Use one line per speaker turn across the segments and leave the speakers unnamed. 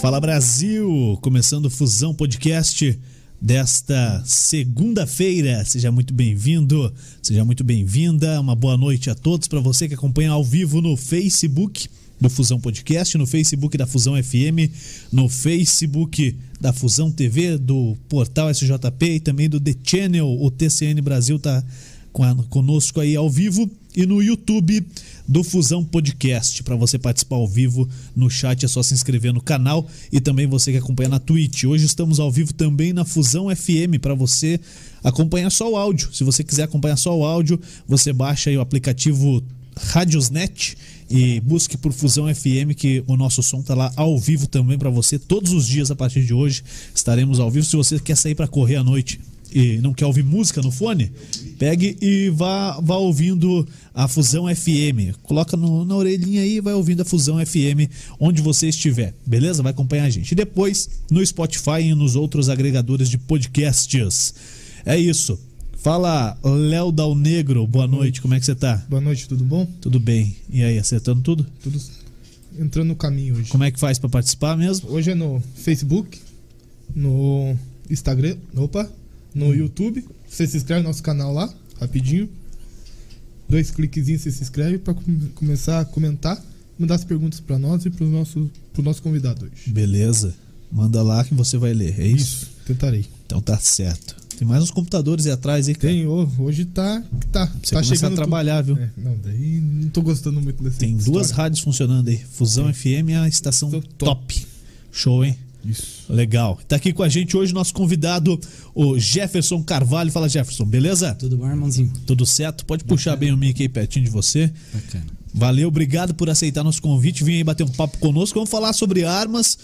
Fala Brasil! Começando o Fusão Podcast desta segunda-feira. Seja muito bem-vindo, seja muito bem-vinda. Uma boa noite a todos. Para você que acompanha ao vivo no Facebook do Fusão Podcast, no Facebook da Fusão FM, no Facebook da Fusão TV, do portal SJP e também do The Channel. O TCN Brasil tá com a- conosco aí ao vivo e no YouTube do Fusão Podcast. Para você participar ao vivo no chat é só se inscrever no canal e também você que acompanha na Twitch. Hoje estamos ao vivo também na Fusão FM para você acompanhar só o áudio. Se você quiser acompanhar só o áudio, você baixa aí o aplicativo Radiosnet e busque por Fusão FM que o nosso som tá lá ao vivo também para você todos os dias a partir de hoje. Estaremos ao vivo se você quer sair para correr à noite e não quer ouvir música no fone, pegue e vá, vá ouvindo a Fusão FM. Coloca no- na orelhinha aí e vai ouvindo a Fusão FM onde você estiver, beleza? Vai acompanhar a gente. E depois no Spotify e nos outros agregadores de podcasts. É isso. Fala, Léo Dal Negro, boa noite, como é que você tá?
Boa noite, tudo bom?
Tudo bem? E aí, acertando tudo?
Tudo entrando no caminho hoje.
Como é que faz pra participar mesmo?
Hoje é no Facebook, no Instagram, opa, no
Hum.
YouTube. Você se inscreve no nosso canal lá, rapidinho. Dois cliquezinhos, você se inscreve para começar a comentar, mandar as perguntas para nós e para o nosso, pro nosso convidado hoje.
Beleza, manda lá que você vai ler, é isso?
Tentarei.
Então tá certo. Tem mais uns computadores aí atrás aí, cara.
Tem, ô, hoje tá, tá,
Você
tá
começar
chegando
a
tudo.
trabalhar, viu?
É, não, daí não tô gostando muito desse
Tem duas rádios funcionando aí. Fusão FM é a estação
Então,
top.
top.
Show, hein?
Isso.
Legal. Tá aqui com a gente hoje nosso convidado, o Jefferson Carvalho. Fala, Jefferson, beleza?
Tudo bom, irmãozinho?
Tudo certo? Pode puxar bem o mic aí pertinho de você.
Bacana.
Valeu, obrigado por aceitar nosso convite. Vim aí bater um papo conosco. Vamos falar sobre armas.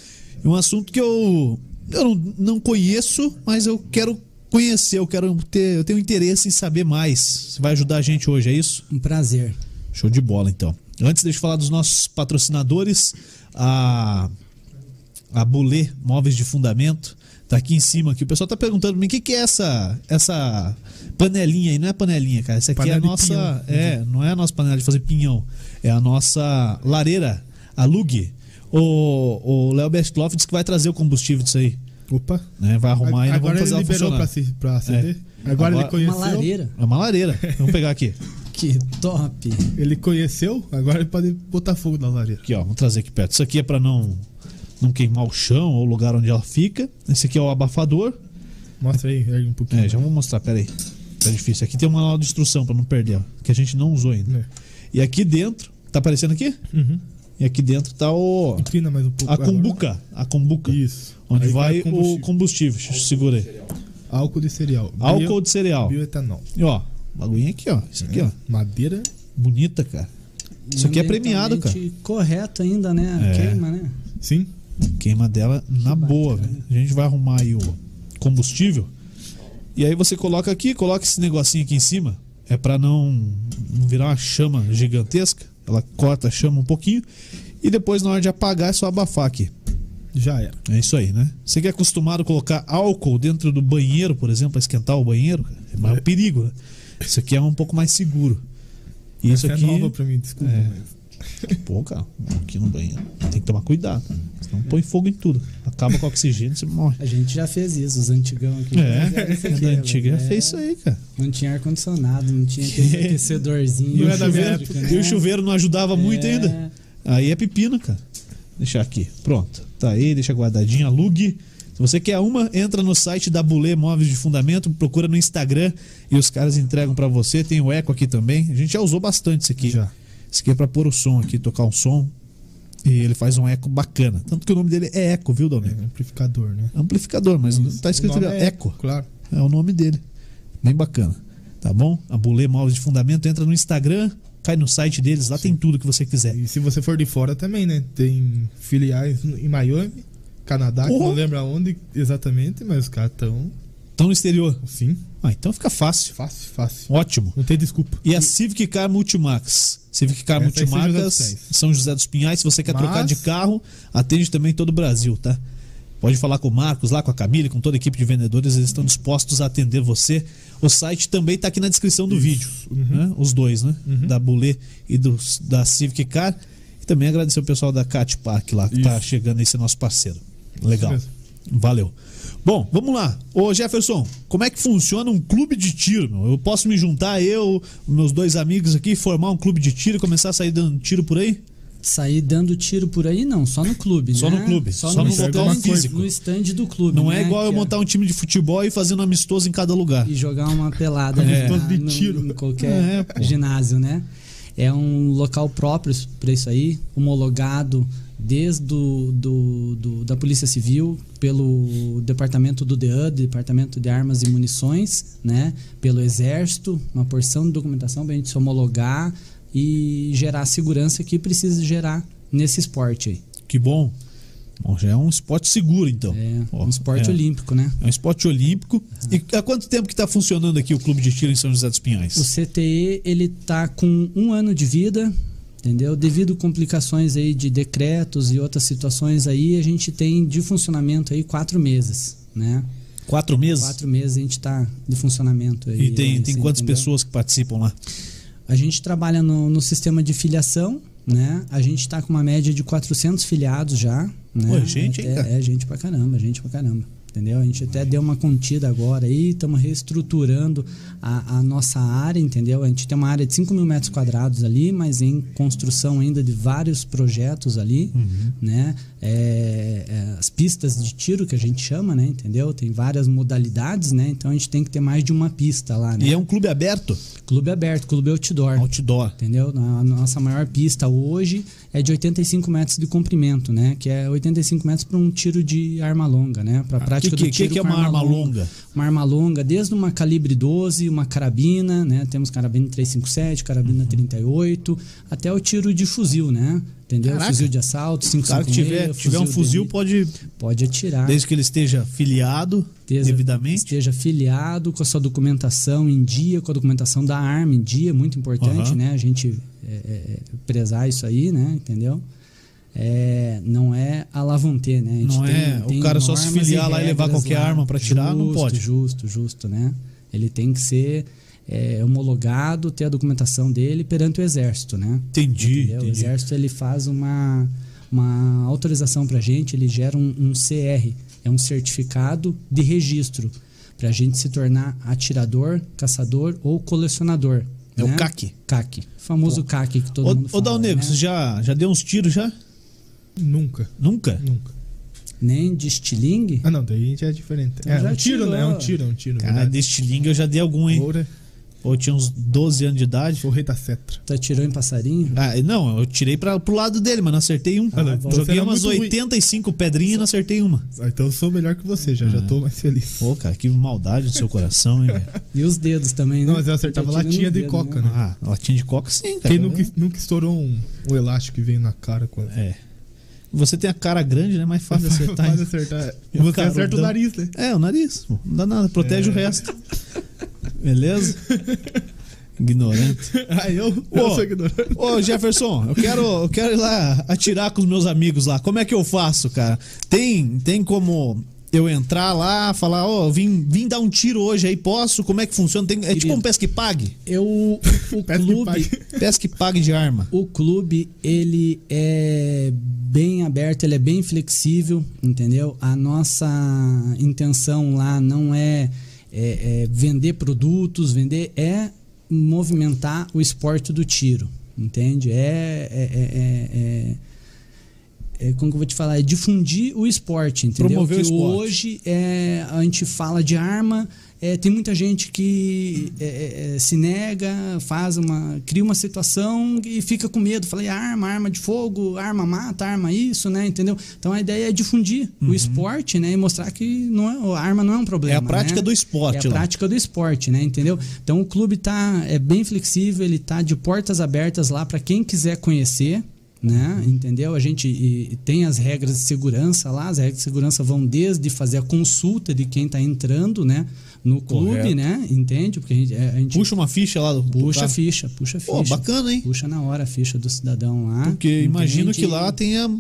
Um assunto que eu, eu não, não conheço, mas eu quero conhecer, eu quero ter, eu tenho interesse em saber mais. Você vai ajudar a gente hoje, é isso?
Um prazer.
Show de bola, então. Antes, deixa eu falar dos nossos patrocinadores. A, a Bolê Móveis de Fundamento tá aqui em cima. Aqui. O pessoal tá perguntando pra mim o que, que é essa, essa panelinha aí. Não é panelinha, cara. Essa aqui
Panela
é a
de
nossa. É, não é a nossa panela de fazer pinhão. É a nossa lareira, a Lug. O o Léo Bestloff disse que vai trazer o combustível disso aí.
Opa.
Né? Vai arrumar e nós
Agora
vamos fazer ela
ele
funcionar. É.
liberou pra, se- pra acender. Agora,
Agora-
ele conheceu.
Uma lareira.
É uma lareira. Vamos pegar aqui.
Que top.
Ele conheceu, agora ele pode botar fogo na lareira.
Aqui, ó, vamos trazer aqui perto. Isso aqui é para não não queimar o chão ou o lugar onde ela fica. Esse aqui é o abafador.
Mostra aí, ergue um pouquinho.
É, já vou mostrar, peraí. Tá difícil. Aqui tem uma manual de instrução para não perder, ó, que a gente não usou ainda.
É.
E aqui dentro, tá aparecendo aqui?
Uhum.
E aqui dentro tá o
Inclina mais um pouco.
a
agora.
cumbuca, a cumbuca,
Isso.
Ah, onde
Aí tá
vai
combustível.
o combustível. Deixa eu segurar aí.
Álcool de cereal.
Álcool de cereal.
Bioetanol. É.
E ó, bagulhinho aqui, ó. Isso aqui, ó.
Madeira.
Bonita, cara. Isso aqui é premiado, cara.
Ambientalmente Correto ainda, né?
É.
Queima, né?
Sim.
Queima dela na boa, velho. A gente vai arrumar aí o combustível. E aí você coloca aqui, coloca esse negocinho aqui em cima. É pra não, não virar uma chama gigantesca. Ela corta a chama um pouquinho. E depois, na hora de apagar, é só abafar aqui.
Já era.
É isso aí, né? Você que é acostumado a colocar álcool dentro do banheiro, por exemplo, pra esquentar o banheiro, cara, é mais um perigo, né? Isso aqui é um pouco mais seguro. E isso
Essa
aqui.
é nova pra mim, desculpa.
É.
mas-
Pô, cara, aqui no banheiro. Tem que tomar cuidado. Senão põe fogo em tudo. Acaba com o oxigênio, você morre.
A gente já fez isso, os antigão aqui. Mas era isso
É,
aqui,
da antiga já
né?
fez isso aí, cara.
Não tinha ar-condicionado, não tinha aquele aquecedorzinho.
Não é da minha
elétrico,
época.
né?
E o chuveiro não ajudava muito
É.
ainda. Aí é pepino, cara. Deixar aqui. Pronto. Tá aí, deixa guardadinha. Alugue. Se você quer uma, entra no site da Bulê Móveis de Fundamento, procura no Instagram e os caras entregam pra você. Tem o Eco aqui também. A gente já usou bastante isso aqui.
Já.
Isso aqui é pra pôr o som aqui, tocar um som. E ele faz um eco bacana. Tanto que o nome dele é Eco, viu, Dalmir?
É, amplificador, né?
Amplificador, mas não tá escrito
O
ali,
nome
ó,
é
Eco.
Claro.
É o nome dele. Bem bacana. Tá bom? A Bulê Móveis de Fundamento entra no Instagram, cai no site deles, lá tem tudo que você quiser.
E se você for de fora também, né? Tem filiais em Miami, Canadá, que
Oh.
não lembro aonde exatamente, mas os caras estão.
Estão no exterior.
Sim.
Ah, então fica fácil.
Fácil, fácil. assim?
Ótimo.
Não tem desculpa.
E a Civic Car Multimax. Civic Car
Essa é São José
Multimax,
dos Pinhais.
São José dos Pinhais. Se você quer trocar
Mas-
de carro, atende também todo o Brasil, tá? Pode falar com o Marcos, lá com a Camila, com toda a equipe de vendedores, eles estão dispostos a atender você. O site também está aqui
Uhum.
na descrição do vídeo, né? os dois, né? Da Bulê e do, da Civic Car. E também agradecer o pessoal da Cat Park lá, que tá
Isso.
chegando aí, ser nosso parceiro. Legal.
mesmo.
Valeu. Bom, vamos lá. Ô Jefferson, como é que funciona um clube de tiro? Meu? Eu posso me juntar, eu, meus dois amigos aqui, formar um clube de tiro e começar a sair dando tiro por aí?
Sair dando tiro por aí, não. Só no clube,
Só
né?
no clube, só no é
stand-
local físico.
No stand do clube,
Não é
né?
igual eu
Que
montar um time de futebol e fazer um amistoso em cada lugar.
E jogar uma pelada
É.
na-
De
no-
tiro.
em qualquer
É, pô.
ginásio, né? É um local próprio para isso aí, homologado desde do, do- do- da Polícia Civil, pelo Departamento do DEAN, Departamento de Armas e Munições, né? Pelo Exército, uma porção de documentação para a gente se homologar e gerar a segurança que precisa gerar nesse esporte aí.
Que bom. Bom, já é um esporte seguro, então.
É
Ó,
um esporte
é.
olímpico, né?
É um esporte olímpico. E há quanto tempo que tá funcionando aqui o clube de tiro em São José dos Pinhais?
O CTE ele tá com um ano de vida, entendeu? Devido complicações aí de decretos e outras situações aí, a gente tem de funcionamento aí quatro meses, né?
Quatro meses?
Quatro meses a gente tá de funcionamento aí.
E tem, tem
assim,
quantas
entendeu?
pessoas que participam lá?
A gente trabalha no, no sistema de filiação, né? A gente tá com uma média de 400 filiados já, né?
Pô, é gente, hein,
Até-
cara?
É gente pra caramba, gente pra caramba. Entendeu? A gente até deu uma contida agora aí, estamos reestruturando a, a nossa área, entendeu? A gente tem uma área de 5 mil metros quadrados ali, mas em construção ainda de vários projetos ali,
Uhum.
né? É, é, as pistas de tiro que a gente chama, né? Entendeu? Tem várias modalidades, né? Então a gente tem que ter mais de uma pista lá, né?
E é um clube aberto?
Clube aberto, clube outdoor.
Outdoor.
Entendeu? A nossa maior pista hoje é de 85 metros de comprimento, né? Que é 85 metros para um tiro de arma longa, né? Para prática
que-
do
que-
tiro
que é
com
uma arma longa?
Uma arma longa, desde uma calibre 12, uma carabina, né? Temos carabina 357, carabina
Uhum.
38, até o tiro de fuzil, né? Entendeu?
Caraca.
Fuzil de assalto, 556,
O cara que tiver, tiver um fuzil
de-
pode,
pode atirar
desde que ele esteja filiado
certeza
devidamente.
esteja filiado com a sua documentação em dia, com a documentação da arma em dia, muito importante,
Aham.
né? A gente é, é, é, prezar isso aí, né? Entendeu? É, não é alavonter, né? A gente
Não é o cara só se
normas e
filiar lá e levar
regras
qualquer arma pra tirar, não
Justo,
pode.
Justo, justo, né? Ele tem que ser é, homologado, ter a documentação dele perante o exército, né?
Entendi,
Entendeu? O
entendi.
exército ele faz uma, uma autorização para gente, ele gera um, um CR, é um certificado de registro para a gente se tornar atirador, caçador ou colecionador.
É o
né?
CAC.
CAC, famoso CAC que todo mundo
Ô, ô
fala.
Dal Negro,
né?
você já, já deu uns tiros já?
Nunca,
Nunca?
nunca.
nem de estilingue.
Ah, não, daí a gente é diferente.
Então
é
já
um tiro, né? É um
tirou.
tiro, é um tiro.
Cara,
verdade. é-
deste língua eu já dei algum, hein?
Oura,
Eu tinha uns 12 anos de idade.
sou o rei da cetra.
Tu atirou em passarinho?
Ah, não, eu tirei pra, pro lado dele, mas não acertei um.
Ah, não, então você
Joguei
era
umas
muito ruim.
85 pedrinhas e não acertei uma.
Ah, Então eu sou melhor que você, já, já tô mais feliz.
Pô, cara, que maldade no seu coração, hein, velho?
E os dedos também, né?
Não, mas eu acertava
Tu atira no
latinha de
dedo,
coca, né? tá
Ah, latinha de coca sim, cara.
Quem nunca, nunca estourou um, um elástico que veio na cara quando.
É. Você tem a cara grande, né? Mais fácil de acertar.
Faz
hein?
acertar.
Eu
Você
carudão.
acerta o nariz, né?
É, o nariz. pô, Não dá nada, protege
É.
o resto. Beleza? Ignorante.
Ah, eu, eu
Ô.
sou ignorante.
Ô, Jefferson, eu quero, eu quero ir lá atirar com os meus amigos lá. Como é que eu faço, cara? Tem, tem como eu entrar lá, falar, ó, vim, vim dar um tiro hoje aí, posso? Como é que funciona? Tem- é tipo um
Querido.
pesque pague?
Eu, o
Parece que
clube,
pague.
Pesque pague de arma.
O clube, ele é bem aberto, ele é bem flexível, entendeu? A nossa intenção lá não é, é, é vender produtos, vender, é movimentar o esporte do tiro, entende? É. é- é- é- é- é, como que eu vou te falar? É difundir o esporte, entendeu?
Promover o
Que
esporte.
hoje é, a gente fala de arma, é, tem muita gente que é, é, é, se nega, faz uma, cria uma situação e fica com medo. Falei, arma, arma de fogo, arma mata, arma isso, né? Entendeu? Então a ideia é difundir o esporte, né? E mostrar que não é, a arma não é um problema.
Uhum. É a prática
né?
do esporte
É a
lá.
prática do esporte, né? Entendeu? Então o clube tá é bem flexível, ele tá de portas abertas lá para quem quiser conhecer. Né? Entendeu? A gente e, e tem as regras de segurança lá, as regras de segurança vão desde fazer a consulta de quem está entrando né, no clube,
Correto.
né? Entende? Porque a gente, a gente
Puxa uma ficha lá do do
puxa
cara.
a ficha, puxa a ficha.
Pô, bacana, hein?
Puxa na hora a ficha do cidadão lá.
Porque imagino
entende?
que lá tenha.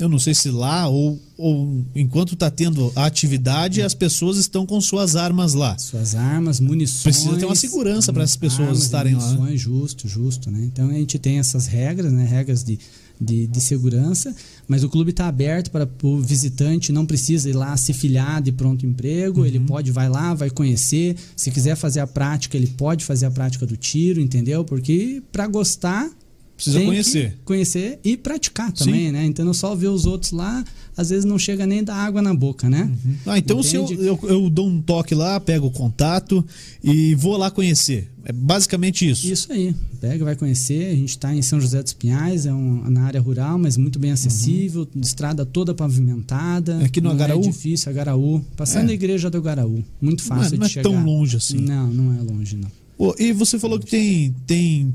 Eu não sei se lá ou, ou enquanto tá tendo a atividade,
Hum.
as pessoas estão com suas armas lá.
suas armas, munições.
Precisa ter uma segurança para essas pessoas
armas e
estarem lá, né?
munições, justo, justo, né? Então a gente tem essas regras, né? Regras de, de, de segurança, mas o clube está aberto para o visitante, não precisa ir lá se filiar de pronto emprego, ele
Uhum.
pode, vai lá, vai conhecer, se quiser fazer a prática, ele pode fazer a prática do tiro, entendeu? Porque para gostar,
Precisa
que
conhecer.
conhecer e praticar também, né? Então, não só ver os outros lá, às vezes não chega nem da água na boca, né?
Ah, então se eu,
Entende?
eu, eu dou um toque lá, pego o contato e vou lá conhecer. É basicamente isso.
Isso aí. Pega, vai conhecer. A gente está em São José dos Pinhais, é um, na área rural, mas muito bem acessível, estrada toda pavimentada.
Uhum. Aqui no
não
Agaraú? É.
É difícil, Agaraú. Passando a igreja do Agaraú. Muito
Não é-
fácil
não é
de chegar.
tão longe assim.
Não, não é longe, não.
Ô, e você falou que tem, tem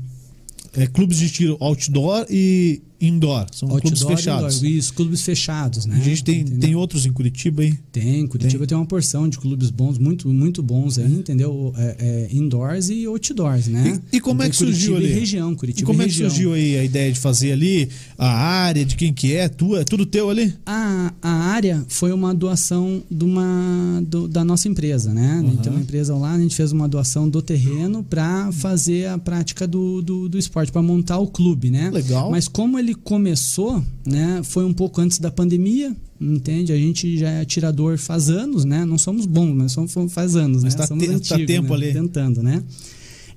é, clubes de tiro outdoor e indoor. São clubes
Outdoor e
fechados.
indoor. Isso, clubes fechados, né?
A gente tem,
Entendeu?
tem outros em Curitiba aí.
Tem, Curitiba tem. uma porção de clubes bons, muito, muito bons aí, entendeu? É, é, indoors e outdoors, né?
E- e como é
Então,
que surgiu
Curitiba e
ali?
região,
E
Curitiba
como
e
é que
região.
surgiu aí a ideia de fazer ali? A área, de quem que é? Tua, é tudo teu ali?
a, a área foi uma doação de uma, do- da nossa empresa, né? A gente tem uma empresa lá, a gente fez uma doação do terreno para fazer a prática do, do, do esporte, para montar o clube, né?
Legal.
Mas como ele começou, né? Foi um pouco antes da pandemia, entende? A gente já é atirador faz anos, né? Não somos bons, mas somos faz anos,
Mas
né?
tá
somos
te- tá tempo
né?
ali.
Tentando, né?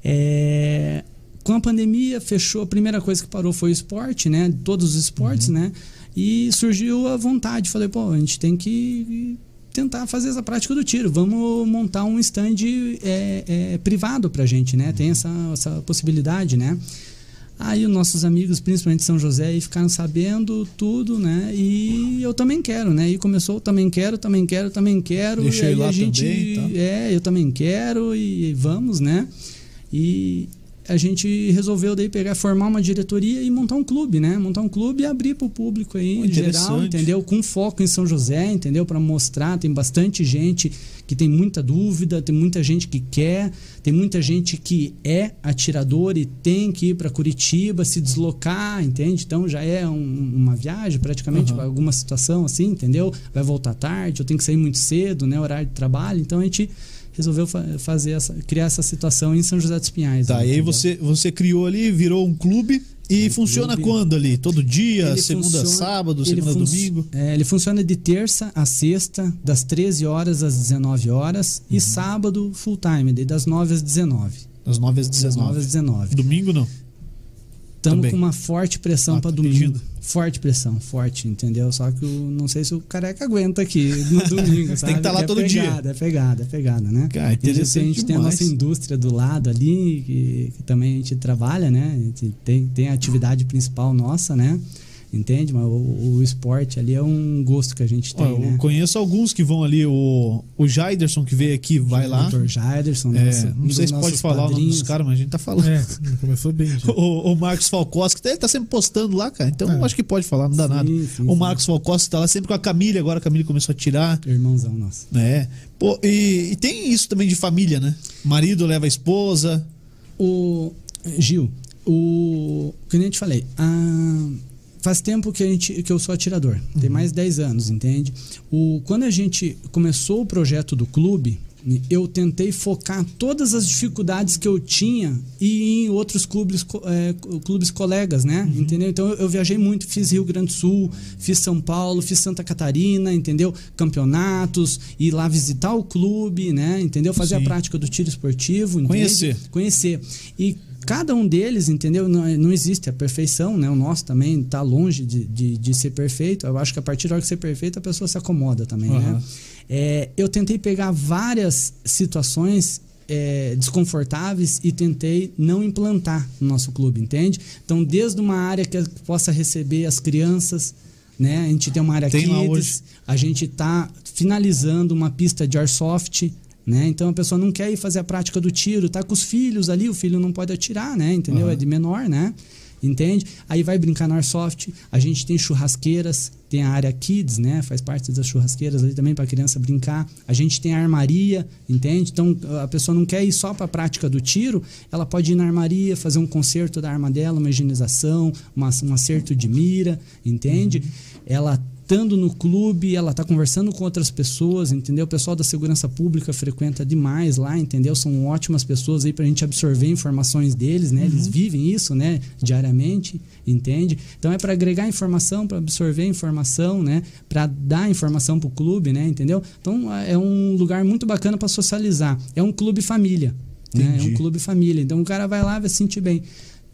É, com a pandemia, fechou, a primeira coisa que parou foi o esporte, né? Todos os esportes,
Uhum.
né? E surgiu a vontade. Falei, pô, a gente tem que tentar fazer essa prática do tiro. Vamos montar um stand é, é, privado pra gente, né?
Uhum.
Tem essa, essa possibilidade, né? Aí os nossos amigos, principalmente de São José, aí ficaram sabendo tudo, né? E eu também quero, né? E começou, também quero, também quero, também quero.
Deixa
e
eu
aí
ir lá
a gente,
também, tá?
é, eu também quero e vamos, né? E a gente resolveu daí pegar, formar uma diretoria e montar um clube, né? Montar um clube e abrir para o público aí,
Pô,
em geral,
interessante.
entendeu? Com foco em São José, entendeu? Para mostrar, tem bastante gente que tem muita dúvida, tem muita gente que quer, tem muita gente que é atirador e tem que ir para Curitiba, se deslocar, entende? Então já é um- uma viagem praticamente para alguma situação assim, entendeu? Vai voltar tarde, eu tenho que sair muito cedo, né? Horário de trabalho, então a gente resolveu fa- fazer essa, criar essa situação em São José dos Pinhais.
Tá,
né,
e aí
entendeu?
você, você criou ali, virou um clube e funciona
clube.
quando ali? Todo dia,
Ele
É, segunda,
funciona-
sábado,
ele
segunda,
fun-
domingo?
é, ele funciona de terça a sexta, das 13 horas às 19 horas,
Uhum.
e sábado full time, daí das 9 às 19.
Das 9 às
Das 9 às
19.
19.
Domingo não.
Estamos
também.
com uma forte pressão
Ah,
pra
tá
domingo.
pedindo.
Forte pressão, forte, entendeu? Só que eu não sei se o careca aguenta aqui no domingo, sabe?
tá lá
Que é
todo dia.
pegada, É pegada, é pegada, né?
Cara,
E depois a
interessante
gente tem a
demais.
nossa indústria do lado ali, que, que também a gente trabalha, né? A gente tem, tem a atividade principal nossa, né? Entende? Mas o, o esporte ali é um gosto que a gente tem,
Ó, eu
né?
conheço alguns que vão ali. O, o Jaiderson que veio aqui, vai lá.
Dr. Jaderson,
É,
nosso- um
não sei se
dos
pode
nossos
falar o nome dos
padrinhos.
caras, mas a gente tá falando.
É, começou bem. Já.
O, o Marcos Falcós, que tá- ele tá sempre postando lá, cara. Então eu acho que pode falar, não dá
É. Sim,
nada.
sim,
o
sim.
Marcos Falcós tá lá sempre com a Camille, agora a Camille começou a tirar.
Irmãozão nosso.
né? Pô, e, e tem isso também de família, né? Marido leva a esposa.
O Gil, o que nem eu te falei, a- faz tempo que a gente que eu sou atirador, tem
Uhum.
mais de 10 anos, entende? O quando a gente começou o projeto do clube, eu tentei focar todas as dificuldades que eu tinha e em outros clubes, co- é, co- clubes colegas, né?
Uhum.
Entendeu? Então eu, eu viajei muito, fiz Rio Grande do Sul, fiz São Paulo, fiz Santa Catarina, entendeu? Campeonatos, ir lá visitar o clube, né? Entendeu? Fazer a
Sim.
prática do tiro esportivo, entende?
Conhecer.
conhecer. E cada um deles, entendeu? Não, não existe a perfeição, né? O nosso também está longe de, de, de ser perfeito. Eu acho que a partir da hora que ser perfeito, a pessoa se acomoda também, né?
Aham.
É, eu tentei pegar várias situações é, desconfortáveis e tentei não implantar no nosso clube, entende? Então, desde uma área que possa receber as crianças, né? A gente tem uma área
Tem lá
kids,
hoje.
a gente está finalizando uma pista de airsoft, né? Então a pessoa não quer ir fazer a prática do tiro, tá com os filhos ali, o filho não pode atirar, né? Entendeu? É de menor, né? Entende? Aí vai brincar no airsoft, a gente tem churrasqueiras, tem a área kids, né? Faz parte das churrasqueiras ali também para criança brincar. A gente tem a armaria, entende? Então a pessoa não quer ir só para a prática do tiro, ela pode ir na armaria, fazer um conserto da arma dela, uma higienização, uma- um acerto de mira, entende? Ela estando no clube, ela está conversando com outras pessoas, entendeu? O pessoal da segurança pública frequenta demais lá, entendeu? São ótimas pessoas aí para a gente absorver informações deles, né? Eles vivem isso, né? Diariamente, entende? Então é para agregar informação, para absorver informação, né? Para dar informação para o clube, né? Entendeu? Então é um lugar muito bacana para socializar. É um clube família. Né? É um
Entendi.
clube família. Então o cara vai lá, vai se sentir bem.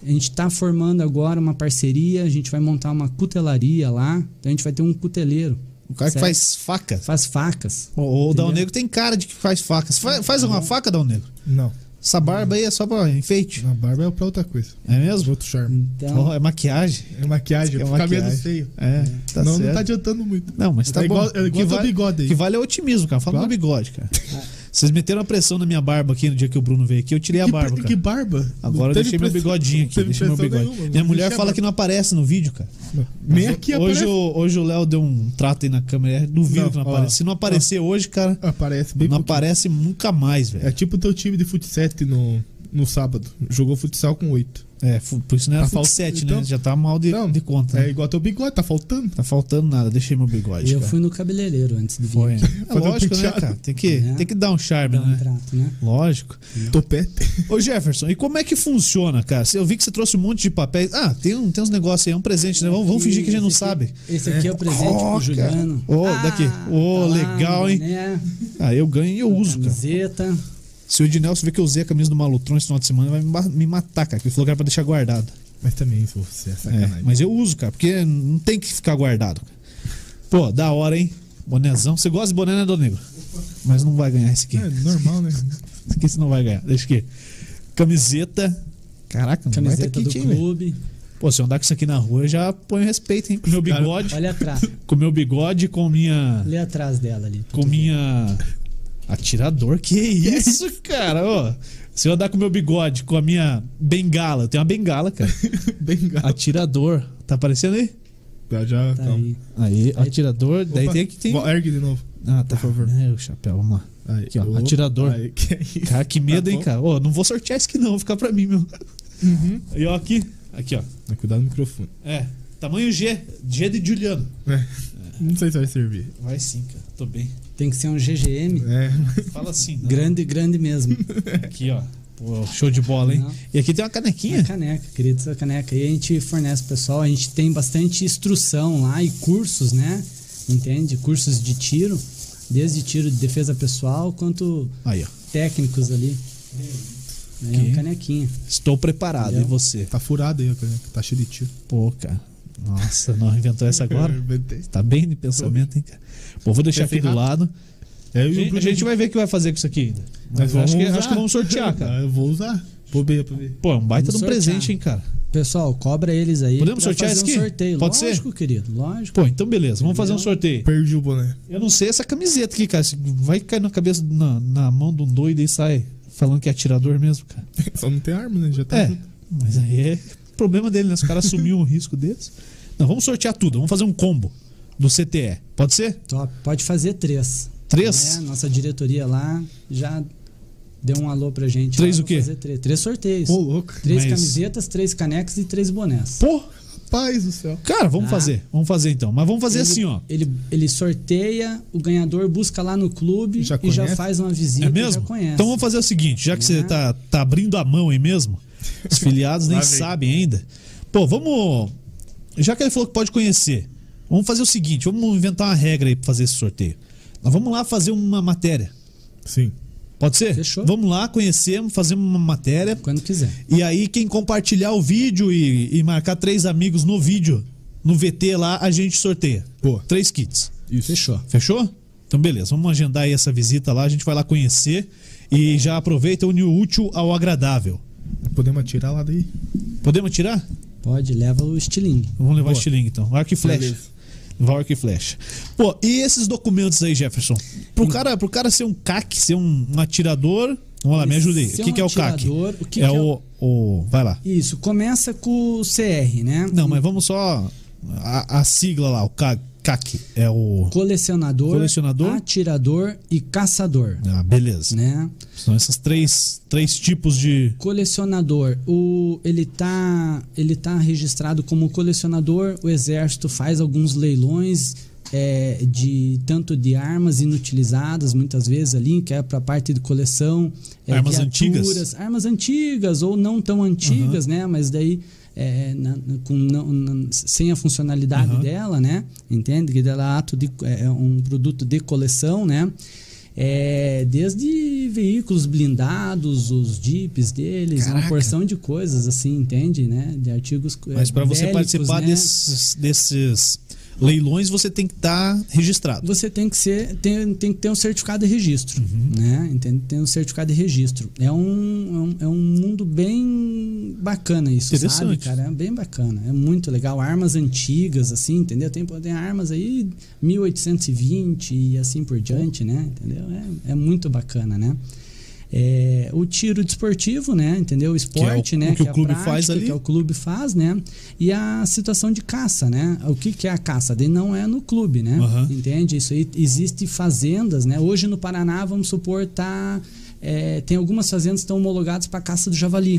A gente está formando agora uma parceria, a gente vai montar uma cutelaria lá. Então a gente vai ter um cuteleiro.
O cara que
Certo.
faz faca.
Faz facas.
O, o Dal
Entendeu? Uhum.
Negro tem cara de que faz facas. Faz, faz alguma faca, Dal Negro?
Não.
Essa barba aí é só pra enfeite.
A barba é pra outra coisa.
É mesmo?
Outro charme.
Então,
Ó, é maquiagem.
É maquiagem,
É
é ficar menos
maquiagem.
feio.
É, tá
não, não
certo.
tá adiantando muito.
Não, mas tá
é
bom.
igual, é
O que
igual teu
vale-
bigode
O
aí.
que vale é otimismo, cara. Fala
Claro.
do bigode, cara. Vocês meteram a pressão na minha barba aqui no dia que o Bruno veio aqui, eu tirei a
Que
barba,
pre-
cara.
que barba?
Agora eu
Não teve
deixei meu
pressão-
bigodinho
não
aqui,
teve
deixei meu
pressão
bigode.
nenhuma,
minha
não
mulher
deixei
fala
a
que não aparece no vídeo, cara.
barba. Nem aqui
hoje,
aparece.
o, hoje o Léo deu um trato aí na câmera, é, duvido
Não,
que não
ó,
aparece. Se não aparecer hoje, cara,
Aparece bem
não
pouquinho.
aparece nunca mais, velho.
É tipo teu time de futsal no, no sábado. Jogou futsal com oito.
É, fu- por isso não era
Tá
tá
falta-
7, né?
então-
Já tá mal de,
Não,
de conta.
É
né?
igual teu bigode, tá faltando.
Tá faltando nada, deixei meu bigode.
eu
cara.
fui no cabeleireiro antes de vir
Foi.
aqui,
É
Fazer um
lógico, né,
penteado.
cara? Tem que,
É.
tem que dar um charme,
dar um
né?
trato, né?
Lógico.
Topete.
Ô Jefferson, e como é que funciona, cara? Eu vi que você trouxe um monte de papéis. Ah, tem, um, tem uns negócios aí, é um presente, né? Vamos, vamos fingir que a gente não
Esse aqui-
sabe.
Esse aqui é o presente
Ó,
pro Juliano. Ah, tá
cara. Ó, daqui. Ó, legal, hein?
Né?
Ah, eu ganho e eu uso, cara. tá
Camiseta.
Se o Ednelson ver que eu usei a camisa do Malutron esse final de semana, vai me ma- me matar, cara. Que ele falou que era pra deixar guardado.
Mas também, se você é
É,
sacanagem.
mas eu uso, cara, porque não tem que ficar guardado. cara. Pô, da hora, hein? Bonezão. Você gosta de boné, né, Dona Negro? Mas não vai ganhar esse aqui.
É normal, né?
Esse aqui você não vai ganhar. Deixa aqui. Camiseta. Caraca, não vai tá
Camiseta
aqui,
do
hein, velho?
clube.
Pô, se eu andar com isso aqui na rua, eu já ponho respeito, hein? Com meu
Cara,
bigode.
Olha atrás.
Com meu bigode, com minha.
Lê atrás dela ali.
Com minha. Atirador? Que é isso, cara? Ô, se eu andar com meu bigode, com a minha bengala, eu tenho uma bengala, cara.
Bem gato.
Atirador. Tá aparecendo aí?
Já, Ah, já,
Tá
calma.
aí.
Aí, atirador, daí
Opa.
tem que tem.
Ó, Ergue de novo.
Ah, tá. Por favor. É, o chapéu, vamos lá.
Aí,
Aqui, ó,
opa,
atirador.
Aí, que é isso?
Cara, que medo,
Tá
hein,
bom.
cara. Ô, não vou sortear isso aqui não, vou ficar pra mim, meu.
Uhum.
E ó, aqui. Aqui, ó.
Mas Cuidado no microfone.
É. Tamanho G. G de Juliano.
É. Não sei se vai servir.
Vai sim, cara. Tô bem.
Tem que ser um GGM.
É,
Fala assim. né?
Grande, grande mesmo.
Aqui, ó. Pô, show de bola, hein?
Não.
E aqui tem uma
É
canequinha.
caneca, querido, essa caneca. E a gente fornece pro pessoal, a gente tem bastante instrução lá e cursos, né? Entende? Cursos de tiro, desde tiro de defesa pessoal quanto
Aí, ó.
técnicos ali. É
Ok.
uma canequinha.
Estou preparado.
Entendeu?
E você?
tá furado aí, ó, caneca. Tá cheio de tiro.
Pô, cara. Nossa, não inventou essa agora?
Inventei.
Tá bem de pensamento, hein, cara. Pô, vou deixar aqui
Pensei
do lado.
É,
A
eu e o
gente, a
Bruno-
gente vai ver o que vai fazer com isso aqui ainda. Mas acho, que, acho que vamos sortear, cara.
Ah, Eu vou usar. Vou ver, vou ver.
Pô, é um baita
Vamos
de um
sortear.
presente, hein, cara.
Pessoal, cobra eles aí.
Podemos
pra
sortear
fazer
esse
um
aqui?
sorteio.
Pode ser?
lógico, querido, lógico.
Pô, então beleza, vamos fazer um sorteio.
Perdi o boné.
Eu não sei essa camiseta aqui, cara. se Vai cair na cabeça, na, na mão de um doido e sai falando que é atirador mesmo, cara.
Só não tem arma, né? Já tá.
É,
junto.
mas aí é problema dele, né? Se o cara assumiu um risco desse. Não, vamos sortear tudo, vamos fazer um combo do CTE. Pode ser?
Top. Pode fazer três.
Três?
É, nossa diretoria lá já deu um alô pra gente.
Três
lá,
o
vou
quê?
Fazer três. três sorteios.
Ô, louco.
Três
Mas-
camisetas, três canecas e três bonés.
Pô,
Paz do céu.
cara, vamos
Ah.
fazer. Vamos fazer então. Mas vamos fazer
Ele-
assim, ó.
Ele, ele sorteia, o ganhador busca lá no clube
Já
e já
conhece?
faz uma visita.
É
Já
mesmo?
conhece.
Então vamos fazer o seguinte, já que você
É.
tá, tá abrindo a mão aí mesmo, os filiados nem
Lá vem.
sabem ainda. Pô, vamos. Já que ele falou que pode conhecer, vamos fazer o seguinte, vamos inventar uma regra aí pra fazer esse sorteio. Nós vamos lá fazer uma matéria.
Sim.
Pode ser?
Fechou.
Vamos lá, conhecemos, fazemos uma matéria.
Quando quiser.
E aí, quem compartilhar o vídeo e, e marcar três amigos no vídeo, no VT lá, a gente sorteia.
Pô.
Três kits.
Isso.
Fechou.
Fechou? Então, beleza. Vamos agendar aí essa visita lá. A gente vai lá conhecer e já aproveita une o útil ao agradável.
Podemos atirar lá daí?
Podemos tirar?
Pode, leva o estilingue.
Vamos levar
Boa.
estilingue então. Arco e flecha.
Beleza.
Vai arco e flecha. Pô, e esses documentos aí, Jefferson?
Hum.
Pro cara, pro cara ser um CAC, ser um, um atirador. Vamos lá, me ajuda aí. O
Ser
que,
um
que é o CAC?
atirador, o que
é
que é
o, o. Vai lá.
Isso, começa com o CR, né?
Não, mas vamos só. A, a sigla lá, o CAC. CAC é o.
Colecionador,
Colecionador.
atirador e caçador.
Ah, beleza.
Né?
São esses três, três tipos de.
Colecionador, o, ele tá ele tá registrado como colecionador. O exército faz alguns leilões é, de tanto de armas inutilizadas, muitas vezes ali que é para parte de coleção, é,
Armas antigas?
criaturas, armas antigas ou não tão antigas, né? Mas daí é, na- na- com não- na- sem a funcionalidade
Aham.
dela, né? Entende que dela é ato de é é um produto de coleção, né? É, desde veículos blindados, os jipes deles,
Caraca.
uma porção de coisas assim, entende, né? De artigos. é,
Mas para você
bélicos,
participar
né?
desses, desses leilões, você tem que estar registrado.
você tem que ser tem, tem que ter um certificado de registro
Uhum.
né entende tem um certificado de registro é um, é um é um mundo bem bacana isso sabe
Interessante.
cara é bem bacana é muito legal armas antigas assim entendeu tem tem armas aí 1820 e assim por diante né entendeu é, é muito bacana né É, o tiro desportivo né entendeu o esporte
o
né
que o
é a
clube faz
prática,
ali.
que é o clube faz né e a situação de caça né o que que é a caça Daí não é no clube né
Aham.
Entende? Isso aí existe fazendas, né? Hoje no Paraná, vamos supor, tá é, tem algumas fazendas que estão homologadas para caça do javali,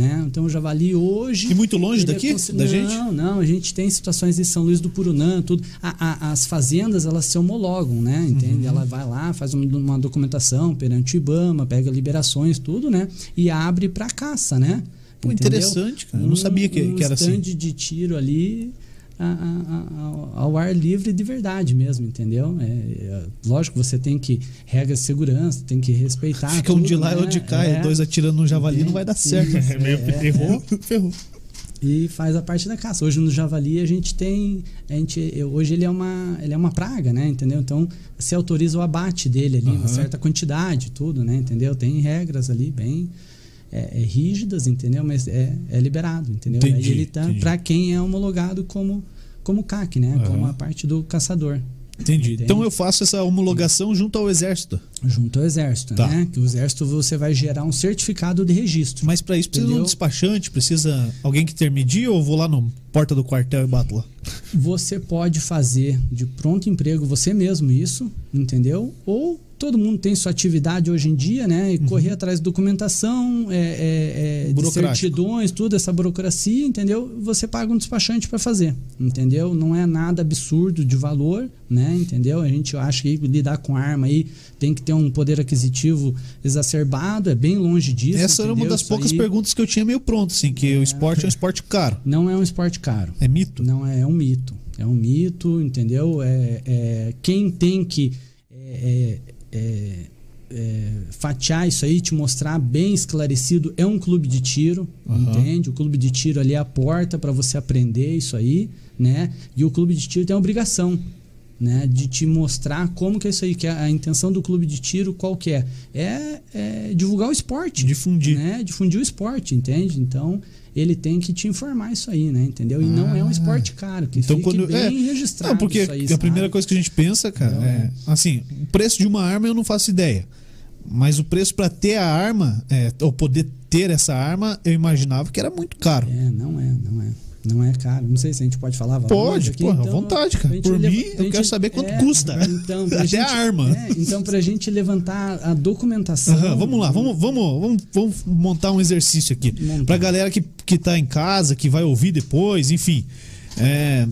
né? Então o javali hoje
E muito longe
ele é
daqui?
consi-
Da gente?
Não, não, a gente tem situações em São Luís do Purunã, tudo. A- a- as fazendas, elas se homologam, né?
Uhum.
Entende? Ela vai lá, faz um- uma documentação perante o Ibama, pega liberações, tudo, né? E abre para caça, né?
Pô,
Entendeu?
interessante, cara. Eu não sabia que-
um
que era assim.
stand de tiro ali a- a- a- ao- ao ar livre de verdade mesmo, entendeu? É, é, lógico, você tem que regras de segurança, tem que respeitar.
Fica um de
tudo,
lá e
né?
outro de cá,
É.
e dois atirando no javali, não vai dar certo.
É meio errou, ferrou.
e faz a parte da caça. Hoje no javali a gente tem, a gente, eu- hoje ele é uma, ele é uma praga, né, entendeu? Então se autoriza o abate dele ali, uma certa quantidade, tudo, né, entendeu? Tem regras ali bem é, é, rígidas, entendeu? Mas é, é liberado, entendeu?
Entendi,
Aí ele tá
entendi.
para quem é homologado como como CAC, né,
Aham.
como a parte do caçador.
Entendi.
Entende?
Então eu faço essa homologação junto ao exército.
Junto ao exército,
Tá.
né? Que o exército você vai gerar um certificado de registro.
Mas para isso precisa de um
Entendeu?
despachante, precisa alguém que intermedia ou eu vou lá na porta do quartel e bato lá?
Você pode fazer de pronto emprego você mesmo isso, entendeu? Ou todo mundo tem sua atividade hoje em dia, né? E correr atrás de documentação, é, é, é, de
Uhum. Burocrático.
certidões, tudo, essa burocracia, entendeu? Você paga um despachante para fazer, entendeu? Não é nada absurdo de valor, né? Entendeu? A gente acha que lidar com arma aí tem que ter um poder aquisitivo exacerbado, é bem longe disso.
Essa era uma
entendeu?
das
Isso
poucas
aí
perguntas que eu tinha meio pronto, assim, que o esporte é um esporte caro.
Não é um esporte caro.
É mito?
Não, é, é um mito. É um mito, entendeu? É, é- quem tem que é, é, é, é, fatiar isso aí, te mostrar bem esclarecido, é um clube de tiro,
Aham.
entende? O clube de tiro ali é a porta para você aprender isso aí, né? E o clube de tiro tem a obrigação. Né, de te mostrar como que é isso aí, que a, a intenção do clube de tiro qual que é? É, é divulgar o esporte
Difundir.
né, difundir o esporte, entende? Então, ele tem que te informar isso aí, né? Entendeu? E não é um esporte caro, que
Ah. Então
fique
quando
bem
é,
registrado
não, porque
isso aí,
a
sabe?
primeira coisa que a gente pensa, cara,
Não,
é,
é.
assim, o preço de uma arma eu não faço ideia. Mas o preço pra ter a arma, é, ou poder ter essa arma, eu imaginava que era muito caro.
É, não é, não é. Não é caro. Não sei se a gente pode falar valores
Pode,
aqui,
porra, à
então,
vontade,
pra
cara.
gente
Por
leva-
mim,
pra
eu
gente-
quero saber quanto
é,
custa. né?
Então, pra
Até
gente-
a arma.
é, então, pra gente levantar a documentação.
Aham, Uhum, vamos lá, vamos, vamos, vamos, vamos montar um exercício aqui.
Montar.
Pra galera que, que tá em casa, que vai ouvir depois, enfim. É,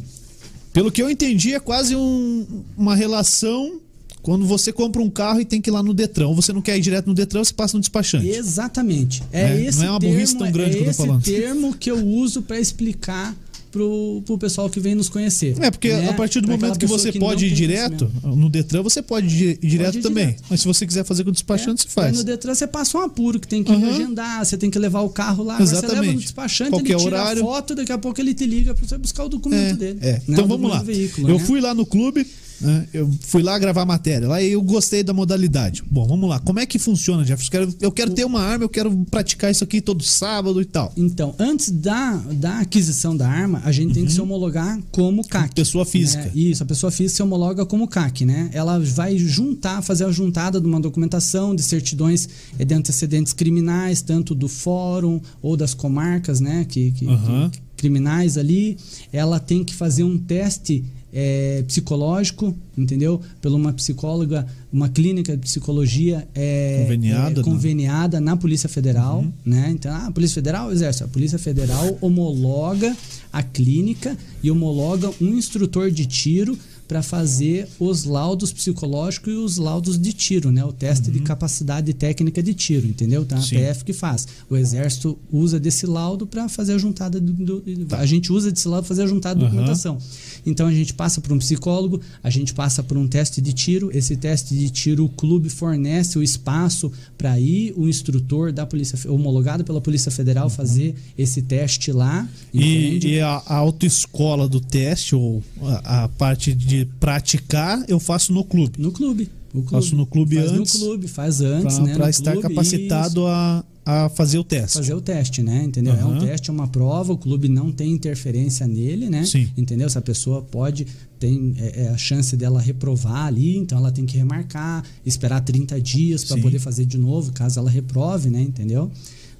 pelo que eu entendi, é quase um- uma relação quando você compra um carro e tem que ir lá no Detran. Ou você não quer ir direto no Detran, você passa no despachante.
Exatamente. É,
Né?
esse
Não é uma
termo,
burrice tão grande
é
que eu tô
esse
falando.
termo que eu uso para explicar pro, pro pessoal que vem nos conhecer.
É, porque
né?
a partir do
Pra
momento
aquela
que
pessoa
você
não
pode ir
tem
direto,
conhecimento.
no Detran você pode ir direto
ir
também.
direto.
Mas se você quiser fazer com o despachante, você
É. Aí
faz.
no Detran você passa um apuro que tem que
Aham.
agendar, você tem que levar o carro lá, agora você leva no
Exatamente.
despachante,
Qualquer
ele tira
horário.
a foto, daqui a pouco ele te liga pra você buscar o
É,
documento dele.
é.
né,
Então vamos
o documento
lá.
do veículo,
eu
né?
fui lá no clube, né, eu fui lá gravar matéria lá e eu gostei da modalidade. Bom, vamos lá. Como é que funciona, Jefferson? Eu quero, eu quero ter uma arma, eu quero praticar isso aqui todo sábado e tal.
Então, antes da, da aquisição da arma, a gente tem que se homologar como CAC.
Uhum. Pessoa física.
né? Isso, a pessoa física se homologa como CAC, né? Ela vai juntar, fazer a juntada de uma documentação, de certidões eh, de antecedentes criminais, tanto do fórum ou das comarcas, né? Que, que-
Aham.
que- criminais ali. Ela tem que fazer um teste é, psicológico, entendeu? Pela uma psicóloga, uma clínica de psicologia é,
Conveniada,
é,
né?
conveniada na Polícia Federal, né? Então, ah, a Polícia Federal, Exército, a Polícia Federal homologa a clínica e homologa um instrutor de tiro para fazer os laudos psicológicos e os laudos de tiro, né? O teste de capacidade técnica de tiro, entendeu? Então, a
Sim.
PF que faz. O Exército usa desse laudo para fazer a juntada do, do- a gente usa desse laudo para fazer a juntada da
Aham.
documentação alimentação. Então a gente passa por um psicólogo, a gente passa por um teste de tiro. Esse teste de tiro, o clube fornece o espaço para ir o instrutor da polícia Fe- homologado pela Polícia Federal fazer esse teste lá. entende?
E, e a, a autoescola do teste, ou a, a parte de praticar, eu faço no clube.
No clube. O clube.
Faço no clube
faz
antes,
No clube, faz antes,
Para
né? no
estar
clube,
capacitado a, a fazer o teste.
fazer o teste, né? Entendeu? É
Aham.
um teste, é uma prova, o clube não tem interferência nele, né?
Sim.
Entendeu? Se a pessoa pode, tem é, é a chance dela reprovar ali, então ela tem que remarcar, esperar 30 dias para
Sim.
poder fazer de novo, caso ela reprove, né? Entendeu?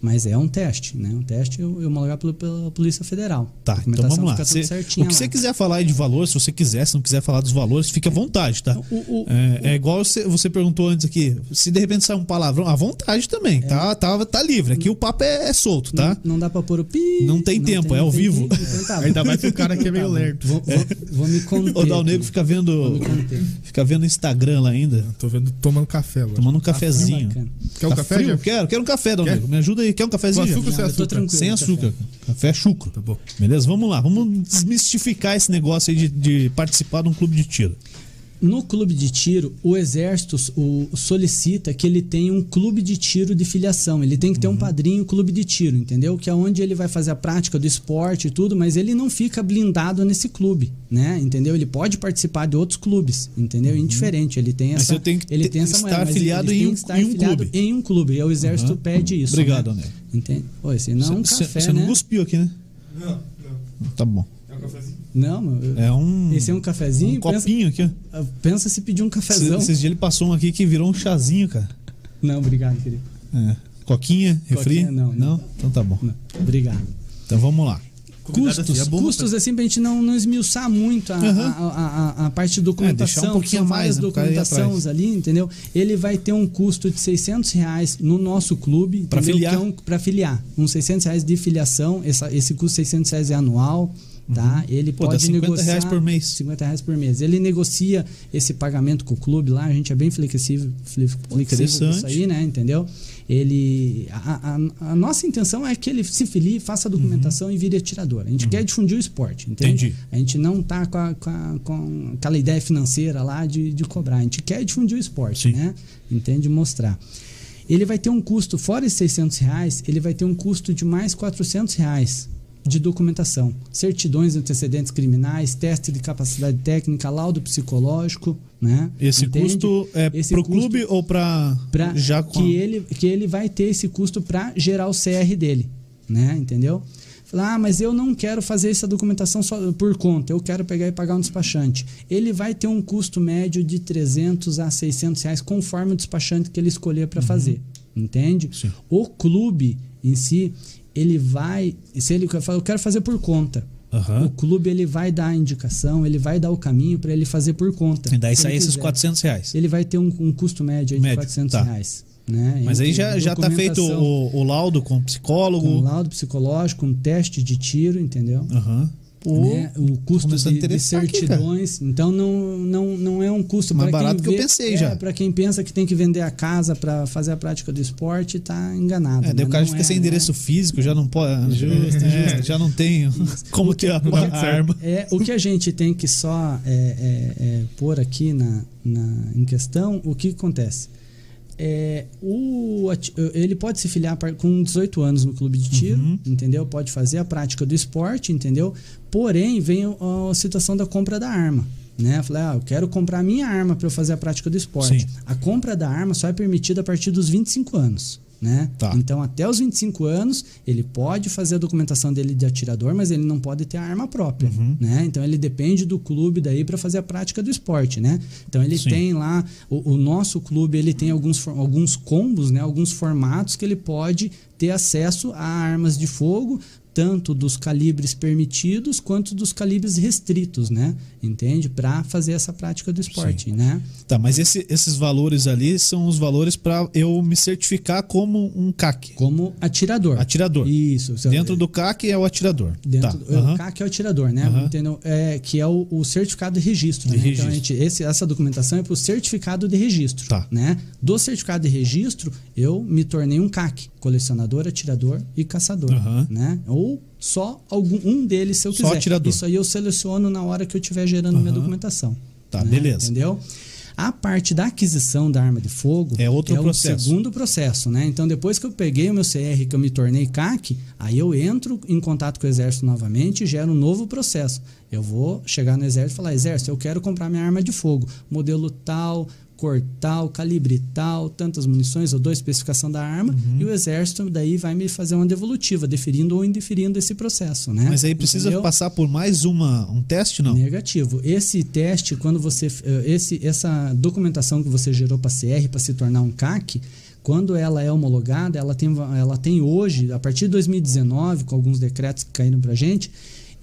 Mas é um teste, né? Um teste eu, eu homologar pela, pela Polícia Federal. A
Tá, então
documentação
vamos lá.
fica tudo
Cê-
certinha
o que
lá.
você quiser falar aí de valor, se você quiser, se não quiser falar dos valores, fique à vontade, tá?
O- o-
é, é igual você, você perguntou antes aqui, se de repente sair um palavrão, à vontade também,
É.
tá, tá? Tá livre. Aqui o papo é, é solto, tá?
Não, não dá pra pôr o pi.
Não tem tempo, é ao
tem
vivo.
pi, então tá bom.
Ainda mais pro cara que é meio
Tá bom.
lerdo.
Vou, vou, vou me conter.
O Dal Negro
aqui.
fica
Vou me
vendo.
conter.
Fica vendo Instagram lá ainda,
Tô vendo tomando café agora.
tomando um cafezinho.
Tá Bacana.
Quer um
Tá
café,
frio?
Jeff?
Quero, quero um café, Dal
Quer?
Negro. Me ajuda aí, quer um cafezinho?
Com
Jeff?
açúcar ou sem
Não, eu tô
açúcar?
tranquilo. tá
Sem
café.
açúcar. Café é chucro.
Tá bom.
Beleza? Vamos lá. Vamos desmistificar esse negócio aí de, de participar de um clube de tiro.
No clube de tiro, o exército o- solicita que ele tenha um clube de tiro de filiação. Ele tem que ter
Uhum.
um padrinho clube de tiro, entendeu? Que é onde ele vai fazer a prática do esporte e tudo, mas ele não fica blindado nesse clube, né? Entendeu? Ele pode participar de outros clubes, entendeu? Indiferente. Ele tem
Uhum. Mas
essa,
eu tenho que
ele
ter-
tem essa
estar
moeda, mas
afiliado
ele
em
tem
um-
que estar
em um
afiliado
clube.
em um clube. E o exército
Aham.
pede isso.
Obrigado,
né?
André.
Entende? Pô, senão é um
Cê- cê-
café,
cê
né?
não cuspiu aqui, né?
Não, não.
Tá bom.
É um cafezinho?
Não, eu-
É um,
esse é um
um
cafezinho. pensa,
copinho aqui, ó.
pensa se pedir um
Esse-
cafezão.
Esses dias ele passou um aqui que virou um chazinho, cara.
Não, obrigado, querido.
É. Coquinha, refri?
Coquinha, não, né? não.
Então tá bom.
Não, obrigado.
Então vamos lá.
custos,
assim, é bom,
custos assim pra gente não, não esmiuçar muito a,
né? Aham.
a- a- a- a parte de
É,
documentação,
deixar um pouquinho
são
a mais,
várias
né, pro cara ir
documentações ali, entendeu? Ele vai ter um custo de 600 reais no nosso clube.
Pra
entendeu?
filiar.
Que é um, pra filiar. Uns 600 reais de filiação, essa- esse custo de 600 reais é anual, tá? Ele
Uhum. Pô, dá
pode
50
negociar...
reais por mês.
50 reais por mês. Ele negocia esse pagamento com o clube lá, a gente é bem flexível, fle- flexível com
interessante.
isso aí, né? Entendeu? Ele. A, a- a nossa intenção é que ele se filie, faça a documentação e vire atirador. A gente quer difundir o esporte, entende?
Uhum. Entendi.
A gente não tá com, a- com a- com aquela ideia financeira lá de, de cobrar. A gente quer difundir o esporte,
Sim.
né? Entende? Mostrar. Ele vai ter um custo, fora esses 600 reais, ele vai ter um custo de mais 400 reais de documentação. Certidões de antecedentes criminais, teste de capacidade técnica, laudo psicológico, né?
Esse
Entende?
custo é
Esse
pro
custo-
clube ou pra,
pra
já com
que
a-
ele que ele vai ter esse custo para gerar o CR dele, né? Entendeu? Falar, ah, mas eu não quero fazer essa documentação só por conta, eu quero pegar e pagar um despachante. Ele vai ter um custo médio de 300 a 600 reais, conforme o despachante que ele escolher para fazer, entende?
Uhum. Sim.
O clube em si, ele vai, se ele quer falar, eu quero fazer por conta.
Aham.
O clube ele vai dar a indicação, ele vai dar o caminho para ele fazer por conta.
E daí
se ele
sair esses
quiser
400 reais.
ele vai ter um, um custo médio, aí de
Médio,
400
tá.
reais. Né?
Mas aí
Entre
já, já tá feito
documentação
o, o laudo com o
com um
psicólogo.
laudo psicológico, um teste de tiro, entendeu?
Aham. Pô,
Né? O custo
começando a
de, de
interessar aqui, cara.
certidões. então não, não, não é um custo
Mais
pra
barato
quem
que eu
vê-
pensei
é,
já.
Para quem pensa que tem que vender a casa para fazer a prática do esporte, tá enganado.
É, daí o
né?
cara
Não
fica
é,
sem
né?
endereço físico, já não pode. Justo, justo. Já não tem como ter a, a arma.
É, o que a gente tem que só é, é, é, pôr aqui na, na- em questão, o que acontece? É, o ati- ele pode se filiar par- com 18 anos no clube de tiro,
Uhum.
entendeu? Pode fazer a prática do esporte, entendeu? Porém, vem o- a situação da compra da arma. Né? Falei, ah, eu quero comprar a minha arma para eu fazer a prática do esporte.
Sim.
A compra da arma só é permitida a partir dos 25 anos. Né?
Tá.
Então, até os 25 anos, ele pode fazer a documentação dele de atirador, mas ele não pode ter a arma própria,
Uhum.
né? Então, ele depende do clube daí para fazer a prática do esporte, né? Então, ele
Sim.
tem lá... O, o nosso clube, ele tem alguns, for- alguns combos, né? Alguns formatos que ele pode ter acesso a armas de fogo, tanto dos calibres permitidos quanto dos calibres restritos, né? Entende? Para fazer essa prática do esporte,
Sim.
né?
Tá, mas esse- esses valores ali são os valores para eu me certificar como um CAC.
Como atirador.
Atirador.
Isso. seu-
Dentro do CAC é o atirador.
Dentro,
tá. aham.
O CAC é o atirador, né?
Aham.
Entendeu? É, que é o, o certificado de registro.
De
né? Então,
registro.
a gente, esse- essa documentação é para o certificado de registro.
Tá.
Né? Do certificado de registro, eu me tornei um CAC, colecionador, atirador e caçador.
Aham.
Né? Ou só algum, um deles, se eu
Só
quiser.
atirador.
Isso aí eu seleciono na hora que eu estiver gerando minha
Aham.
documentação. né?
Tá, beleza.
Entendeu? A parte da aquisição da arma de fogo
É outro
o
processo.
segundo segundo processo, né? Então, depois que eu peguei o meu CR, que eu me tornei CAC, aí eu entro em contato com o Exército novamente e gero um novo processo. Eu vou chegar no Exército e falar: Exército, eu quero comprar minha arma de fogo, modelo tal, cor tal, calibre tal, tantas munições, eu dou a especificação da arma,
Uhum.
e o Exército daí vai me fazer uma devolutiva, deferindo ou indeferindo esse processo, né?
Mas aí precisa
Entendeu?
passar por mais uma, um teste, não?
Negativo. Esse teste, quando você. eh, Esse, essa documentação que você gerou para CR para se tornar um CAC, quando ela é homologada, ela tem, va- ela tem hoje, a partir de 2019, com alguns decretos que caíram para gente,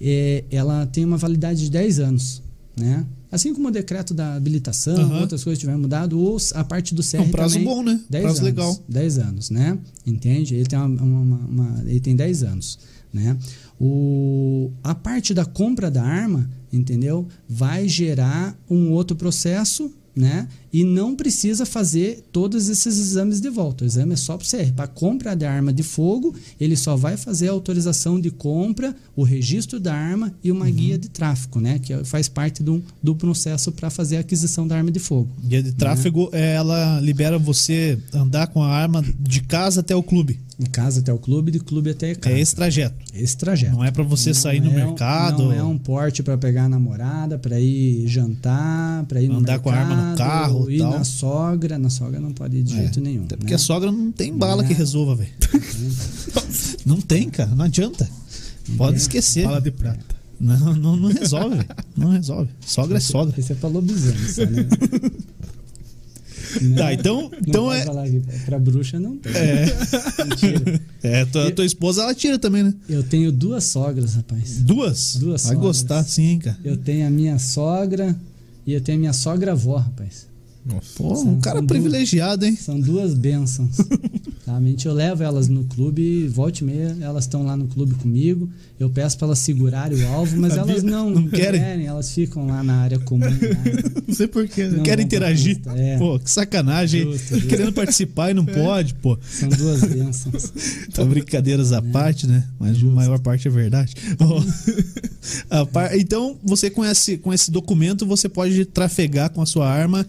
eh, ela tem uma validade de 10 anos. Né? Assim como o decreto da habilitação,
Aham.
outras coisas tiveram mudado, ou s- a parte do CR.
É um prazo
também,
bom, né?
10
Prazo
anos,
legal.
10 anos, né? Entende? Ele tem, uma, uma- uma- uma- ele tem 10 anos, né? O, a parte da compra da arma, entendeu? Vai gerar um outro processo, né? E não precisa fazer todos esses exames de volta. O exame é só para CR. Para compra de arma de fogo, ele só vai fazer a autorização de compra, o registro da arma e uma guia de tráfico, né? Que faz parte do, do processo para fazer a aquisição da arma de fogo.
Guia de tráfego, é, ela libera você andar com a arma de casa até o clube.
De casa até o clube, de clube até casa.
É esse trajeto.
Esse trajeto.
Não é para você sair no
é um-
mercado.
Não é um porte para pegar a namorada, para ir jantar, para ir no
Andar com a arma no
mercado,
carro,
ir
tal.
na sogra. Na sogra não pode ir de
É,
jeito nenhum.
Até porque
né?
a sogra não tem bala
Né?
que resolva, velho. não tem, cara. Não adianta.
É.
Pode esquecer.
Bala de prata.
Não, não, não resolve, velho. Não resolve. Sogra é sogra.
Isso é pra lobisomem, só, né? Não-
Tá, então,
não
então
pode
é.
falar que Pra bruxa não tem. Mentira.
É, tua, tua esposa ela tira também, né?
Eu tenho duas sogras, rapaz.
Duas?
Duas
Vai
sogras.
gostar, sim, hein, cara.
Eu tenho a minha sogra e eu tenho a minha sogra-avó, rapaz.
Nossa.
Pô, um
São-
cara
são duas.
privilegiado, hein?
São duas bênçãos. Realmente eu levo elas no clube, volta e meia, elas estão lá no clube comigo. Eu peço para elas segurarem o alvo, mas
Sabia?
elas não,
Não querem?
elas ficam lá na área comum. lá.
Não sei porquê, né?
Não.
Quer
vão
interagir.
pra festa, é.
Pô, que sacanagem. hein?
Justo, É. justo.
Querendo participar e não pode, pô.
São duas bênçãos.
Então, brincadeiras à parte, né? Mas a maior parte é verdade. Bom, a par- Então, você com esse, com esse documento, você pode trafegar com a sua arma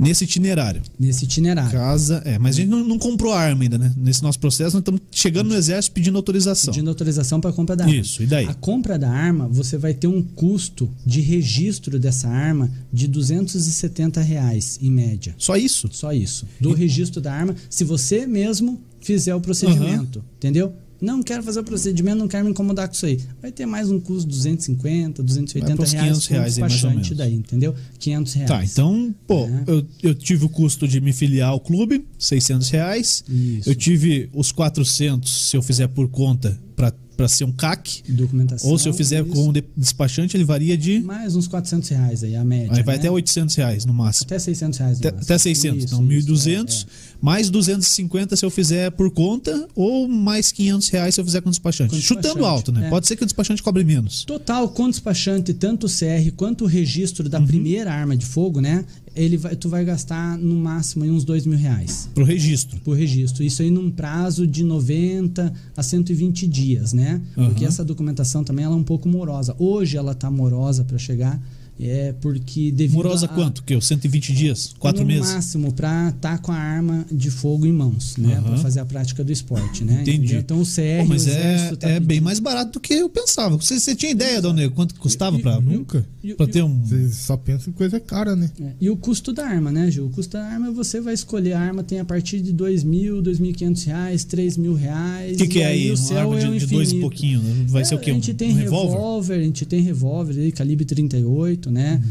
nesse itinerário.
Nesse itinerário.
Casa. É, mas a gente não, não comprou a arma ainda, né? Nesse nosso processo, nós estamos chegando no exército pedindo autorização.
Pedindo autorização para compra da arma.
Isso, e daí?
A compra da arma, você vai ter um custo de registro dessa arma de 270 reais, em média.
Só isso.
Só isso. Do registro da arma, se você mesmo fizer o procedimento, entendeu? Não quero fazer o procedimento, não quero me incomodar com isso aí. Vai ter mais um custo 250, 280
Vai pros
reais,
500
com
reais aí, mais ou
despachante
menos.
daí, entendeu? 500 reais.
Tá, então, pô,
É.
eu, eu tive o custo de me filiar ao clube, 600 reais.
Isso.
Eu tive os 400, se eu fizer por conta, pra, pra ser um CAC.
Documentação.
Ou se eu fizer
isso.
com o de- despachante, ele varia de.
Mais uns 400 reais aí, a média.
Aí vai
né?
até 800 reais no máximo.
Até 600 reais. no
Até,
máximo.
até 600,
Isso,
então
isso,
1.200,
é, é.
mais 250 se eu fizer por conta, ou mais 500 reais se eu fizer com despachante.
Com despachante,
Chutando alto, né?
é.
Pode ser que o despachante cobre menos.
Total, com despachante, tanto o CR quanto o registro
Uhum.
da primeira arma de fogo, né? Ele vai, tu vai gastar no máximo aí uns 2 mil reais.
Pro registro.
por registro. Isso aí num prazo de 90 a 120 dias, né? Porque
Aham.
essa documentação também ela é um pouco morosa. Hoje ela tá morosa para chegar, é porque devido
Morosa
a,
quanto? Que? é 120 dias? 4
Ah. no
meses?
máximo para estar com a arma de fogo em mãos, né?
Aham.
Para fazer a prática do esporte, né?
Entendi.
Entendeu? Então o CR,
Pô, mas
o
é,
Exército tá
é bem
pedindo-
mais barato do que eu pensava. Você, você tinha ideia, Dal Negro, quanto custava pra,
Nunca.
E o-
pra ter um.
Vocês só pensam em coisa cara, né?
É, E o custo da arma, né, Gil? O custo da arma você vai escolher a arma, tem a partir de dois mil, dois mil e quinhentos reais, três mil reais.
O que, que
e
é aí?
O
Uma
céu
arma
é o
de, de dois e
infinito. É,
pouquinho? né? Vai ser o quê?
A
Um,
gente tem
um
revólver?
revólver?
a gente tem
Uhum.
revólver aí, calibre 38, né?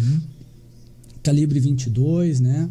Calibre 22, né?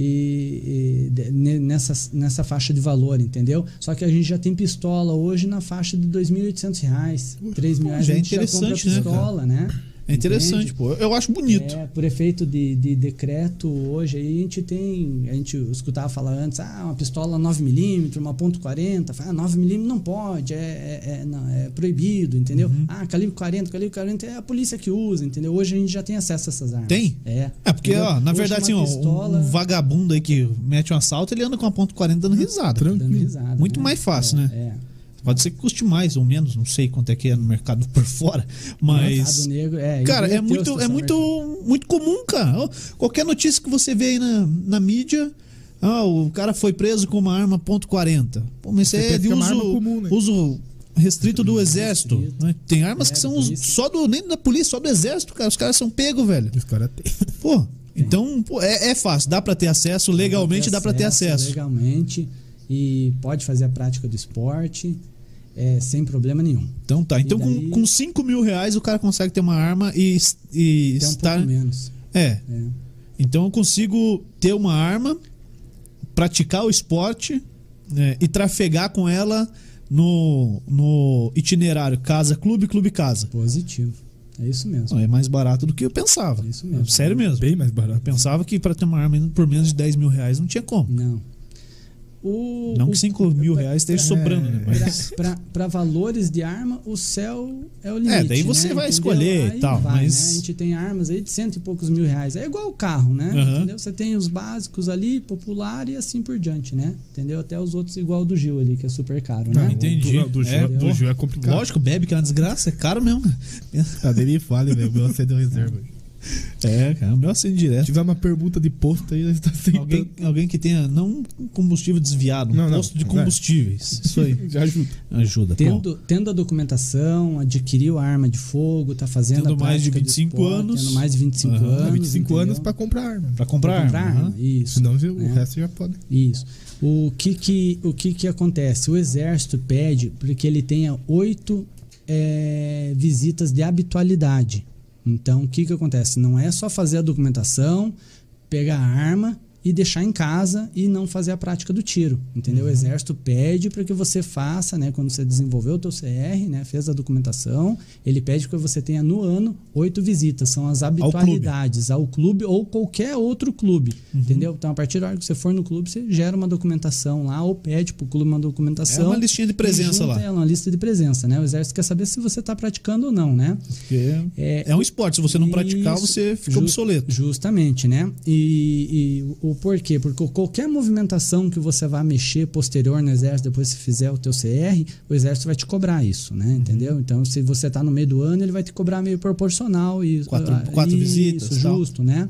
e, e de- ne- nessa, nessa faixa de valor, entendeu? Só que a gente já tem pistola hoje na faixa de R$ 2.800, reais, R$ 3.000 reais,
já
a
é
gente já compra
interessante, né,
pistola, né?
É interessante,
Entende?
pô. Eu acho bonito.
É, por efeito de, de decreto hoje aí a gente tem, a gente escutava falar antes, ah, uma pistola 9mm, uma ponto .40, ah, 9mm não pode, é, é- é- não, é proibido, entendeu?
Uhum.
Ah, calibre 40, calibre 40 é a polícia que usa, entendeu? Hoje a gente já tem acesso a essas armas.
Tem?
É.
É, porque,
entendeu?
ó, na
Hoje
verdade, assim,
uma
ó,
pistola-
um vagabundo aí que mete um assalto, ele anda com a ponto 40 dando risada.
dando risada,
Muito
né?
mais fácil,
É,
né? Pode ser que custe mais ou menos, não sei quanto é que é no mercado por fora,
É.
mas.
Mercado negro, é,
Cara, é
inverteu a
muito, é
situação,
muito, muito comum, cara. Ó, Qualquer notícia que você vê aí na, na mídia, ah, o cara foi preso com uma arma .40. Pô, mas isso
Você
é
pensa
de
que é uma
uso,
arma comum, né?
uso restrito do exército.
Restrito.
né? Tem armas
É,
que
da
são uso-
polícia.
só do nem da polícia, só do exército, cara. Os caras são pegos, velho.
Os caras têm.
Pô, então pô, é, é fácil. Dá pra ter acesso legalmente, dá pra ter acesso.
Legalmente, e pode fazer a prática do esporte, é, sem problema nenhum.
Então tá. Então com,
daí-
com 5 mil reais o cara consegue ter uma arma e, es- e
Até um
estar.
pouco menos.
é.
É.
Então eu consigo ter uma arma, praticar o esporte né, e trafegar com ela no, no itinerário casa, clube, clube, casa.
Positivo. É isso mesmo.
Não, é mais barato do que eu pensava.
Isso mesmo.
Sério mesmo.
Bem mais
Eu
barato.
pensava que para ter uma arma por menos de 10 mil reais não tinha como.
Não. O,
Não
o-
que 5 mil reais esteja sobrando, né?
pra-
Mas...
pra- pra valores de arma, o céu é o limite.
É, daí você
né?
vai
Entendeu?
escolher e
Aí
tal,
vai,
mas-
né? A gente tem armas aí de cento e poucos mil reais. É igual o carro, né?
Aham.
Entendeu? Você tem os básicos ali, popular e assim por diante, né? Entendeu? Até os outros igual o do Gil ali, que é super caro, né?
Ah, entendi.
Do, do, Gil-
É,
do
pô.
Gil é complicado.
Lógico, bebe, que é uma desgraça, é caro mesmo.
É.
Tá dele fale, velho. Meu acendeu reserva. Se
É, cara, o meu acende direto.
tiver uma pergunta de posto aí, nós tá
Tipo,
aceitando.
Alguém, alguém que tenha não combustível desviado, um
Não, não.
posto de combustíveis. Isso tá aí.
Já ajuda.
Ajuda. Bom,
Tendo, tendo a documentação, adquiriu a arma de fogo, tá fazendo
Tendo
a
mais de
prática do
25
esporte,
anos.
Tendo mais de 25
Aham.
anos.
25 anos
entendeu?
pra comprar arma.
Pra comprar,
comprar
arma, né?
arma.
aham.
Isso.
Senão viu,
É.
o resto já pode.
Isso. O que que, o que que acontece? O exército pede porque ele tenha oito eh, visitas de habitualidade. Então, o que que acontece? Não é só fazer a documentação, pegar a arma e deixar em casa e não fazer a prática do tiro, entendeu? O exército pede para que você faça, né, quando você desenvolveu o teu CR, né, fez a documentação, ele pede que você tenha no ano oito visitas, são as
clube.
habitualidades atividades ao clube ou qualquer outro clube,
Uhum.
entendeu? Então, a partir da hora que você for no clube, você gera uma documentação lá ou pede pro clube uma documentação.
É uma listinha de presença
e junta
lá.
ela, uma lista de presença, né? O exército quer saber se você tá praticando ou não, né?
Porque
É,
é um esporte. Se você não praticar,
Isso.
você fica
Ju-
obsoleto.
Justamente, né? E, e o- o porquê? Porque qualquer movimentação que você vá mexer posterior no exército, depois se fizer o teu CR, o exército vai te cobrar isso,
Uhum.
né? Entendeu? Então, se você tá no meio do ano, ele vai te cobrar meio proporcional. E,
Quatro-
ah,
quatro
isso,
visitas, tal.
justo, né?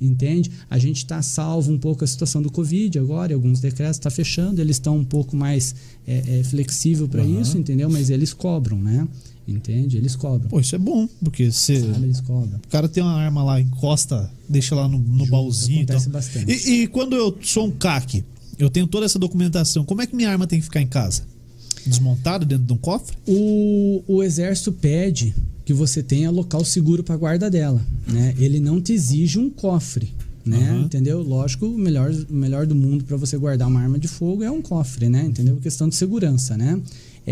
Entende? A gente está salvo um pouco a situação do Covid agora, e alguns decretos estão fechando, eles estão um pouco mais é, é, flexível para
Aham.
isso, entendeu? Mas eles cobram, né? Entende? Eles cobram.
Pô, isso é bom, porque se
sabe? Eles cobram.
o cara tem uma arma lá, encosta, deixa lá no, no baúzinho.
acontece
então.
bastante.
E, e quando eu sou um CAC, eu tenho toda essa documentação, como é que minha arma tem que ficar em casa? Desmontada dentro de um cofre?
O, o exército pede que você tenha local seguro para guarda dela, né? Ele não te exige um cofre, né?
Aham.
Entendeu? Lógico, o melhor, o melhor do mundo para você guardar uma arma de fogo é um cofre, né? Entendeu? Por Questão de segurança, né?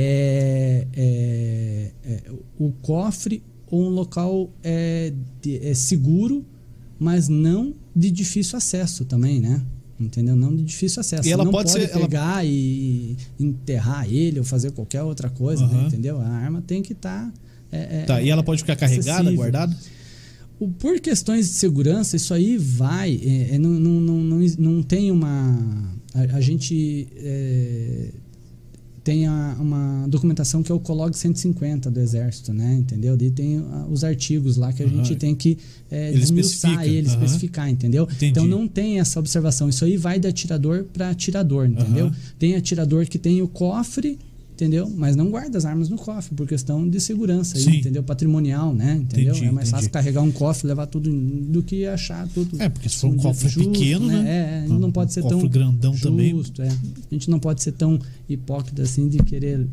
É, é- é, o cofre ou um local é, de- é seguro, mas não de difícil acesso também, né? Entendeu? Não de difícil acesso.
E ela
não
pode ser- ela-
pegar e enterrar ele ou fazer qualquer outra coisa, né?
Aham.
entendeu? A arma tem que estar. é, é,
Tá, e ela pode ficar carregada,
acessível.
guardada?
O- Por questões de segurança, isso aí vai. é, é, não, não, não, não, ex- não tem uma. A, a gente é, tem a- uma documentação que é o COLOG 150 do Exército, né? Entendeu? Daí tem ah, os artigos lá que a gente
Aham.
tem que é,
Ele
desmiuçar
especifica,
ele,
aham.
especificar, entendeu?
Entendi.
Então não tem essa observação. Isso aí vai de atirador para atirador, entendeu?
Aham.
Tem atirador que tem o cofre. Entendeu? Mas não guarda as armas no cofre, por questão de segurança, aí,
Sim.
entendeu? Patrimonial, né? Entendeu?
Entendi,
é mais fácil
entendi.
carregar um cofre, levar tudo em- do que achar tudo.
É, porque se for um
Sim,
cofre
justo,
pequeno, né?
É, é, não
Um
pode ser
cofre
tão então.
grandão também.
justo, é. A gente não pode ser tão hipócrita assim de querer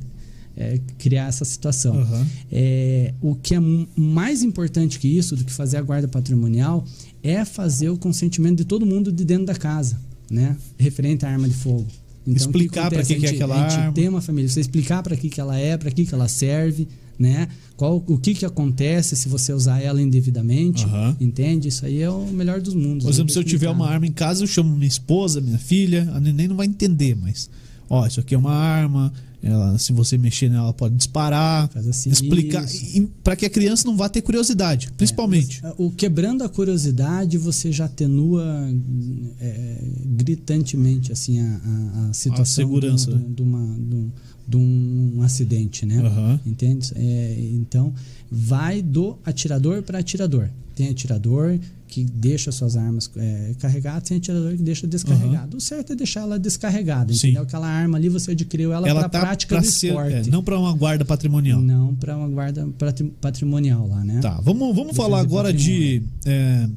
é, criar essa situação.
Aham.
É, o que é mu- mais importante que isso, do que fazer a guarda patrimonial, é fazer o consentimento de todo mundo de dentro da casa, né? Referente à arma de fogo. Então, o
Explicar pra
acontece?
que que é
A gente-
aquela
a gente
arma.
tem uma família, você explicar para que, que ela é, para que, que ela serve, né? Qual, o que, que acontece se você usar ela indevidamente,
Aham.
entende? Isso aí é o melhor dos mundos.
Por
né?
exemplo, se eu tiver
Explicar.
uma arma em casa, eu chamo minha esposa, minha filha, a neném não vai entender, mas. Ó, isso aqui é uma arma, ela- se você mexer nela, ela pode disparar.
Faz assim,
explicar.
isso. É,
Para que a criança não vá ter curiosidade, principalmente.
O quebrando a curiosidade, você já atenua é, gritantemente assim a, a- a situação
segurança,
de, um-
né?
de uma- de um- de um acidente, né?
Aham.
Entende? É, então, vai do atirador para atirador. Tem atirador que deixa suas armas é, carregadas, tem atirador que deixa descarregado. O certo é deixar ela descarregada,
Sim.
entendeu? Aquela arma ali você adquiriu ela,
ela
para
tá
prática
pra
do
ser-
esporte,
é, não para uma guarda patrimonial.
não para uma guarda patri- patrimonial lá, né?
Tá, vamos, vamos
Defesa
falar
e
agora
um
de. é,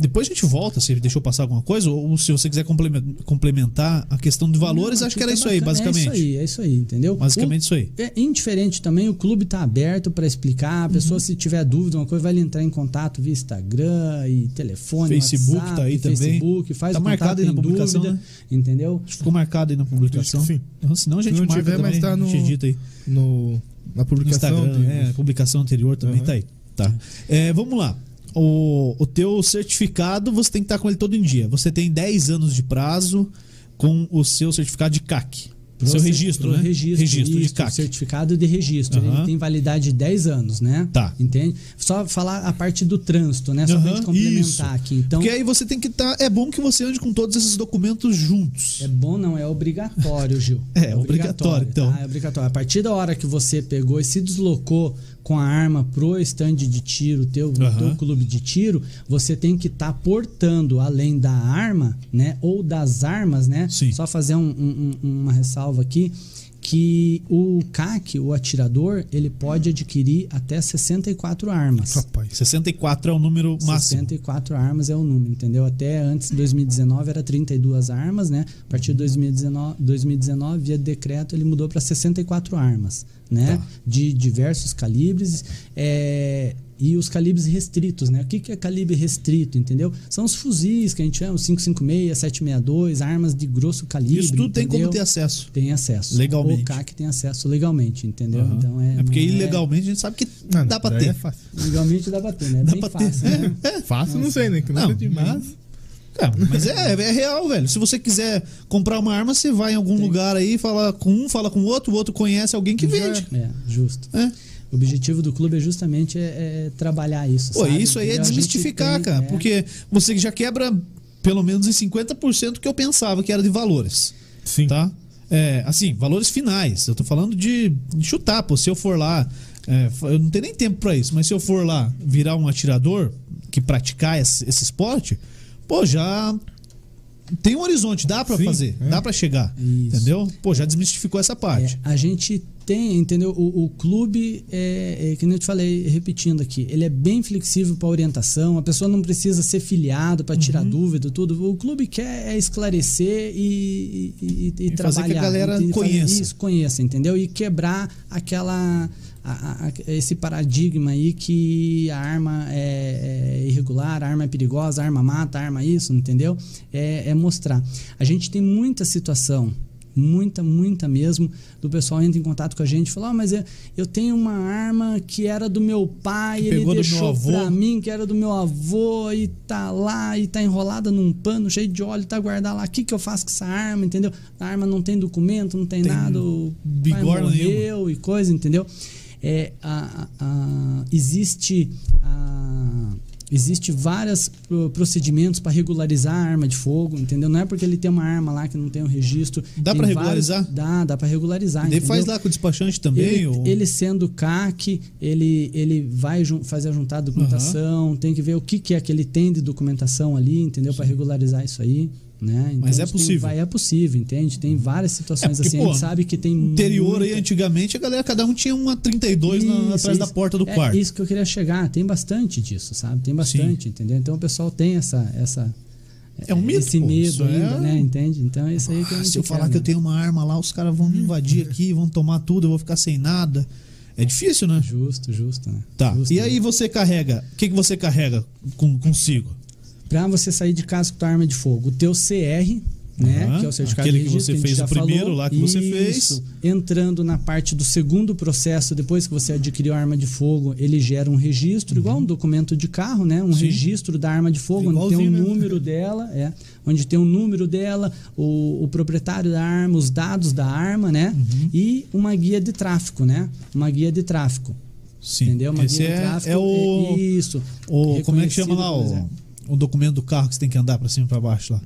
depois a gente volta, se deixou passar alguma coisa, ou se você quiser complemen- complementar a questão de valores,
Não,
acho que era
tá
isso aí,
bacana.
basicamente.
É isso aí, é isso aí, entendeu?
Basicamente isso aí.
O- é indiferente também, o clube tá aberto para explicar. A
Uhum.
pessoa, se tiver dúvida, uma coisa, vai entrar em contato via Instagram e telefone.
Facebook
WhatsApp,
tá aí também.
Facebook, faz
Tá
o contato,
marcado aí na
tem
publicação,
dúvida,
né?
entendeu?
Acho que Ficou marcado aí na publicação.
Acho que sim.
Então, senão a gente
Se não
marca
tiver,
também,
mas tá
a gente
no-
edita aí.
No, na
No
publicação.
Instagram,
de-
é, a publicação anterior também
Aham.
tá aí. Tá. É, vamos lá. O, o teu certificado, você tem que estar com ele todo em dia. Você tem 10 anos de prazo com o seu certificado de CAC. seu
Pro-
registro,
pro
né?
Registro,
de
isso,
CAC.
Certificado de registro.
Aham.
Ele tem validade de 10 anos, né?
Tá.
Entende? Só falar a parte do trânsito, né? Só pra
Aham,
gente complementar
isso.
aqui. Então,
Porque aí você tem que estar. é bom que você ande com todos esses documentos juntos.
É bom não, é obrigatório, Gil.
É, obrigatório, então.
tá? É obrigatório. A partir da hora que você pegou e se deslocou com a arma pro stand de tiro, teu,
Aham.
teu clube de tiro, você tem que estar portando, além da arma, né? Ou das armas, né?
Sim.
Só fazer um- um- um- uma ressalva aqui. Que o CAC, o atirador, ele pode adquirir até 64 armas.
Rapaz.
64 é o número máximo.
64 armas é o número, entendeu? Até antes de 2019 era 32 armas, né? A partir de 2019, 2019 via decreto, ele mudou para 64 armas, né?
Tá.
De diversos calibres. é, E os calibres restritos, né? O que, que é calibre restrito, entendeu? São os fuzis que a gente chama, os 556, 762, armas de grosso calibre.
Isso tudo tem como
entendeu?
ter acesso.
Tem acesso.
Legalmente.
O CAC tem acesso legalmente, entendeu?
Aham.
Então é,
é porque
não
ilegalmente a gente sabe que
Não,
dá pra
daí
ter.
É fácil.
Legalmente dá pra ter, né? É
Dá
bem
pra ter.
fácil, né?
Fácil, não sei, né? Que
Não,
não, tem mas.
É, mas é, é real, velho. Se você quiser comprar uma arma, você vai em algum lugar aí, fala com um, fala com o outro, o outro conhece alguém que
Já
vende.
É, justo.
É.
O objetivo do clube é justamente é, é trabalhar isso.
Pô,
sabe?
isso aí é
Entendeu? A gente
desmistificar,
tem,
cara,
é,
porque você já quebra pelo menos em 50% que eu pensava que era de valores,
Sim.
tá? É, assim, valores finais. Eu tô falando de de chutar, pô. Se eu for lá, é, eu não tenho nem tempo pra isso, mas se eu for lá virar um atirador que praticar esse, esse esporte, pô, já tem um horizonte, dá pra
Sim,
fazer,
é.
dá pra chegar,
Isso.
entendeu? Pô, já desmistificou essa
é,
parte.
a gente tem, entendeu? O, o clube, é, é, que nem eu te falei, repetindo aqui, ele é bem flexível para orientação, a pessoa não precisa ser filiado para tirar dúvida, tudo. O clube quer é esclarecer e, e, e- e
E fazer
trabalhar.
que a galera
entende? Fazer
conheça.
Isso, conheça, entendeu? E quebrar aquela. a- a- a- esse paradigma aí que a arma é, é irregular, a arma é perigosa, a arma mata, a arma isso, entendeu? É, é mostrar. A gente tem muita situação, muita, muita mesmo, do pessoal entra em contato com a gente e fala: ah, mas eu, eu tenho uma arma que era do meu pai,
Que
ele
pegou do meu
deixou
avô."
pra mim, que era do meu avô, e tá lá, e tá enrolada num pano cheio de óleo, tá guardada lá. O que, que eu faço com essa arma, entendeu? A arma não tem documento, não tem,
Tem
nada, o pai
bigorna
morreu e coisa, entendeu? É, a- a- a- existe. a- Existe vários procedimentos para regularizar a arma de fogo, entendeu? Não é porque ele tem uma arma lá que não tem o registro.
Dá pra
tem vários-
regularizar?
Dá, dá para regularizar.
Ele
Ah, entendeu?
faz lá com o despachante também,
Ele,
ou-
ele sendo CAC, ele, ele vai jun- fazer a juntada de documentação, tem que ver o que, que é que ele tem de documentação ali, entendeu? Para regularizar isso aí. Né? Então,
Mas é
isso tem-
possível. Uhum. É
vai- é possível, entende? Tem várias situações
porque,
assim.
pô,
a gente sabe que tem.
interior
muita...
aí antigamente a galera cada um tinha uma 32 na-
Isso,
atrás da
isso.
porta do
É
quarto.
isso que eu queria chegar. Tem bastante disso, sabe? Tem bastante, entendeu? Então o pessoal tem essa essa
É um mito,
Esse
pô,
medo
isso é
ainda,
um-
né? Entende? Então é isso aí que
Ah,
a gente
se eu
quer,
falar que
né?
eu tenho uma arma lá, os caras vão me
Uhum.
invadir aqui, vão tomar tudo, eu vou ficar sem nada. É difícil, né?
Justo, justo, né?
Tá.
Justo,
E
né?
aí você carrega. O que, que você carrega com- consigo?
Pra você sair de casa com tua arma de fogo, o teu CR, né?
Aham,
Que é o certificado
aquele
de
que
registro,
você
a gente
fez
já
o primeiro
falou.
lá que você
Isso. Entrando na parte do segundo processo, depois que você adquiriu a arma de fogo, ele gera um registro, igual um documento de carro, né? Um
Uhum. Sim.
registro da arma de fogo, onde tem um
Igualzinho, né?
número dela, é. Onde tem o número dela, o, o proprietário da arma, os dados da arma, né?
Uhum.
E uma guia de tráfico, né? Uma guia de tráfico.
Sim.
Entendeu? Uma
Esse
guia
é,
de tráfico.
é o,
e- Isso.
o. Como é que chama
Reconhecido, é.
lá?
por exemplo.
O, o documento do carro que você tem que andar pra cima e pra baixo lá.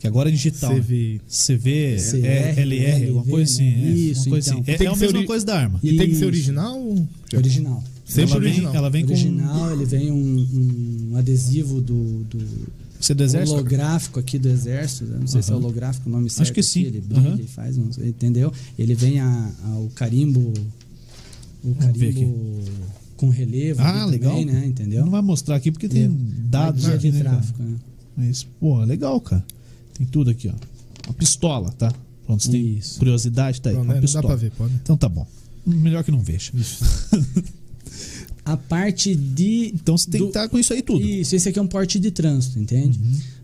Que agora é digital. né?
CV.
CV, é,
CR,
LR, alguma
LV,
coisa assim.
né?
é,
Isso,
alguma coisa
então.
assim. É-
Tem
É,
que
a
ser
mesma
ori-
coisa da arma.
E tem que ser
Isso.
original?
Original.
Sempre
ela vem,
original.
Ela vem
original, ele vem um, um adesivo do, do
com. Você do exército?
holográfico aqui do exército. eu Não sei se é
Aham.
holográfico o nome certo.
que
aqui,
sim.
Ele brilha
Aham.
e faz uns. Entendeu? Ele vem a, a- o carimbo. O
Vamos ver
carimbo com relevo.
Ah,
aqui
legal.
Também, né? Entendeu?
Não vai mostrar aqui porque tem
É.
dados
Guia
aqui,
de
né, cara?
tráfico, né?
Mas, pô, é legal, cara. Tem tudo aqui, ó. Uma pistola, tá? Pronto, se tem
Isso.
curiosidade, tá aí.
Não,
uma
né? não dá
pistola.
pra ver, pode.
Então tá bom. Melhor que não veja.
A parte de
Então você tem
Do-
que estar com isso aí tudo. Uhum.
Isso, esse aqui é um porte de trânsito, entende?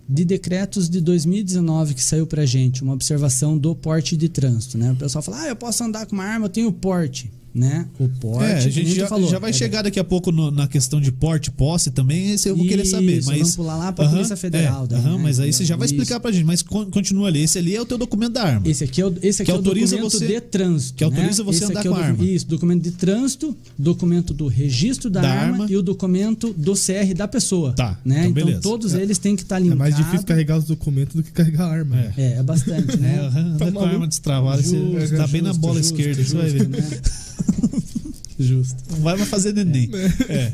De decretos de 2019 que saiu pra gente, uma observação do porte de trânsito, né? O pessoal fala, ah, eu posso andar com uma arma, eu tenho porte, né? O porte,
É, a
que nem
gente
tu
já,
falou,
já vai
é,
chegar daqui a pouco no- na questão de porte e posse também, esse eu vou querer saber.
Isso,
Mas,
vamos pular lá pra
Aham,
Polícia Federal
é,
daí,
aham,
né?
Mas aí você já vai
Isso.
explicar pra gente. Mas con- continua ali. Esse ali é o teu documento da arma.
Esse aqui é o, esse aqui é o
autoriza
documento
você-
de trânsito.
que autoriza
né?
você
Esse
andar
aqui é o
com a
docu-
arma.
Isso, documento de trânsito, documento do registro da,
Da
arma,
arma.
e o documento do CR da pessoa.
Tá,
Né?
então
Então,
beleza.
todos eles têm que estar
É
linkados.
mais difícil carregar os documentos do que carregar a arma.
É.
É, é bastante,
É,
né?
aham,
Tá
anda com a
maluco?
arma destravada, você
Justo,
tá bem na
justo,
bola
justo,
esquerda, você vai ver.
Né?
Justo. Não vai mais fazer neném. É.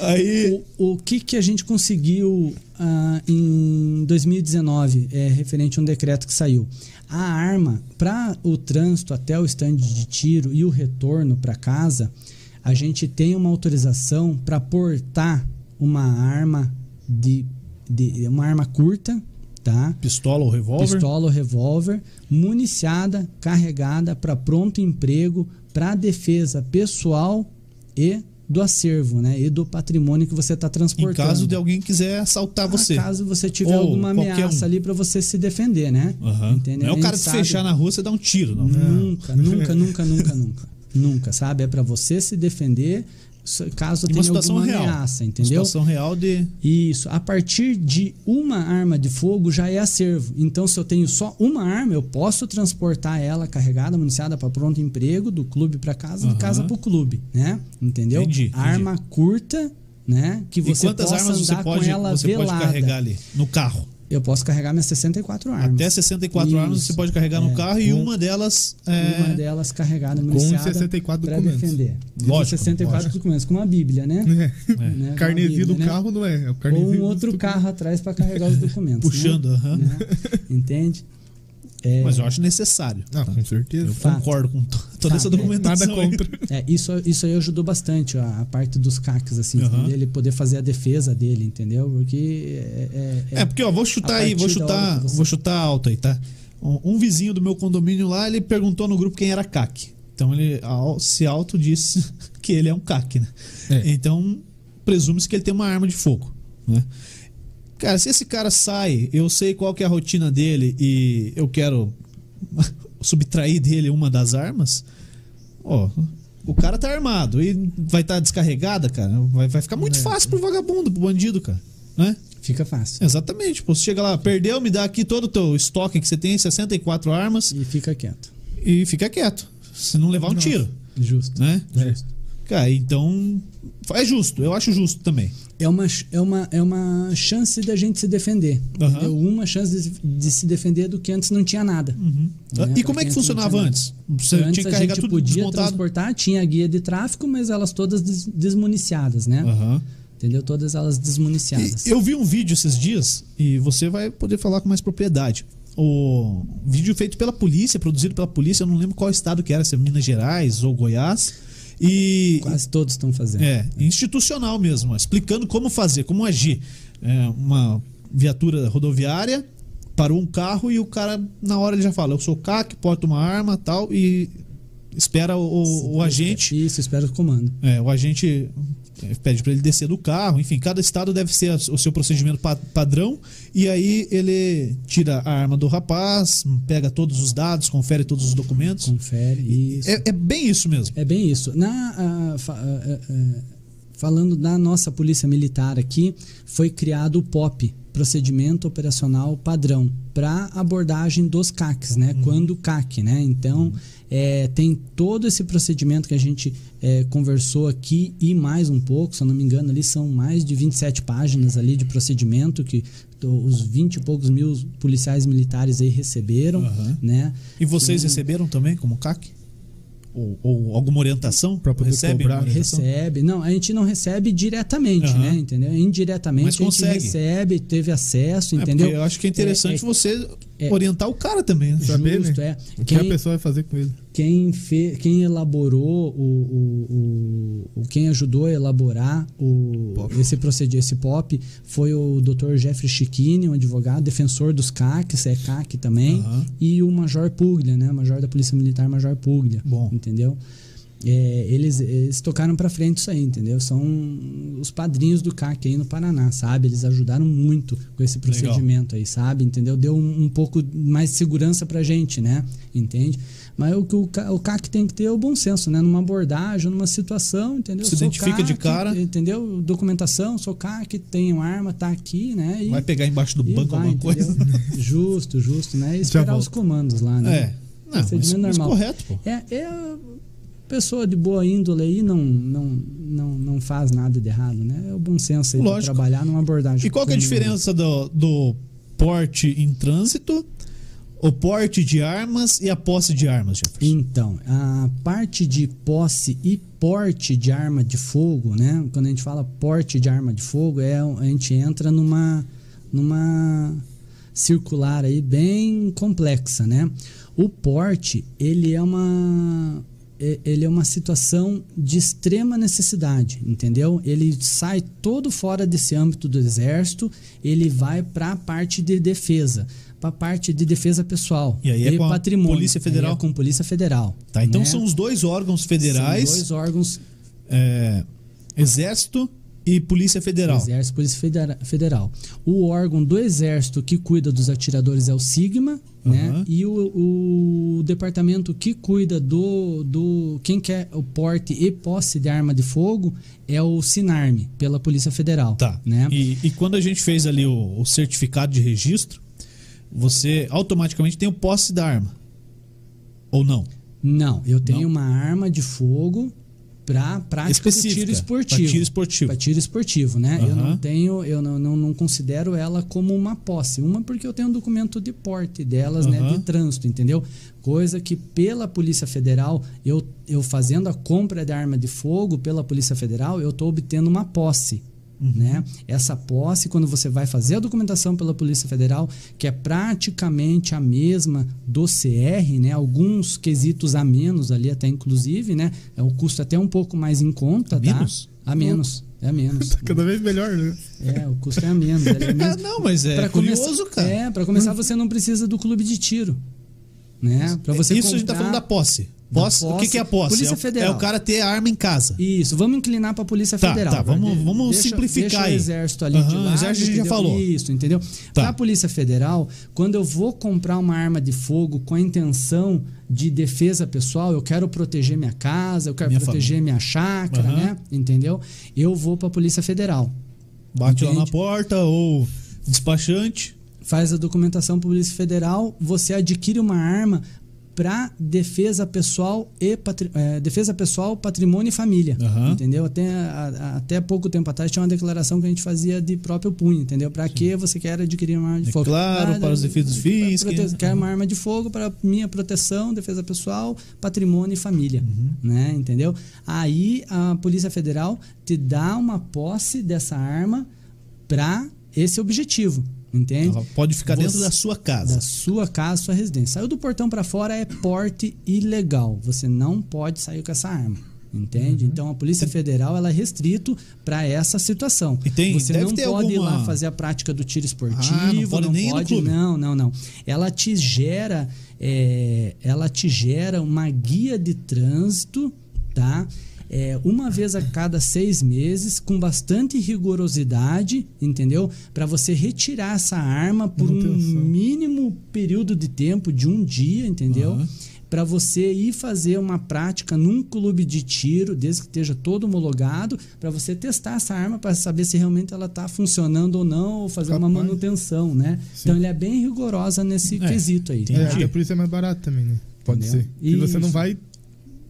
Aí.
O, o que, que a gente conseguiu ah, em 2019, é, referente a um decreto que saiu? A arma, para o trânsito até o estande de tiro e o retorno para casa, a gente tem uma autorização para portar uma arma de, de uma arma curta, tá?
Pistola ou revólver?
Pistola ou revólver, municiada, carregada para pronto emprego, para defesa pessoal e do acervo, né? E do patrimônio que você está
Em
transportando.
caso de alguém quiser assaltar você.
Ah, Caso você tiver
Ou
alguma
qualquer
ameaça
um.
ali para você se defender, né?
Aham.
Entende?
Não é
A
o cara
gente
te
sabe-
fechar na rua, você dá um tiro, não.
Nunca, nunca, nunca, nunca, nunca. Nunca, sabe? É para você se defender se- caso
Uma
tenha
situação
alguma
real.
ameaça,
Uma
entendeu?
situação real de.
Isso. A partir de uma arma de fogo já é acervo. Então, se eu tenho só uma arma, eu posso transportar ela carregada, municiada para pronto emprego, do clube para casa,
Aham.
de casa para o clube, né? Entendeu?
Entendi, entendi.
Arma curta, né? Que
E
você
quantas
possa
armas você
andar
pode,
com ela
você pode
velada.
carregar ali no carro?
Eu posso carregar minhas 64 armas.
Até 64 armas você
Isso.
pode carregar no
É.
carro e
Um-
uma delas é.
Uma delas carregada,
Com um
municiada,
64
pra
documentos.
defender.
Lógico,
64
lógico.
documentos, com uma bíblia, né? Né? Com
É.
uma
Carnezinho do
bíblia, né?
carro não é. é o
Ou
carnezinho
um
do-
outro carro atrás para carregar os documentos. né?
Puxando, aham.
Né? Entende? É,
Mas eu acho necessário.
Ah, com certeza.
Eu
Fato.
concordo com to- toda
Fato.
essa
Nada
documentação. aí.
contra.
é, isso, isso aí ajudou bastante a, a parte dos CACs, assim,
Aham.
entendeu? ele poder fazer a defesa dele, entendeu? Porque é, é-
É, porque, ó, vou chutar
A
aí, vou
partir da hora
chutar,
que você-
vou chutar alto aí, tá? Um, um vizinho do meu condomínio lá, ele perguntou no grupo quem era CAC. Então ele au- se auto disse que ele é um CAC, né?
É.
Então, presume-se que ele tem uma arma de fogo, né? Cara, se esse cara sai, eu sei qual que é a rotina dele e eu quero subtrair dele uma das armas, ó, o cara tá armado e vai estar descarregada, cara. Vai, vai ficar
É.
muito fácil pro vagabundo, pro bandido, cara, né?
fica fácil.
Exatamente, pô. Você chega lá, perdeu, me dá aqui todo o teu estoque que você tem, 64 armas,
E fica quieto.
e fica quieto. Se não levar um tiro,
Justo.
né?
Justo.
Cara, então. É justo, eu acho justo também.
É uma, é, uma, é uma chance da gente se defender.
Aham.
entendeu? Uma chance de, de se defender do que antes não tinha nada. Né?
E
Pra
como é
quem
que
antes não
funcionava
tinha nada.
antes? Você
antes
tinha que
a
carregar
gente
tudo
podia
desmontado.
transportar, tinha a guia de tráfico, mas elas todas des- desmuniciadas, né?
Aham.
Entendeu? Todas elas desmuniciadas.
Ah. E eu vi um vídeo esses dias, e você vai poder falar com mais propriedade. O um vídeo feito pela polícia, produzido pela polícia, eu não lembro qual estado que era, se é Minas Gerais ou Goiás. E,
Quase todos estão fazendo.
É, institucional mesmo, ó, explicando como fazer, como agir. É, uma, viatura rodoviária, parou um carro e o cara, na hora, ele já fala: Eu sou CAC, porto uma arma tal, e espera o, o, o agente.
Isso, espera o comando.
É, o agente é, pede para ele descer do carro, enfim, cada estado deve ser o seu procedimento pa- padrão. E aí ele tira a arma do rapaz, pega todos os dados, confere todos os documentos.
Confere isso.
É, é bem isso mesmo.
É bem isso. Na, ah, fa- ah, ah, falando da nossa polícia militar aqui, foi criado o POP, Procedimento Operacional Padrão, para abordagem dos CACs,
Uhum.
né? Quando CAC, né? Então, é, tem todo esse procedimento que a gente é, conversou aqui e mais um pouco, se eu não me engano, ali são mais de 27 páginas ali de procedimento que to- os 20 e poucos mil policiais militares aí receberam,
Aham.
né?
E vocês receberam também como CAC? Ou, ou alguma orientação?
Pra poder cobrar.
alguma orientação?
Recebe. Não, a gente não recebe diretamente,
Aham.
né? Entendeu? Indiretamente
Mas
a gente
consegue.
recebe, teve acesso,
É,
entendeu?
porque eu acho que é interessante
É,
você
é.
orientar o cara também. né?
Sabe? saber,
Justo,
né?
é.
O que a
Quem,
pessoa vai fazer com ele?
quem, fe, quem elaborou o, o, o, o- Quem ajudou a elaborar o,
Pop.
esse procedimento, esse POP, foi o Dr. Jeffrey Chiquini, um advogado, defensor dos CACs, é CAC também,
Aham.
e o Major Puglia, né? Major da Polícia Militar, Major Puglia.
Bom.
Entendeu? É, eles, eles tocaram pra frente isso aí, entendeu? São os padrinhos do CAC aí no Paraná, sabe? Eles ajudaram muito com esse procedimento aí, sabe? Entendeu? Deu um, um pouco mais de segurança pra gente, né? Entende? Mas o que o, ca- o CAC tem que ter é o bom senso, né? Numa abordagem, numa situação, entendeu?
Se
Sou
identifica de cara.
Entendeu? Documentação, sou CAC, tenho arma, tá aqui, né? E,
Vai pegar embaixo do
e
banco
vai,
alguma coisa?
entendeu? Justo, justo, né? E esperar os
volto.
comandos lá, né?
É. Não, mas,
Procedimento
mas
normal.
correto, pô.
É, é pessoa de boa índole aí não, não, não, não faz nada de errado, né? É o bom senso aí pra
Lógico.
trabalhar numa abordagem.
E qual que é a
com-
diferença do, do porte em trânsito, o porte de armas e a posse de armas, Jefferson?
Então, a parte de posse e porte de arma de fogo, né? Quando a gente fala porte de arma de fogo, é a gente entra numa numa circular aí bem complexa, né? O porte, ele é uma e- ele é uma situação de extrema necessidade, entendeu? Ele sai todo fora desse âmbito do exército, ele vai para a parte de defesa, para a parte de defesa pessoal
E aí é com a Polícia Federal?
Aí é com Polícia Federal.
Tá, então
né?
são os dois órgãos
São
federais,
dois órgãos,
é, Exército e Polícia Federal.
Exército e Polícia Federa- Federal. O órgão do Exército que cuida dos atiradores é o Sigma, né?
Aham.
E o, o departamento que cuida do, do. Quem quer o porte e posse de arma de fogo é o Sinarme, pela Polícia Federal.
Tá.
Né?
E, e quando a gente fez ali o, o certificado de registro, você automaticamente tem o posse da arma. Ou não?
Não, eu tenho
Não?
uma arma de fogo para prática de
Específica,
Ah, tiro
pra
esportivo.
tiro esportivo.
Pra tiro esportivo, né? Eu
Aham.
não tenho, eu não, não, não considero ela como uma posse. Uma porque eu tenho um documento de porte delas, né?
Aham.
De trânsito, entendeu? Coisa que pela Polícia Federal, eu, eu fazendo a compra de arma de fogo pela Polícia Federal, eu estou obtendo uma posse.
Uhum.
Né? Essa posse, quando você vai fazer a documentação pela Polícia Federal, que é praticamente a mesma do CR, né? alguns quesitos a menos ali, até inclusive, né? É um custo até um pouco mais em conta,
A
tá?
menos?
A menos. É a menos.
Tá cada vez melhor, né?
É, o custo é a menos. ali, é
Ah,
menos.
não, mas é
Pra
curioso,
começar-
cara. Hum.
É, para começar, você não precisa do clube de tiro. Né? Pra você
Isso a gente tá
comprar-
falando da posse.
Da
Posse, O que,
posse.
que é a posse?
Polícia
É o-
Federal.
É o cara ter a arma em casa.
Isso, vamos inclinar para a Polícia
Tá,
Federal.
tá, vamos-
De-
vamos
deixa-
simplificar
deixa
aí.
o Exército ali de
Aham,
lado,
Exército a gente já
entendeu?
falou.
Isso, entendeu?
Tá.
Para a Polícia Federal, quando eu vou comprar uma arma de fogo com a intenção de defesa pessoal, eu quero proteger minha casa, eu quero
Minha
proteger minha chácara,
Aham.
né? Entendeu? Eu vou para a Polícia Federal.
Bate lá na
Entende?
porta ou despachante.
faz a documentação para Polícia Federal, você adquire uma arma para defesa pessoal e patri- eh, defesa pessoal, patrimônio e família,
Aham.
entendeu? Até, a- a- até pouco tempo atrás tinha uma declaração que a gente fazia de próprio punho, entendeu? Para que você quer adquirir uma arma de fogo?
Declaro É para os defeitos né? fins,
pra
que-
Prote... Quero é uma arma de fogo para minha proteção, defesa pessoal, patrimônio e família,
Uhum.
né? Entendeu? Aí a Polícia Federal te dá uma posse dessa arma para esse objetivo, entende?
Ela pode ficar dentro
Você-
da sua casa.
da sua casa, sua residência. Saiu do portão pra fora é porte ilegal. Você não pode sair com essa arma.
Uhum.
Entende? Então a Polícia Federal ela é restrito para essa situação.
E tem-
Você
deve
não
ter
pode ir
alguma-
lá fazer a prática do tiro esportivo,
Ah, não
não
pode
pode,
nem ir no clube.
não, não, não. Ela te gera, é, ela te gera uma guia de trânsito, tá? É, uma vez a cada seis meses, com bastante rigorosidade, entendeu? Para você retirar essa arma por um
Manutenção.
mínimo período de tempo, de um dia, entendeu?
Aham.
Para você ir fazer uma prática num clube de tiro, desde que esteja todo homologado, para você testar essa arma para saber se realmente ela está funcionando ou não, ou fazer uma
Capaz.
manutenção, né? Então ele é bem rigorosa nesse
É,
quesito aí. tá?
entendi.
É, até por isso é mais barato também, né? Pode
Entendeu?
ser. E você não
Isso.
vai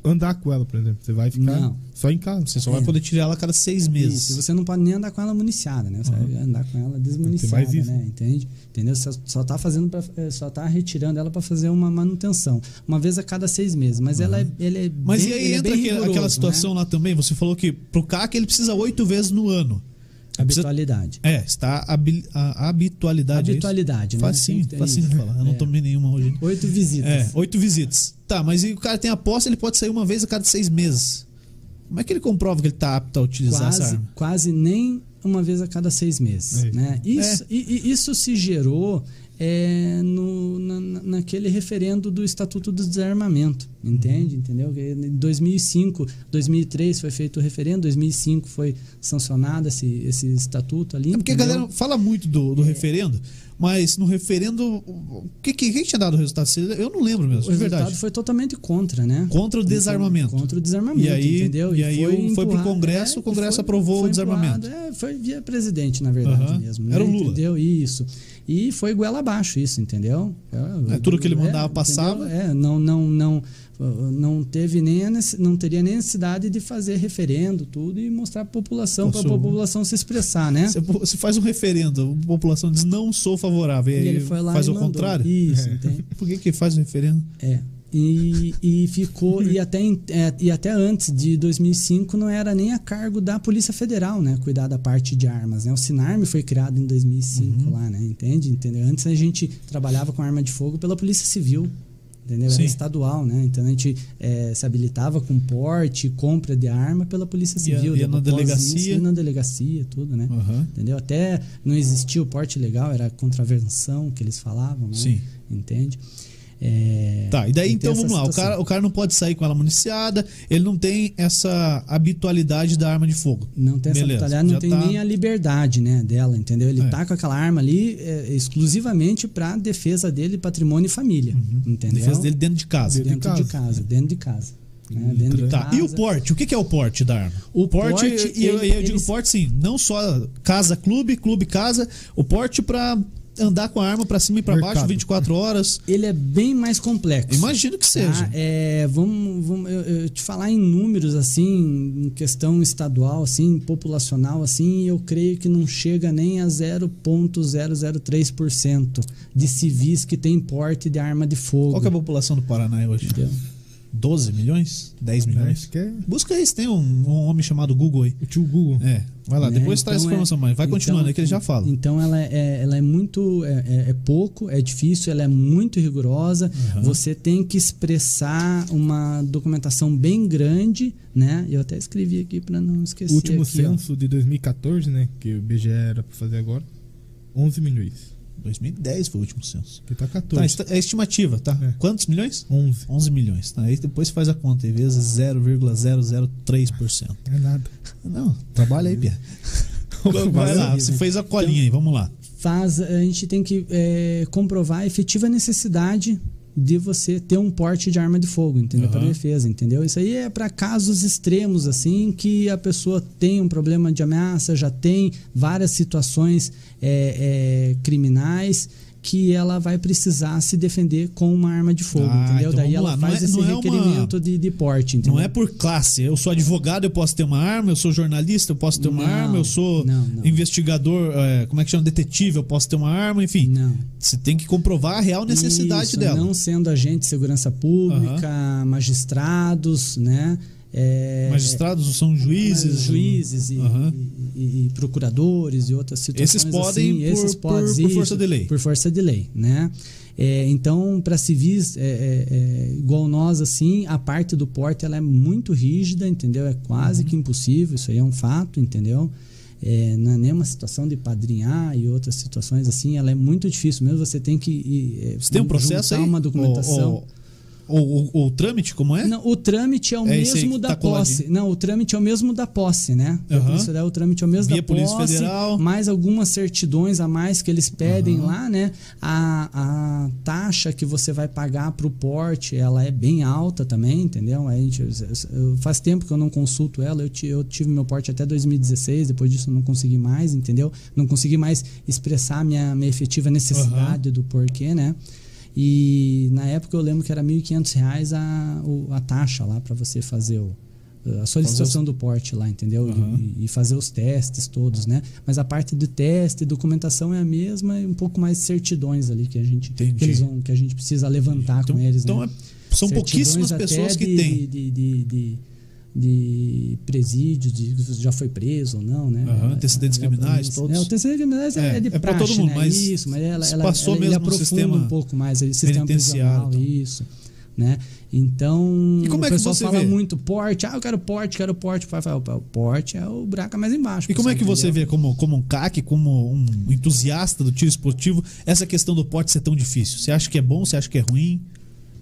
andar com ela, por exemplo. Você vai ficar
Não.
só em casa.
Você só
É.
vai poder tirar ela a cada seis meses.
Isso, e você não pode nem andar com ela municiada, né? Você vai andar com ela
Tem
desmuniciada,
mais isso.
né? Entende? Entendeu? Você só tá fazendo pra, eh, só tá retirando ela para fazer uma manutenção, uma vez a cada seis meses. Mas ela é, ele é
Mas
bem,
e aí
ele é
entra
bem
aquele-
rigoroso,
aquela
né?
situação lá também. Você falou que pro CAC ele precisa oito vezes no ano. Precisa-
habitualidade.
É, está a habil- a habitualidade. é isso?
Habitualidade, né?
Facinho,
Tem que ter
facinho de
isso.
falar. Eu não
É.
tomei nenhuma hoje.
Oito
É,
visitas.
oito visitas. Tá, mas e o cara tem a posse, ele pode sair uma vez a cada seis meses. Como é que ele comprova que ele tá apto a utilizar essa
quase,
arma?
quase nem uma vez a cada seis meses.
É.
Né? Isso, e, e isso se gerou é, no, na- na- naquele referendo do Estatuto do Desarmamento, entende? Entendeu? Que Em 2005, 2003 foi feito o referendo, 2005 foi sancionado esse, esse estatuto ali.
É porque a
entendeu? É.
galera fala muito do, do referendo, mas no referendo, o que, que, quem tinha dado o resultado? Eu não lembro
o
mesmo, de
resultado
é verdade.
foi totalmente contra, né?
Contra o desarmamento.
Contra o desarmamento,
E aí-
entendeu?
e aí o- foi pro
empurrado-
Congresso, o
é, e
Congresso aprovou o
foi
desarmamento.
empurrado, é, foi via presidente, na verdade,
Aham.
mesmo. né?
Era o Lula.
Entendeu? Isso. E foi goela abaixo isso, entendeu?
É, tudo que ele mandava
entendeu?
passava.
É, não, não, não, não teve nem a nece- não teria nem necessidade de fazer referendo, tudo, e mostrar pra população, para a
Nossa, o-
população se expressar, né?
Você, você faz um referendo, a população diz não sou favorável, e, aí
e ele foi lá
faz
e
o
mandou.
contrário. É.
Isso, entende?
Por que, que faz o referendo?
É. E, e ficou e até, em- é, e até antes de 2005 não era nem a cargo da Polícia Federal, né, cuidar da parte de armas, né? O Sinarme foi criado em
Uhum.
2005 lá, né? Entende? Entendeu? Antes a gente trabalhava com arma de fogo pela Polícia Civil. Entendeu? Era
Sim.
estadual, né? Então a gente eh, se habilitava com porte, compra de arma pela Polícia
E a-
Civil.
e na
depois
delegacia?
E na delegacia, tudo, né?
Aham.
Entendeu? Até não existia o porte legal, era contravenção que eles falavam, né?
Sim.
Entende? É,
Tá, e daí
tem
então
essa
vamos lá. O
situação.
cara, o cara não pode sair com ela municiada, ele não tem essa habitualidade da arma de fogo.
Não tem essa
Beleza,
batalha, não
já
tem
tá-
nem a liberdade né, dela, entendeu? Ele
É.
tá com aquela arma ali é, exclusivamente para defesa dele, patrimônio e família, entendeu?
Uhum. Defesa dele dentro de casa.
Dentro de
dentro de casa,
casa.
dentro de casa. né, dentro de
Tá,
casa.
e o porte? O que que é o porte da arma?
O
Porte,
porte,
e eu,
ele-
e eu digo
eles-
porte sim, não só casa clube, clube casa, o porte pra andar com a arma pra cima e pra baixo
Mercado.
24 horas.
Ele é bem mais complexo.
Imagino que
Tá?
seja.
É, vamos, vamos eu, eu te falar em números assim, em questão estadual, assim, populacional, assim, eu creio que não chega nem a 0,003% de civis que tem porte de arma de fogo.
Qual que é a população do Paraná hoje?
Entendeu?
12 milhões? 10
É,
milhões?
acho que é
Busca aí se tem um, um homem chamado Google aí.
o tio Google.
É, vai lá,
né?
depois traz essa
Então é-
informação, mas vai
então-
continuando aí que ele já fala.
Então ela é, ela é muito, é, é- é pouco, é difícil, ela é muito rigorosa. Você tem que expressar uma documentação bem grande, né? Eu até escrevi aqui para não esquecer.
O último
aqui, ó.
censo de 2014, né? Que o IBGE era pra fazer agora. 11 milhões.
2010 foi o último censo.
Aqui tá
Tá,
14.
esta- é estimativa, tá?
É.
Quantos milhões?
11.
11 milhões. Tá? Aí depois faz a conta e vezes 0,003%.
É nada.
Não, trabalha aí, Pia. Vai
Valeu.
lá, você fez a colinha aí, vamos lá.
faz, a gente tem que é, comprovar a efetiva necessidade de você ter um porte de arma de fogo, entendeu? Para
Aham.
defesa, entendeu? Isso aí é para casos extremos assim que a pessoa tem um problema de ameaça, já tem várias situações é, é, criminais que ela vai precisar se defender com uma arma de fogo,
Ah,
entendeu?
então
Daí
vamos
ela
lá. Não
faz
é-
esse
não é uma-
requerimento de, de porte, entendeu?
Não é por classe. Eu sou advogado, eu posso ter uma arma. Eu sou jornalista, eu posso ter uma
Não,
arma. Eu sou
não, não.
investigador, é, como é que chama? Detetive, eu posso ter uma arma. Enfim,
Não.
você tem que comprovar a real necessidade
Isso,
dela.
Não sendo agente de segurança pública, magistrados, né? É,
Magistrados são
é,
juízes.
juízes e,
Aham.
e- e, e procuradores e outras situações
Esses podem
assim,
por-
esses
por-
podes,
por força
isso,
de lei.
por força de lei, né? É, então, para civis é, é, é, igual nós, assim, a parte do porte ela é muito rígida, entendeu? É quase
Uhum.
que impossível, isso aí é um fato, entendeu? É, não é nenhuma situação de padrinhar e outras situações assim, ela é muito difícil mesmo. Você tem que ir, é,
Você tem um processo
juntar
aí?
uma documentação.
Ou, ou, ou- ou o trâmite, como é?
Não, o trâmite é o
É esse aí
mesmo
que
da
tá coladinho.
posse. Não, o trâmite é o mesmo da posse, né? Da
Aham.
Polícia Federal, o trâmite é o mesmo
Via
da
Polícia
posse.
Federal.
Mais algumas certidões a mais que eles pedem lá, né? A, a taxa que você vai pagar pro porte, ela é bem alta também, entendeu? A gente, eu- faz tempo que eu não consulto ela. Eu, ti- eu tive meu porte até 2016, depois disso eu não consegui mais, entendeu? Não consegui mais expressar a minha, minha efetiva necessidade do porquê, né? E na época eu lembro que era R$ 1.500 a, o- a taxa lá para você fazer o, eh, a solicitação do porte lá, entendeu? E- E, e fazer os testes todos, né? Mas a parte do teste e documentação é a mesma e um pouco mais certidões ali que a gente,
Entendi.
que eles vão, que a gente precisa levantar
Então,
com eles,
então
né?
é- são
Certidões
pouquíssimas
até
pessoas que
de-
têm.
De, de, de, de presídio, de se já foi preso ou não, né?
Aham, antecedentes
É,
criminais,
é,
todos.
É, antecedentes criminais é,
É,
de
é pra
praxe,
todo mundo,
né?
mas
Isso, mas ela,
se
ela,
passou
ela,
mesmo
ele
no
aprofunda
sistema
um pouco mais, ele sistema
penitenciário,
prisional,
então.
isso, né? Então,
E como é
o
que
pessoal
você
fala
vê?
muito porte, ah, eu quero porte, quero porte, o pai fala, "Opa, o porte é o braca mais embaixo.
E como é que você
entendeu?
vê como, como um CAC, como um entusiasta do tiro esportivo, essa questão do porte ser tão difícil? Você acha que é bom? Você acha que é ruim?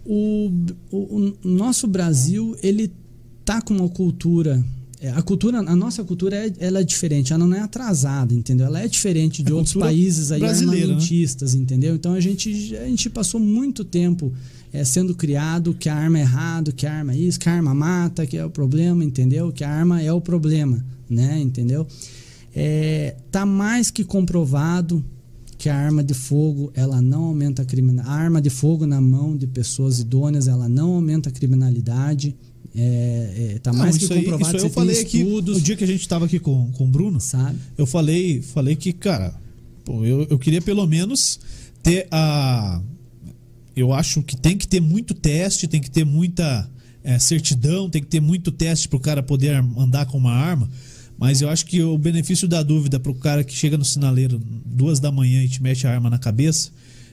o, o- o nosso Brasil ele tá com uma cultura é, a cultura a nossa cultura é, ela é diferente ela não é atrasada entendeu ela é diferente de
É
outros
cultura
países aí
brasileira, né?
armamentistas entendeu então a gente a gente passou muito tempo é, sendo criado que a arma é errado que a arma é isso que a arma mata que é o problema entendeu que a arma é o problema né entendeu é, tá mais que comprovado que a arma de fogo ela não aumenta a criminalidade. A arma de fogo na mão de pessoas idôneas ela não aumenta a criminalidade. É, é, tá mais que
isso aí, isso
comprovado.
aí
você
eu falei
tem
aqui
estudos,
no dia que a gente tava aqui com, com o Bruno.
sabe?
eu falei, falei que, cara, pô, eu, eu queria pelo menos ter a. Eu acho que tem que ter muito teste, tem que ter muita eh, certidão, tem que ter muito teste pro cara poder ar- andar com uma arma. Mas eu acho que o benefício da dúvida pro cara que chega no sinaleiro duas da manhã e te mete a arma na cabeça,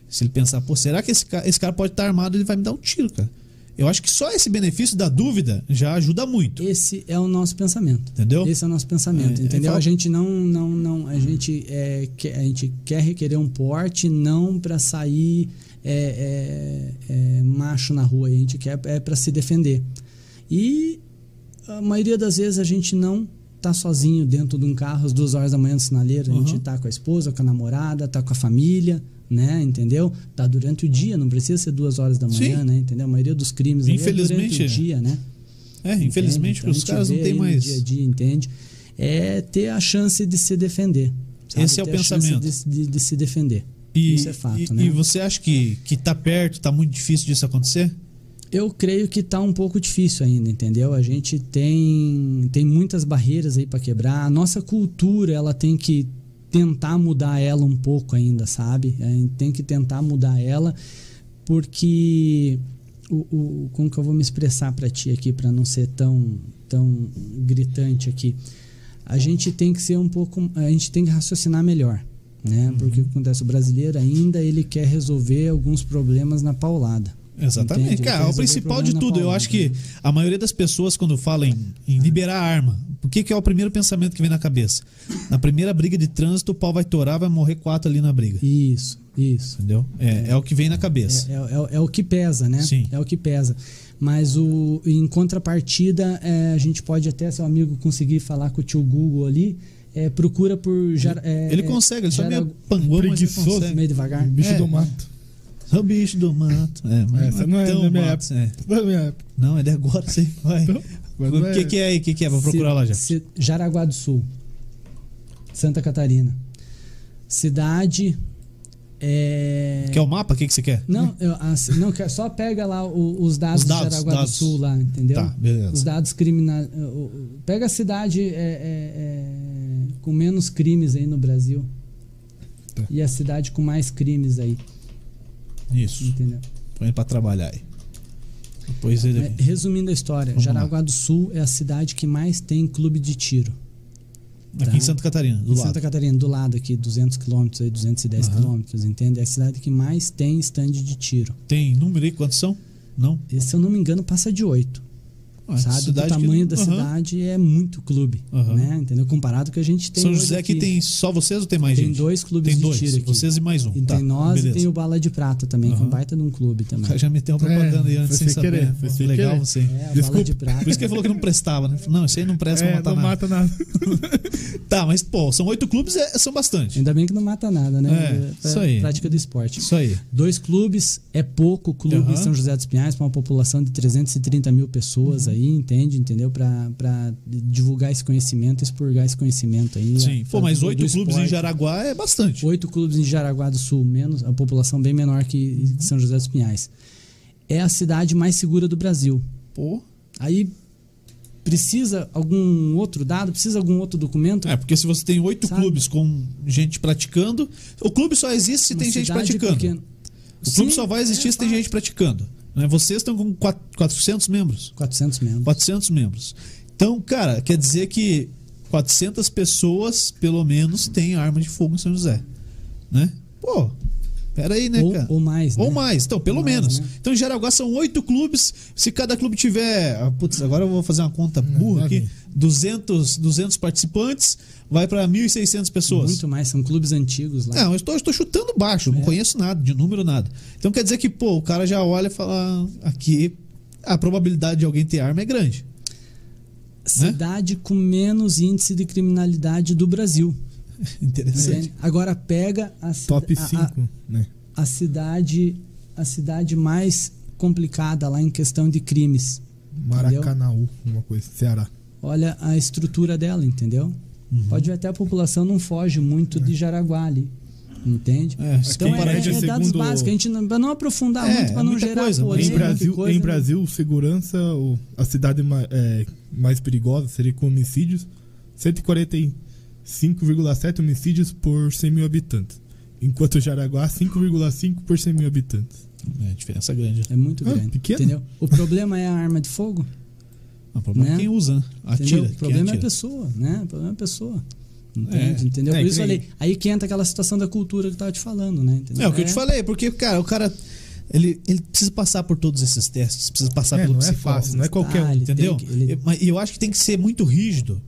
se ele pensar, pô, será que esse cara, esse cara pode estar armado ele vai me dar um tiro, cara? Eu acho que só esse benefício da dúvida já ajuda muito.
Esse é o nosso pensamento.
Entendeu?
Esse é o nosso pensamento,
É,
entendeu?
fala-
A gente não, não, não, a gente é, que- a gente quer requerer um porte não para sair é, é, é, macho na rua, a gente quer é para se defender. E a maioria das vezes a gente não tá sozinho dentro de um carro às duas horas da manhã no sinaleiro, a gente
Uhum.
tá com a esposa, com a namorada, tá com a família, né, entendeu? Tá durante o dia, não precisa ser duas horas da manhã,
Sim.
né, entendeu? A maioria dos crimes aí é
Infelizmente,
durante o dia, né?
É, infelizmente
Entende? Então,
os caras
a gente
não
vê
têm
aí no
mais.
Dia a dia, entende? É ter a chance de se defender. sabe?
Esse é o
Ter a chance
pensamento.
De, de- de se defender.
E,
Isso é fato,
e-
né?
e você acha que, que tá perto, tá muito difícil disso acontecer?
Eu creio que tá um pouco difícil ainda, entendeu? A gente tem, tem muitas barreiras aí para quebrar. A nossa cultura, ela tem que tentar mudar ela um pouco ainda, sabe? A gente tem que tentar mudar ela porque o, o- como que eu vou me expressar para ti aqui para não ser tão tão gritante aqui? A gente tem que ser um pouco, a gente tem que raciocinar melhor,
Uhum.
né? Porque o que acontece o brasileiro ainda ele quer resolver alguns problemas na paulada.
Exatamente,
Entende? Quer
cara. é O
resolver
principal
problema
de
na né?
tudo, eu
paulada,
acho que a maioria das pessoas, quando fala em, em liberar a arma, o que, que é o primeiro pensamento que vem na cabeça? Na primeira briga de trânsito, o pau vai torar, vai morrer quatro ali na briga.
Isso, isso.
Entendeu? É, é o que vem na cabeça.
É, é- é o que pesa, né?
Sim.
É o que pesa. Mas o, em contrapartida, é, a gente pode até, se o amigo conseguir falar com o tio Google ali, é, procura por. Jar, é,
Ele consegue, ele só é
Jara-
meio panguão, mas ele
Preguiçoso.
consegue.
meio devagar.
Bicho
É.
do mato.
É o bicho do mato. É, mas
Essa não é
tão
da minha
mato, é.
Da minha época.
Não, ele é agora você vai.
Então, agora não
o que,
é-
que é aí? O que, que é? Vou procurar
Ci-
lá já.
Ci- Jaraguá do Sul, Santa Catarina. Cidade. É...
Quer o mapa? O que, que você quer?
Não, eu, assim, não quer- só pega lá o- os dados,
Os dados,
de Jaraguá
dados.
do Sul lá, entendeu?
Tá, beleza.
Os dados criminais. Pega a cidade é, é, é, com menos crimes aí no Brasil.
Tá.
E a cidade com mais crimes aí,
Isso.
entendeu?
Põe ele pra trabalhar aí. Depois ele.
É, resumindo a história,
Vamos lá.
Jaraguá do Sul é a cidade que mais tem clube de tiro.
Aqui
Tá.
em Santa Catarina, do
Em
lado.
Santa Catarina, do lado aqui, 200 quilômetros, aí, 210
Aham.
quilômetros, entende? É a cidade que mais tem stand de tiro.
Tem número aí? Quantos são? Não?
E, se eu não me engano, passa de 8.
Ah,
sabe? O
cidade que-
tamanho da
Aham.
cidade é muito clube,
Aham.
né? Entendeu? Comparado com o que a gente tem
São
hoje
José aqui
aqui
tem só vocês ou tem mais
Tem
gente?
dois clubes
Tem
de
dois,
tiro aqui.
vocês e mais um.
E
tá,
tem nós
beleza.
e tem o Bala de Prata também, que é
Aham.
um baita de um clube também.
O cara já meteu uma
É,
propaganda aí antes
foi
sem
sem
saber.
querer, foi sem
Legal
querer.
você.
É, a Bala
Desculpa.
de Prata.
Por isso que ele falou que não prestava, né? Não, isso aí não presta
É,
pra matar
não
nada.
mata nada.
Tá, mas pô, são oito clubes, é- são bastante.
Ainda bem que não mata nada, né?
É,
Pra-
isso aí.
Prática do esporte.
Isso aí.
Dois clubes, é pouco clube
Aham.
em São José dos Pinhais, para uma população de 330 mil pessoas
Uhum.
aí, entende? Entendeu? Para divulgar esse conhecimento, expurgar esse conhecimento aí.
Sim.
a-
Pô,
a-
mas
É, tá, do
oito clubes em
esporte.
Jaraguá é bastante.
Oito clubes em Jaraguá do Sul, menos a população bem menor que
Uhum.
São José dos Pinhais. É a cidade mais segura do Brasil.
Pô.
Aí precisa algum outro dado, precisa algum outro documento?
É, porque se você tem oito
Sabe?
clubes com gente praticando, o clube só existe se
Uma
tem gente
cidade
praticando.
pequena.
O clube
Sim,
só vai existir
é
se tem gente praticando. né? Vocês estão com quat- 400 membros.
400 membros.
400 membros. Então, cara, quer dizer que 400 pessoas, pelo menos, têm arma de fogo em São José. Né? Pô, peraí, né,
Ou-
cara?
ou mais,
Ou
né?
mais, então, pelo
Ou mais,
menos.
né?
Então, em Jaraguá são oito clubes. Se cada clube tiver. ah, Putz, agora eu vou fazer uma
Hum,
conta burra
vai
aqui.
bem.
200, 200 participantes, vai para 1.600 pessoas. É, né?
Muito É. mais, são clubes antigos lá.
Não, eu estou, eu estou chutando baixo, não conheço nada, de número nada. Então quer dizer que, pô, o cara já olha e fala: "Ah, aqui a probabilidade de alguém ter arma é grande.
Cidade com menos índice de criminalidade do Brasil.
Interessante.
entende? Agora pega a, cida-
Top
a-
5, né?
a, a cidade a cidade mais complicada lá em questão de crimes.
Maracanaú, uma coisa. Ceará.
Olha a estrutura dela, entendeu? Pode ver até a população não foge muito de Jaraguá ali. Entende?
É, se
então é,
comparar
é
de
dados
segundo-
básicos, a gente não, pra não aprofundar
É,
muito,
é
para não
muita
gerar
coisa, mas-
polêmica
Em
e
Brasil,
coisa,
em
né?
Brasil segurança, o- a cidade ma- é, mais perigosa seria com homicídios, 145,7 homicídios por 100 mil habitantes. Enquanto Jaraguá, 5,5 por 100 mil habitantes.
É, diferença grande.
É muito
Ah,
grande.
pequeno.
Entendeu? O problema é a arma de fogo.
O problema é
Né?
quem usa, né?
Entendeu?
Atira.
o
quem
problema é a
atira.
pessoa, né? O problema é a pessoa. Entende?
É.
Entendeu?
É,
Por
que
isso
nem-
ali, aí que entra aquela situação da cultura que eu tava te falando, né? Entendeu?
É o que eu te falei, porque, cara, o cara. Ele, ele precisa passar por todos esses testes, precisa passar
É,
pelo
não é
psicólogo.
fácil, não é qualquer
Ah,
um.
ele tem
Entendeu?
que- ele-
E- mas- E eu acho que tem que ser muito rígido.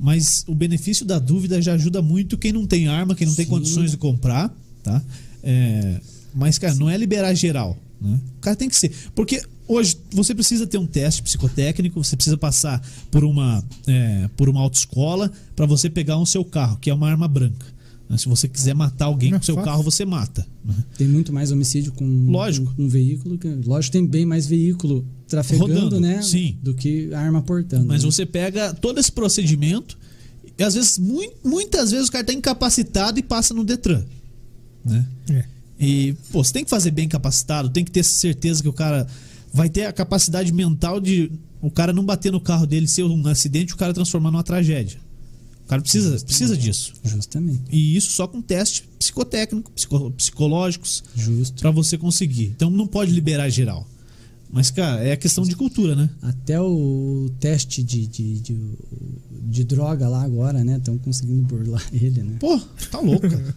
Mas o benefício da dúvida já ajuda muito quem não tem arma, quem não tem
Sim.
condições de comprar, tá? É, mas, cara, não é liberar geral. Né? O cara tem que ser. Porque hoje você precisa ter um teste psicotécnico, você precisa passar por uma, é, por uma autoescola para você pegar um seu carro, que é uma arma branca. né? Se você quiser matar alguém
Não é
com seu
fácil.
carro, você mata. né?
Tem muito mais homicídio com
Lógico.
com um veículo. que- lógico, tem bem mais veículo trafegando,
Rodando,
né?
sim.
Do que arma portando.
Mas
né?
você pega todo esse procedimento e às vezes, mui- muitas vezes o cara tá incapacitado e passa no Detran, né?
É.
E, pô, você tem que fazer bem capacitado, tem que ter certeza que o cara vai ter a capacidade mental de o cara não bater no carro dele, ser um acidente, o cara transformar numa tragédia. O cara precisa, precisa disso.
Justamente.
E isso só com teste psicotécnico, psico- psicológicos,
Justo.
pra você conseguir. Então não pode liberar geral. Mas, cara, é questão de cultura, né?
Até o teste de, de, de, de droga lá agora, né? Estão conseguindo burlar ele, né?
Pô, tá louco, cara.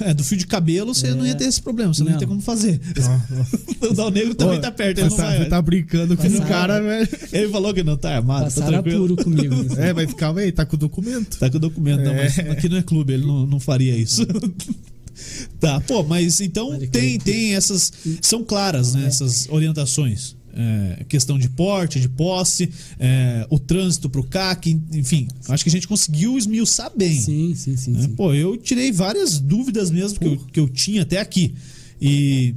É, do fio de cabelo você não ia ter esse problema, você não, ia
Não.
ter como fazer.
Nossa.
O Dal Negro também
Ô,
tá perto, ele
Tá. Você
não
tá,
vai.
você tá brincando com o
Passaram-
cara, velho.
Ele falou que não tá armado, tá
Passaram
tranquilo.
apuro comigo. né? nisso.
É, mas calma aí, tá com o documento.
Tá com o documento, não, mas
É.
aqui não é clube, ele não, não faria isso. tá, pô, mas então
Olha que
tem,
loucura.
tem essas. São claras,
É.
né? Essas orientações. É, questão de porte, de posse, é, o trânsito pro CAC, enfim. Acho que a gente conseguiu esmiuçar bem.
Sim, sim, sim.
né?
sim.
Pô, eu tirei várias dúvidas mesmo que eu, que eu tinha até aqui. E,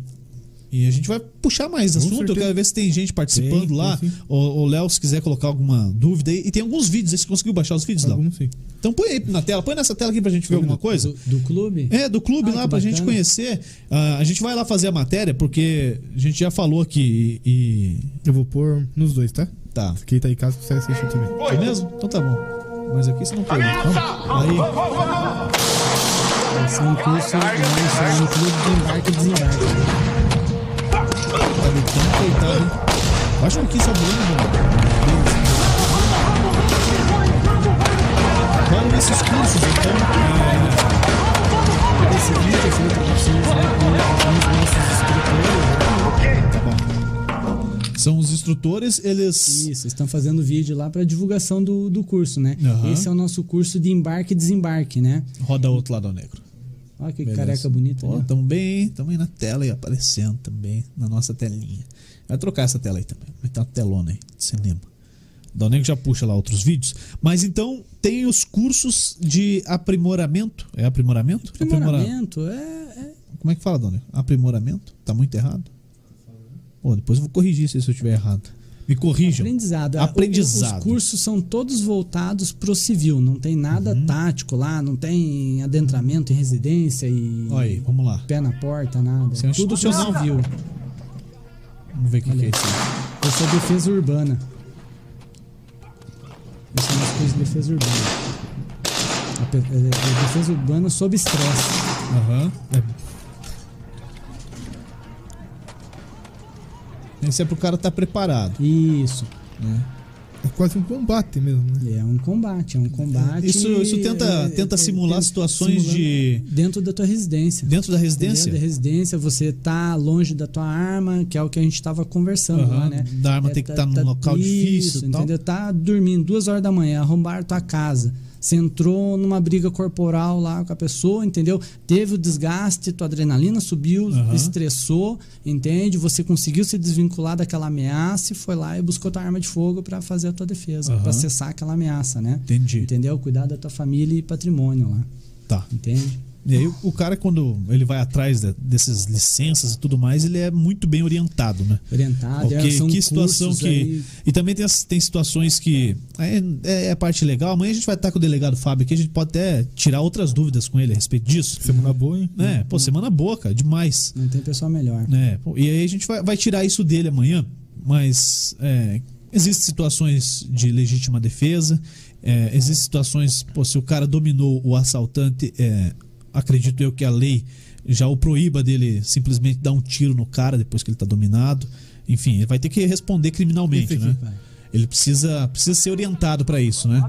e a gente vai puxar mais
Com
assunto. Eu
certeza.
quero ver se tem gente participando
Tem,
lá.
tem sim.
o o Léo, se quiser colocar alguma dúvida aí. E tem alguns vídeos. aí, Você conseguiu baixar os vídeos, Léo?
Algum sim.
Então põe aí na tela, põe nessa tela aqui pra gente ver alguma coisa.
Do, do clube?
É, do clube
Ah,
lá
que
pra gente
bacana.
conhecer. Ah, a gente vai lá fazer a matéria, porque a gente já falou aqui e. e-
Eu vou pôr nos dois, tá?
Tá.
Quem tá em casa consegue assistir também.
É mesmo? Então tá bom. Mas aqui você não põe. não. Aí.
Vai ser um curso né, no clube de embarque e desembarque.
Tá deitando, deitado, hein? Baixa um pouquinho essa bolona, mano. rolam esses cursos, então. é, esse vídeo é feito por vocês, né, com alguns nossos instrutores. Tá bom. São os instrutores, eles.
Isso, estão fazendo vídeo lá para divulgação do, do curso, né?
Aham.
Esse é o nosso curso de embarque e desembarque, né?
Roda outro lado ao negro.
Olha que
Beleza.
careca bonita,
Pô, tá
né?
tamo bem, tamo aí na tela aí, aparecendo também, na nossa telinha. Vai trocar essa tela aí também, vai ter uma telona aí, de cinema. O Dalnego já puxa lá outros vídeos. Mas então, tem os cursos de aprimoramento. É aprimoramento? Aprimora-
Aprimoramento, é, é-
Como é que fala, Dalnego? Aprimoramento? Tá muito errado? Pô, depois eu vou corrigir se eu estiver errado. Me corrijam.
aprendizado. É, o-
Aprendizado.
Os cursos são todos voltados pro civil, não tem nada
Uhum.
tático lá, não tem adentramento em residência e
Olha aí, vamos lá.
pé na porta, nada.
Isso é um
Tudo pro
institucional.
civil.
Vamos ver o que, que é isso aí.
Eu sou defesa urbana. Esse é o nosso curso de defesa urbana. A pe- é, é defesa urbana sob estresse.
Aham. É. Esse é pro cara estar preparado.
Isso.
É quase um combate mesmo, né?
É um combate, é um combate.
Isso, isso tenta,
é,
tenta
é,
simular
tem-
situações de.
simulando Dentro da tua residência.
dentro da residência?
Dentro da residência, você tá longe da tua arma, que é o que a gente tava conversando
Aham,
lá, né?
da arma tem que tá num local difícil e
Isso,
tal.
entendeu? Tá dormindo duas horas da manhã, arrombaram tua casa. Você entrou numa briga corporal lá com a pessoa, entendeu? Teve o desgaste, tua adrenalina subiu,
Aham.
estressou, entende? Você conseguiu se desvincular daquela ameaça e foi lá e buscou tua arma de fogo para fazer a tua defesa,
Aham.
para cessar aquela ameaça, né?
Entendi.
Entendeu? Cuidar da tua família e patrimônio lá,
Tá.
entende?
E aí, o cara, quando ele vai atrás de- dessas licenças e tudo mais, ele é muito bem orientado, né?
Orientado, é,
Ok,
são
que situação
cursos
que.
aí-
E também tem, as- tem situações que. É, é- é a parte legal. Amanhã a gente vai estar com o delegado Fábio aqui, a gente pode até tirar outras dúvidas com ele a respeito disso.
Semana boa, hein?
É, pô, semana boa, cara, demais.
Não tem pessoa melhor.
né? Pô, E aí a gente vai, vai tirar isso dele amanhã, mas é, existem situações de legítima defesa, é, existem situações, pô, se o cara dominou o assaltante, é, acredito eu que a lei já o proíba dele simplesmente dar um tiro no cara depois que ele tá dominado. Enfim, ele vai ter que responder criminalmente, né?
vai.
Ele precisa, precisa ser orientado pra isso, né?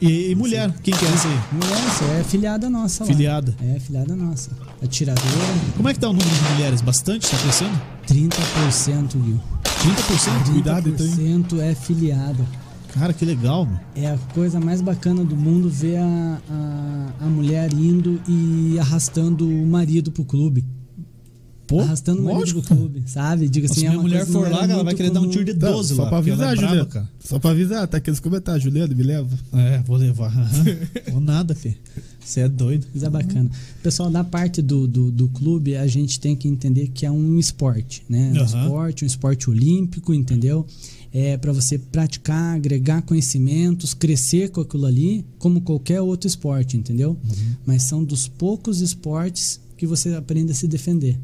E, e mulher, quem que é essa aí?
Mulher, isso é filiada nossa lá.
Filiada.
É, filiada nossa. Atiradora,
Como é que tá o número de mulheres? Bastante? Tá crescendo?
30%, Gil.
30%? Cuidado, então, hein?
30% é filiada.
Cara, que legal, mano.
É a coisa mais bacana do mundo ver a, a, a mulher indo e arrastando o marido pro clube.
Pô,
arrastando o marido
lógico.
pro clube, sabe? Diga
Nossa,
assim,
se
é
minha
uma
mulher
coisa
for
não
lá,
era
ela vai
muito
querer dar um
comum.
tiro de 12
Então, só
lá.
pra
porque ela
avisar,
é brava,
Juliano.
cara.
Só pra avisar, tá aqueles comentários, Juliano, me leva.
É, vou levar. aham. Vou nada, fi. Você é doido.
Mas é bacana. Pessoal, da parte do, do, do clube, a gente tem que entender que é um esporte, né? Um
Aham.
esporte, um esporte olímpico, entendeu? É para você praticar, agregar conhecimentos, crescer com aquilo ali, como qualquer outro esporte, entendeu?
Uhum.
Mas são dos poucos esportes que você aprende a se defender,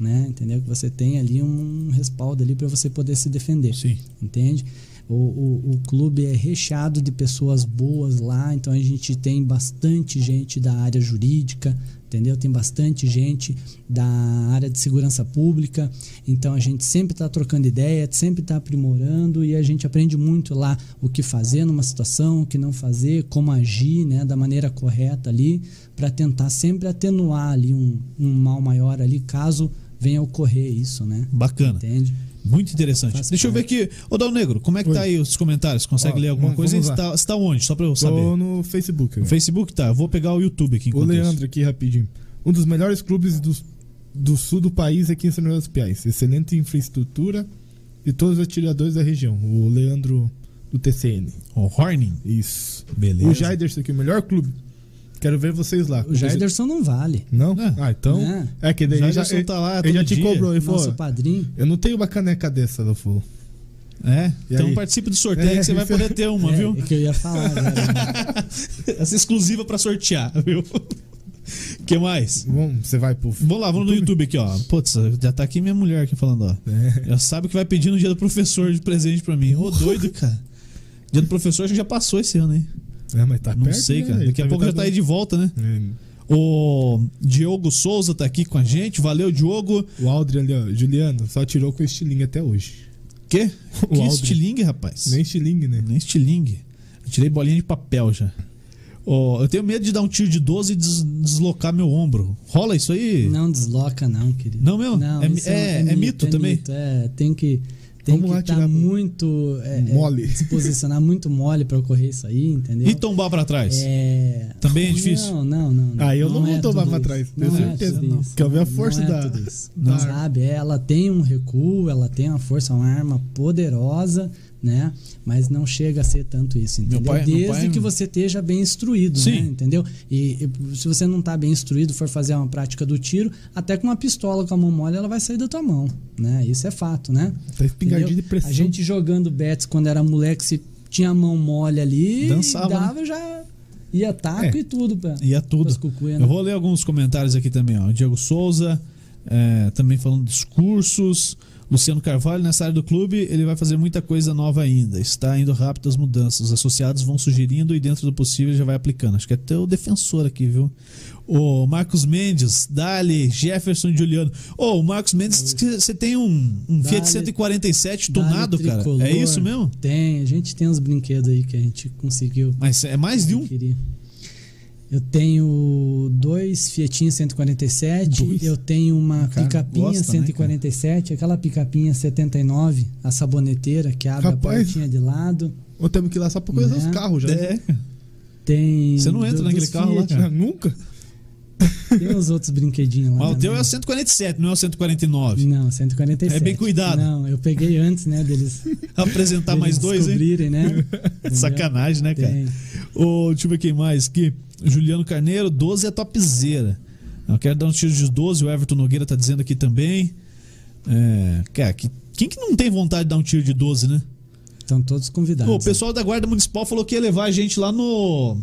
né? Entendeu? Que você tem ali um respaldo ali para você poder se defender
Sim.
entende? O, o, o clube é recheado de pessoas boas lá, então a gente tem bastante gente da área jurídica, entendeu? Tem bastante gente da área de segurança pública, então a gente sempre está trocando ideia, sempre está aprimorando e a gente aprende muito lá o que fazer numa situação, o que não fazer, como agir né, da maneira correta ali, para tentar sempre atenuar ali um, um mal maior ali, caso venha a ocorrer isso, né?
Bacana.
Entende?
Muito interessante.
Faz
Deixa eu ver aqui. Ô, Dal Negro, como é que tá aí os comentários? Consegue
Ó,
ler alguma
vamos-
coisa?
vamos
Você
lá.
tá, você tá onde? Só pra eu saber.
Tô no Facebook.
No
agora.
Facebook tá. Eu vou pegar o YouTube aqui
O
enquanto isso.
Leandro aqui, rapidinho. Um dos melhores clubes do, do sul do país aqui em São José dos Piais. Excelente infraestrutura e todos os atiradores da região. O Leandro do TCN.
O Horning.
Isso.
Beleza.
O Jaiderson aqui, o melhor clube. Quero ver vocês lá.
O Jairderson não vale.
Não?
É.
Ah, então.
Né?
É que daí
O
ele já,
Jaiderson
ele-
tá lá
ele já
todo
te
dia.
cobrou. Ele falou:
Nosso padrinho.
Eu não tenho uma caneca dessa, ela falou.
É.
E
então
aí?
participe do sorteio que você
É,
vai
isso-
poder ter uma,
é,
viu?
É que eu ia falar né? agora.
Essa é exclusiva pra sortear, viu? que mais?
Vamos, você vai pro.
Vamos lá, vamos no YouTube aqui, ó. Putz, já tá aqui minha mulher aqui falando, ó.
né?
Já sabe o que vai pedir no dia do professor de presente pra mim. Ô, doido, cara. Dia do professor acho que já passou esse ano, hein?
É, mas tá
Não
perto,
sei,
né?
cara.
Ele
Daqui a pouco já tá aí de volta, né?
É.
O Diogo Souza tá aqui com a gente. Valeu, Diogo.
O Aldrin ali, ó. Juliano, só tirou com estilingue até hoje.
Quê?
O
que
Aldrin.
estilingue, rapaz?
Nem estilingue, né?
Nem estilingue. Eu tirei bolinha de papel já. Ó, eu tenho medo de dar um tiro de 12 e des- deslocar meu ombro. Rola isso aí?
Não desloca, não, querido.
Não mesmo?
Não,
É mi-
isso um
é- é mito também?
é, tem que tem
Vamos lá
que estar
tirar-
muito é, é,
Mole.
se posicionar muito mole para ocorrer isso aí, entendeu?
E tombar pra trás?
É...
Também é difícil?
Não, não, não. não.
Ah, eu não vou
é
tomar
tudo
pra trás,
isso.
tenho
Não é
certeza,
tudo
não.
isso.
Quero ver a força
não é
da-
Tudo isso.
da arma.
Sabe? Ela tem um recuo, ela tem uma força, uma arma poderosa, né? Mas não chega a ser tanto isso, entendeu?
pai- meu
Desde
pai-
que você esteja bem instruído,
Sim.
né? Entendeu? E, e se você não tá bem instruído, for fazer uma prática do tiro, até com uma pistola com a mão mole, ela vai sair da tua mão, né? Isso é fato, né?
Tá espingardinha
Entendeu?
de pressão.
A gente jogando bets quando era moleque, se tinha a mão mole ali,
Dançava, né?
dava já ia taco
É.
e tudo pra,
Ia tudo.
pras cucuia, né?
Eu vou ler alguns comentários aqui também, ó. Diego Souza, é, também falando dos cursos. Luciano Carvalho, nessa área do clube, ele vai fazer muita coisa nova ainda. Está indo rápido as mudanças. Os associados vão sugerindo e, dentro do possível, já vai aplicando. Acho que é até o defensor aqui, viu? O Marcos Mendes, Dali, Jefferson e Juliano. Ô, o Marcos Mendes, diz que você tem um, um
Dali-
Fiat 147
Dá-lhe
tonado, cara.
tricolor.
É isso mesmo?
Tem, a gente tem uns brinquedos aí que a gente conseguiu.
Mas é mais de um.
adquirir. Eu tenho dois Fiatinha 147,
Dois?
eu tenho uma
O cara
picapinha
gosta, né,
147, aquela picapinha 79, a saboneteira que abre a
Rapaz.
portinha de lado.
Ou temos que ir lá só pra conhecer
Né?
os carros já.
É.
Tem.
Você não entra naquele
dos
carro lá,
Fiat,
cara.
Ah, Nunca?
Tem os outros brinquedinhos lá.
Mas o teu é
também.
o 147, não é o 149.
Não, 147.
É bem cuidado.
Não, eu peguei antes, né, deles,
Apresentar
deles
mais dois, hein?
descobrirem, né? Entendeu?
Sacanagem, né, cara?
Tem.
Ô, deixa eu ver quem mais aqui. Juliano Carneiro, 12 é topzera. Eu quero dar uns tiros de 12, o Everton Nogueira tá dizendo aqui também. É, cara, que- quem que não tem vontade de dar um tiro de 12, né?
Estão todos convidados.
Ô, o pessoal da Guarda Municipal falou que ia levar a gente lá no,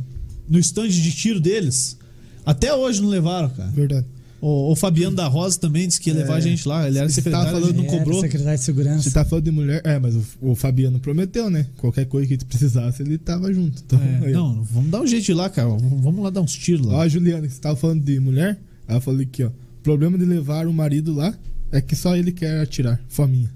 no stand de tiro deles. Até hoje não levaram, cara.
Verdade.
O, o Fabiano da Rosa também disse que ia levar
É.
a gente lá. Ele era
Você tá
secretário, ele
falando-
não
É,
cobrou.
Secretário de Segurança.
Você tá falando de mulher. É, mas o, o Fabiano prometeu, né? Qualquer coisa que tu precisasse, ele tava junto. Então,
É,
aí, ó.
não, vamos dar um jeito de ir lá, cara. Vamos vamos lá dar uns tiros
Ó,
lá.
a Juliana, você tava falando de mulher? Ela falou aqui, ó. O problema de levar o marido lá é que só ele quer atirar. Fominha.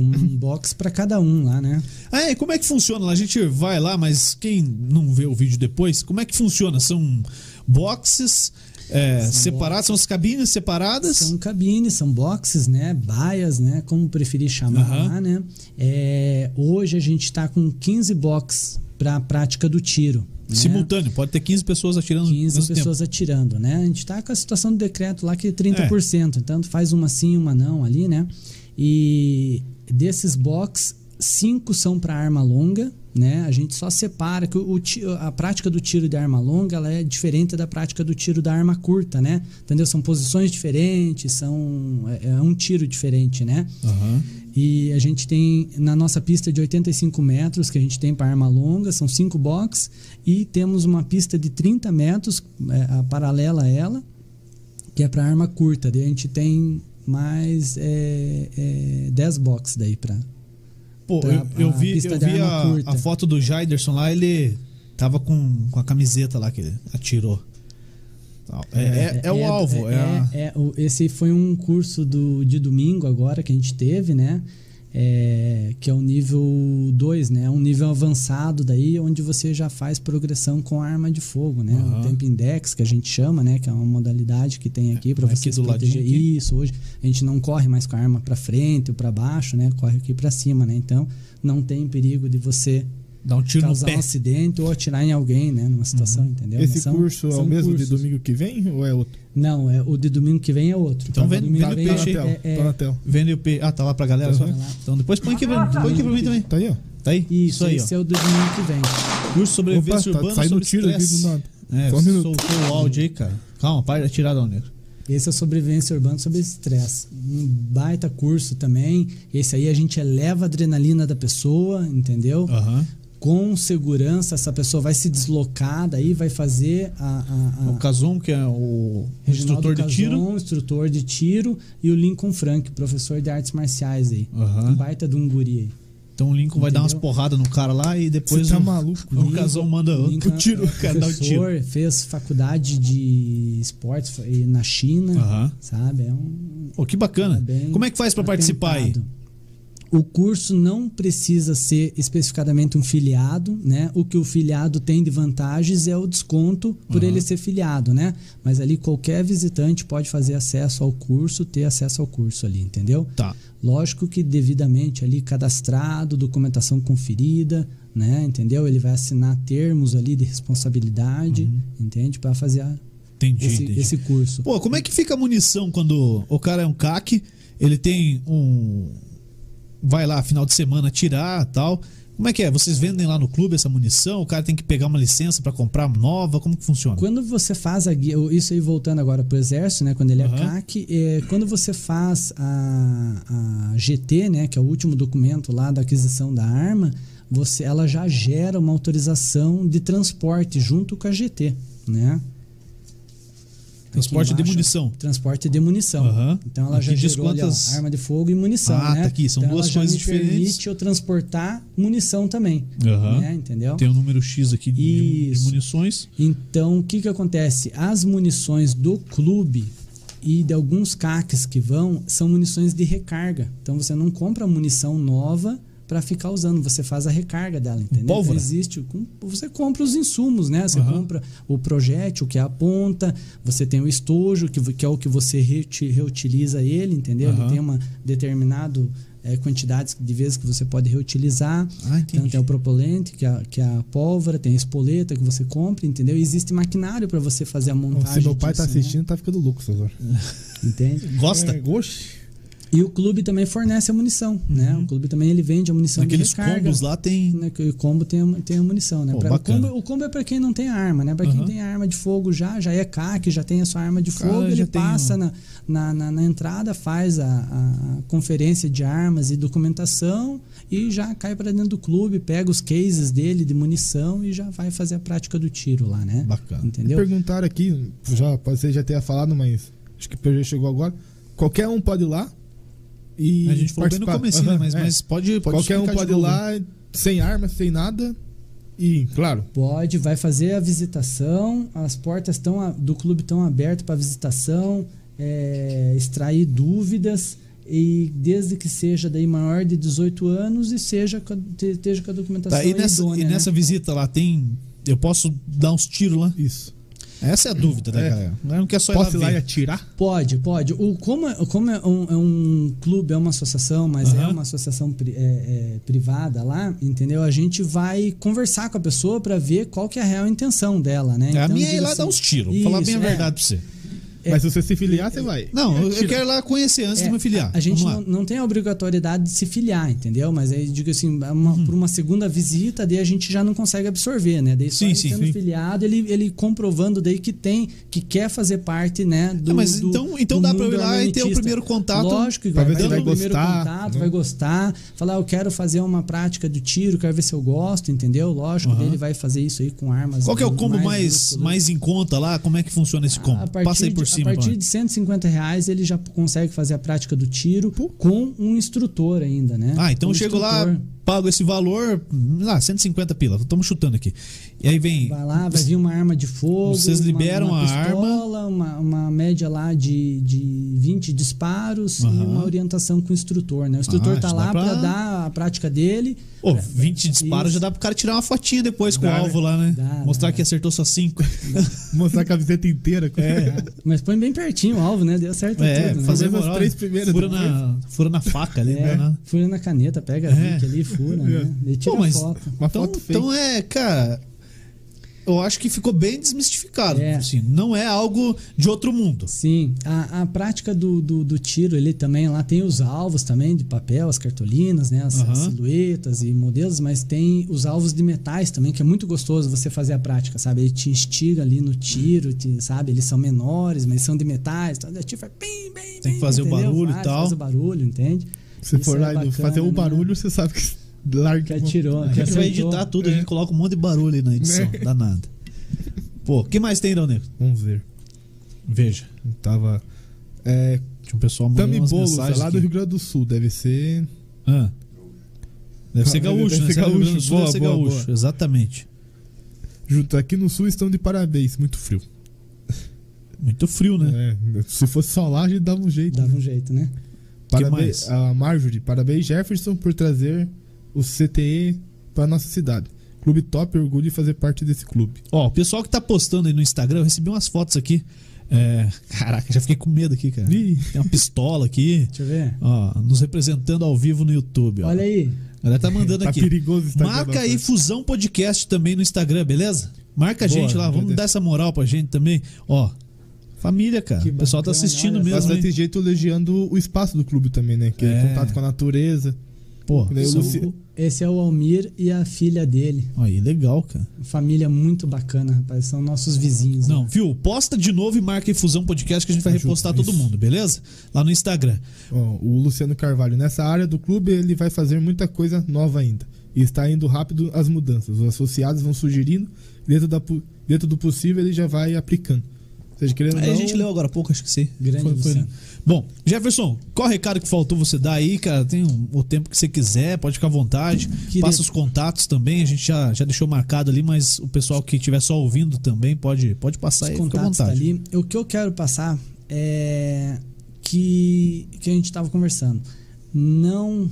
um box pra cada um lá, né?
Ah, é, e como é que funciona? lá? A gente vai lá, mas quem não vê o vídeo depois, como é que funciona? São boxes é, separadas, são as cabines separadas.
São cabines, são boxes, né? Baias, né? Como preferir chamar
Aham.
lá, né? É, hoje a gente tá com 15 boxes pra prática do tiro. né?
Simultâneo, pode ter 15 pessoas atirando
15
ao mesmo
pessoas atirando, né? A gente tá com a situação do decreto lá que é 30%, então tu faz uma sim, uma não ali, né? E desses box, cinco são para arma longa, né? A gente só separa que o, o ti- a prática do tiro de arma longa, ela é diferente da prática do tiro da arma curta, né? Entendeu? São posições diferentes, são é- é um tiro diferente, né?
tempo. Aham.
E a gente tem na nossa pista de 85 metros, que a gente tem para arma longa, são cinco box, e temos uma pista de 30 metros, é, a paralela a ela, que é para arma curta. Daí a gente tem mais é, é, 10 box daí para.
Pô,
Tá,
eu, eu
a
vi,
pista
eu
de
vi
arma
a,
curta.
a foto do Jaiderson lá, ele tava com, com a camiseta lá que ele atirou. Tal. É, é- é o alvo. É, a-
é, o- esse foi um curso do, de domingo agora que a gente teve, né? É, que é o nível 2, né? Um nível avançado daí, onde você já faz progressão com arma de fogo, né?
Aham. É,
O tempo index que a gente chama, né? Que é uma modalidade que tem aqui para
aqui
você se
do ladinho
proteger.
aqui.
Isso, hoje a gente não corre mais com a arma para frente ou para baixo, né? Corre aqui para cima, né? Então não tem perigo de você
dá um tiro no
causar
pé. Uhum.
um acidente ou atirar em alguém, né? Numa situação, entendeu?
Esse
Mas são-
curso é o
são
mesmo de
cursos.
domingo que vem ou é outro?
Não, é, o de domingo que vem é outro.
Então
O
vem-
domingo
tá-
que
tá
na
Peixe,
tela.
é, é-
Tá na tela.
Vende o P. Ah, tá lá pra galera. só.
Tá lá.
Então depois põe aqui, pra- põe aqui pra mim também.
Tá aí, ó.
Tá aí?
Ah, Isso,
aí, ó.
esse é o do domingo que vem.
Curso sobrevivência
Opa, tá
urbana
saindo
sobre
tiro aqui
estresse.
do nada.
É,
Só um minuto.
soltou o áudio aí, cara. Calma, para de atirar, Dal Negro.
Esse é o Sobrevivência Urbana sobre Estresse. Um baita curso também. Esse aí a gente eleva a adrenalina da pessoa, entendeu?
Aham.
Com segurança, essa pessoa vai se deslocar, daí vai fazer a. a-
Ah.
a-
O Kazum, que é o
Reginaldo
instrutor de tiro.
Cazon, instrutor de tiro, e o Lincoln Frank, professor de artes marciais aí.
Aham.
Um baita de um guri aí.
Então o Lincoln vai dar umas
Entendeu?
porradas no cara lá e depois um-
Você tá
o,
maluco?
o Kazum manda
Lincoln
o tiro,
é
o cara dá o tiro.
professor, fez faculdade de esportes fa- e na China,
Aham.
sabe? É um
Pô, que bacana.
Tá bem
Como é que faz pra participar aí?
atentado. o curso não precisa ser especificadamente um filiado, né? O que o filiado tem de vantagens é o desconto por
Uhum.
ele ser filiado, né? Mas ali qualquer visitante pode fazer acesso ao curso, ter acesso ao curso ali, entendeu?
Tá.
Lógico que devidamente ali cadastrado, documentação conferida, né? Entendeu? Ele vai assinar termos ali de responsabilidade, entende? Para fazer a-
Uhum. Entendi,
esse,
entendi.
esse curso.
Pô, como é que fica a munição quando o cara é um CAC, ele tem um. Vai lá final de semana tirar tal. Como é que é? Vocês vendem lá no clube essa munição? O cara tem que pegar uma licença pra comprar nova? Como que funciona?
Quando você faz a guia, isso aí voltando agora pro exército, né? Quando ele
Aham.
é CAC, é, quando você faz a, a GT, né? Que é o último documento lá da aquisição da arma, você, ela já gera uma autorização de transporte junto com a GT, né? Aqui
Transporte de
embaixo,
munição.
Transporte de munição.
Aham.
Então ela já
Aqui diz
gerou ali, ó,
quantas-
arma de fogo e munição,
Ah,
né?
tá aqui, são
Então
duas
ela já
coisas
me
diferentes.
permite eu transportar munição também,
Aham.
né? Entendeu?
Tem um número X aqui de- de, de
Isso.
munições.
Então, o que, que acontece? As munições do clube e de alguns CACs que vão são munições de recarga. Então, você não compra munição nova para ficar usando, você faz a recarga dela, entendeu?
pólvora?
Existe, com- você compra os insumos, né? Você
Aham.
compra o projétil, que é a ponta, você tem o estojo, que, vo- que é o que você reuti- reutiliza ele, entendeu?
Aham.
Ele tem uma determinada quantidade de vezes que você pode reutilizar.
Ah,
Então
entendi.
tem o propolente, que é, a- que é a pólvora, tem a espoleta que você compra, entendeu? E existe maquinário para você fazer a
Se
montagem.
meu pai tá
disso, né?
assistindo, tá ficando louco, Cesar.
Entende?
Gosta?
É, oxe.
E o clube também fornece a munição, né?
Uhum.
O clube também ele vende a munição
Naqueles
de é recarga.
combos lá tem.
né? Que o combo tem a, tem a munição, né?
Pô,
Pra- o,
bacana.
combo, o combo é para quem não tem arma, né? Para quem
Aham.
tem arma de fogo já, já é CAC, já tem a sua arma de
Cara,
fogo,
já
ele
tem
passa
um-
na, na, na- na entrada, faz a, a conferência de armas e documentação e já cai para dentro do clube, pega os cases dele de munição e já vai fazer a prática do tiro lá, né?
Bacana.
Me
Entendeu?
perguntaram aqui, já, pode ser já tenha falado, mas acho que o PG chegou agora. Qualquer um pode ir lá e.
A gente falou bem no
participar.
comecinho, né?
Aham,
Mas,
é.
mas pode, pode
Qualquer um
explicar de
pode ir
novo, né?
lá, sem arma, sem nada. E, claro,
Pode, vai fazer a visitação, as portas estão a- do clube estão abertas para visitação, é, extrair dúvidas e desde que seja daí maior de 18 anos e seja com a- te- esteja com a documentação
Tá, e nessa,
idônea.
e
né?
nessa visita lá tem. Eu posso dar uns tiros lá?
isso.
Essa é a dúvida da
É.
galera. Não quer só ir
Posso ir lá
ver.
e atirar?
Pode, pode. O, como é, como é, um, é um clube, é uma associação, mas é
Aham.
uma associação pri- é, é, privada lá, entendeu? A gente vai conversar com a pessoa para ver qual que é a real intenção dela, né?
a
Então,
minha é ir
diga
lá
assim,
dar uns tiros. Vou falar a
isso,
minha
é.
verdade pra você.
É.
Mas se você se filiar, você vai. É
Não, eu- eu
Atira.
quero ir lá conhecer antes
É,
de me filiar.
A, a gente
Vamos
não,
lá.
não tem a obrigatoriedade de se filiar, entendeu? Mas aí, digo assim, uma,
Hum.
por uma segunda visita, daí a gente já não consegue absorver, né? Daí só
Sim,
ele
sim,
sendo
sim.
filiado, ele, ele comprovando daí que tem, que quer fazer parte, né? Do,
Ah, mas
do-
então, então
do
dá pra eu
mundo
ir lá e ter o
armamentista.
primeiro contato.
Lógico que
pra ver
vai, vai
se
ter
vai
o primeiro
gostar,
contato,
né?
vai gostar, falar, eu quero fazer uma prática do tiro, quero ver se eu gosto, entendeu? Lógico,
Aham.
daí ele vai fazer isso aí com armas.
Qual que é o
mais-
combo mais,
músculo, né?
mais em conta lá? Como é que funciona esse combo?
A partir,
Passa aí por cima.
de, A partir
mano.
de 150 reais ele já consegue fazer a prática do tiro com um instrutor ainda, né?
Ah, então
um
eu chego lá,
instrutor.
pago esse valor, lá, 150 pila. Estamos chutando aqui. E aí vem.
Vai lá, vai vir uma arma de fogo.
Vocês
uma-
liberam
uma,
a arma.
pistola, Uma, uma média lá de, de 20 disparos e
Aham.
uma orientação com o instrutor, né? O instrutor
Ah,
tá
isso dá
lá
pra-
para dar a prática dele. É.
Ô, 20 disparos
Isso.
já dá pro cara tirar uma fotinha depois com
Dá,
o
né?
alvo lá, né?
Dá,
Mostrar
dá.
que acertou só 5.
Mostrar a camiseta inteira.
É.
Mas põe bem pertinho o alvo, né? Deu certo
É,
tudo, né?
fazer
Pelo menos
moral.
três primeiras,
fura,
depois.
na, fura na faca ali,
É,
né? Na-
fura na caneta, pega a
É.
link ali, fura, né? Ele tira
Pô, mas-
a foto.
Uma
então,
foto feia.
então é, cara. Eu acho que ficou bem desmistificado.
É.
assim, não é algo de outro mundo.
Sim, a, a prática do, do, do tiro ele também lá tem os alvos também de papel, as cartolinas, né, as, as
Aham.
silhuetas e modelos, mas tem os alvos de metais também que é muito gostoso você fazer a prática, sabe? Ele te instiga ali no tiro, te- sabe? Eles são menores, mas são de metais, então o tiro faz bem, bem,
Tem que fazer o barulho e tal.
Faz o barulho, entende?
Se
Isso
for
é
lá e não
bacana,
fazer o
né?
barulho, você sabe que larga.
que atirou,
A
que
gente vai
acertou.
editar tudo, a gente coloca um monte de barulho aí na edição. Danado. Pô, o que mais tem, Nego?
Vamos ver.
Veja.
Tava. É,
Tinha um pessoal mandando
Tami
umas
Boulos,
mensagens
é lá
aqui.
do Rio Grande do Sul, deve ser.
Ah. Deve ser
Ah,
gaúcho,
deve
né?
ser
Se é do Rio Grande do
gaúcho.
Sul, deve
Boa,
ser
boa,
gaúcho.
boa.
Exatamente.
Junto aqui no Sul estão de parabéns, muito frio.
Muito frio, né?
É, se fosse só lá, a gente dava um jeito.
Dava um jeito, né?
Parabéns
mais?
a Marjorie, parabéns Jefferson por trazer o CTE para nossa cidade. Clube top, orgulho de fazer parte desse clube.
Ó, o pessoal que tá postando aí no Instagram, eu recebi umas fotos aqui. É, caraca, já fiquei com medo aqui, cara.
Ih.
Tem uma pistola aqui.
Deixa eu ver.
Ó, nos representando ao vivo no YouTube. Ó.
Olha aí.
A galera tá mandando
Tá
aqui.
perigoso o Instagram
Marca
da
aí
França.
Fusão Podcast também no Instagram, beleza? Marca a
Boa,
gente lá,
meu
vamos
Deus.
dar essa moral pra gente também. Ó, família, cara.
Que
o pessoal tá
bacana,
assistindo
olha só.
mesmo.
Bastante
hein?
jeito elogiando o espaço do clube também, né? Que é,
É.
contato com a natureza.
Pô,
Daí o
são-
Luci-
Esse é o Almir e a filha dele.
aí, legal, cara.
Família muito bacana, rapaz. São nossos vizinhos. né?
Não, viu? Posta de novo e marca aí Fusão Podcast que a gente vai
Ajuda,
repostar todo
isso.
mundo, beleza? Lá no Instagram.
Ó, o Luciano Carvalho, nessa área do clube, ele vai fazer muita coisa nova ainda. E está indo rápido as mudanças. Os associados vão sugerindo, dentro, da, pu- dentro do possível ele já vai aplicando. Ou seja, querendo ou
Aí
não,
a gente leu agora há pouco, acho que sim.
Grande Luciano.
Então, Bom, Jefferson, qual recado que faltou você dar aí, cara? Tem um- o tempo que você quiser, pode ficar à vontade.
Queria-
Passa os contatos também, a gente já, já deixou marcado ali, mas o pessoal que estiver só ouvindo também pode, pode passar
os
aí, fica à
contatos tá
vontade.
ali. O que eu quero passar é que, que a gente estava conversando. Não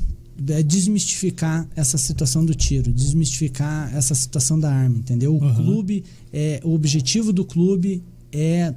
é desmistificar essa situação do tiro, desmistificar essa situação da arma, entendeu? O
Aham.
clube, é, o objetivo do clube é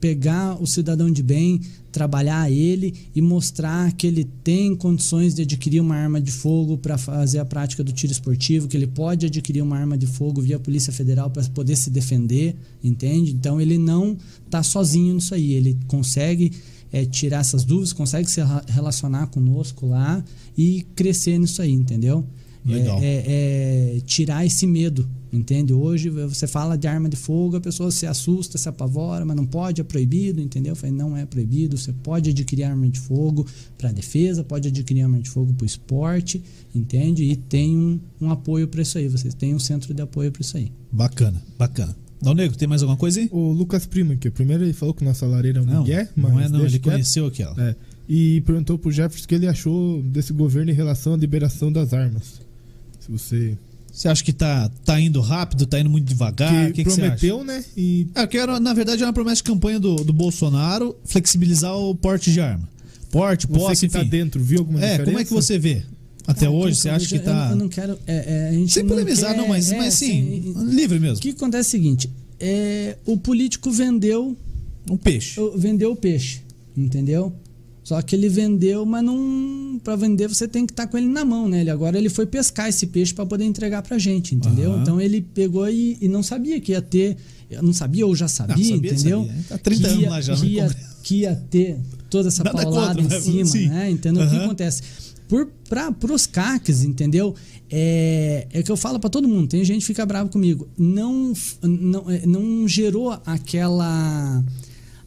pegar o cidadão de bem, trabalhar ele e mostrar que ele tem condições de adquirir uma arma de fogo para fazer a prática do tiro esportivo, que ele pode adquirir uma arma de fogo via Polícia Federal para poder se defender, entende? Então ele não está sozinho nisso aí, ele consegue é, tirar essas dúvidas, consegue se rela- relacionar conosco lá e crescer nisso aí, entendeu? É-
Legal.
é- é, é tirar esse medo, entende? Hoje você fala de arma de fogo, a pessoa se assusta, se apavora, mas não pode, é proibido, entendeu? Eu falei, não é proibido, você pode adquirir arma de fogo para defesa, pode adquirir arma de fogo para o esporte, entende? E tem um, um apoio para isso aí, vocês têm um centro de apoio para isso aí.
Bacana, bacana. Dal Negro, tem mais alguma coisa aí?
O Lucas Primo, que primeiro ele falou que nossa lareira é um
Não,
migué, mas
não é não,
deixa
ele
quieto.
conheceu aqui, ó.
É, e perguntou pro Jefferson o que ele achou desse governo em relação à liberação das armas. Se você.
Você acha que tá, tá indo rápido, tá indo muito devagar? O que, que você acha?
prometeu, né? E
É, que era, na verdade, era uma promessa de campanha do, do Bolsonaro flexibilizar o porte de arma. Porte,
você
posse,
que tá
enfim.
dentro, viu alguma
É,
diferença?
como é que você vê? Até hoje, você acha que
Ah, então, Eu-
tá.
Eu, não quero... é, é, a gente
Sem polemizar,
quer-
não, mas,
é,
mas sim,
sem-
livre
O
mesmo.
que acontece é o seguinte, é, o político vendeu
Um peixe.
Eu- vendeu o peixe, entendeu? Só que ele vendeu, mas não para vender você tem que estar com ele na mão, né? Ele agora ele foi pescar esse peixe para poder entregar pra gente, entendeu?
Aham.
Então ele pegou e, e não sabia que ia ter, não sabia ou já sabia,
sabia,
entendeu?
sabia. Tá 30
que
anos
ia,
lá já no
que ia,
Congresso.
que ia ter toda essa
Nada contra,
paulada em
mas
cima,
sim.
né? Entendeu? O que
Aham.
acontece? Por, pra, pros caques, entendeu? É, é que eu falo pra todo mundo, tem gente que fica bravo comigo. Não, f- não, é, não gerou aquela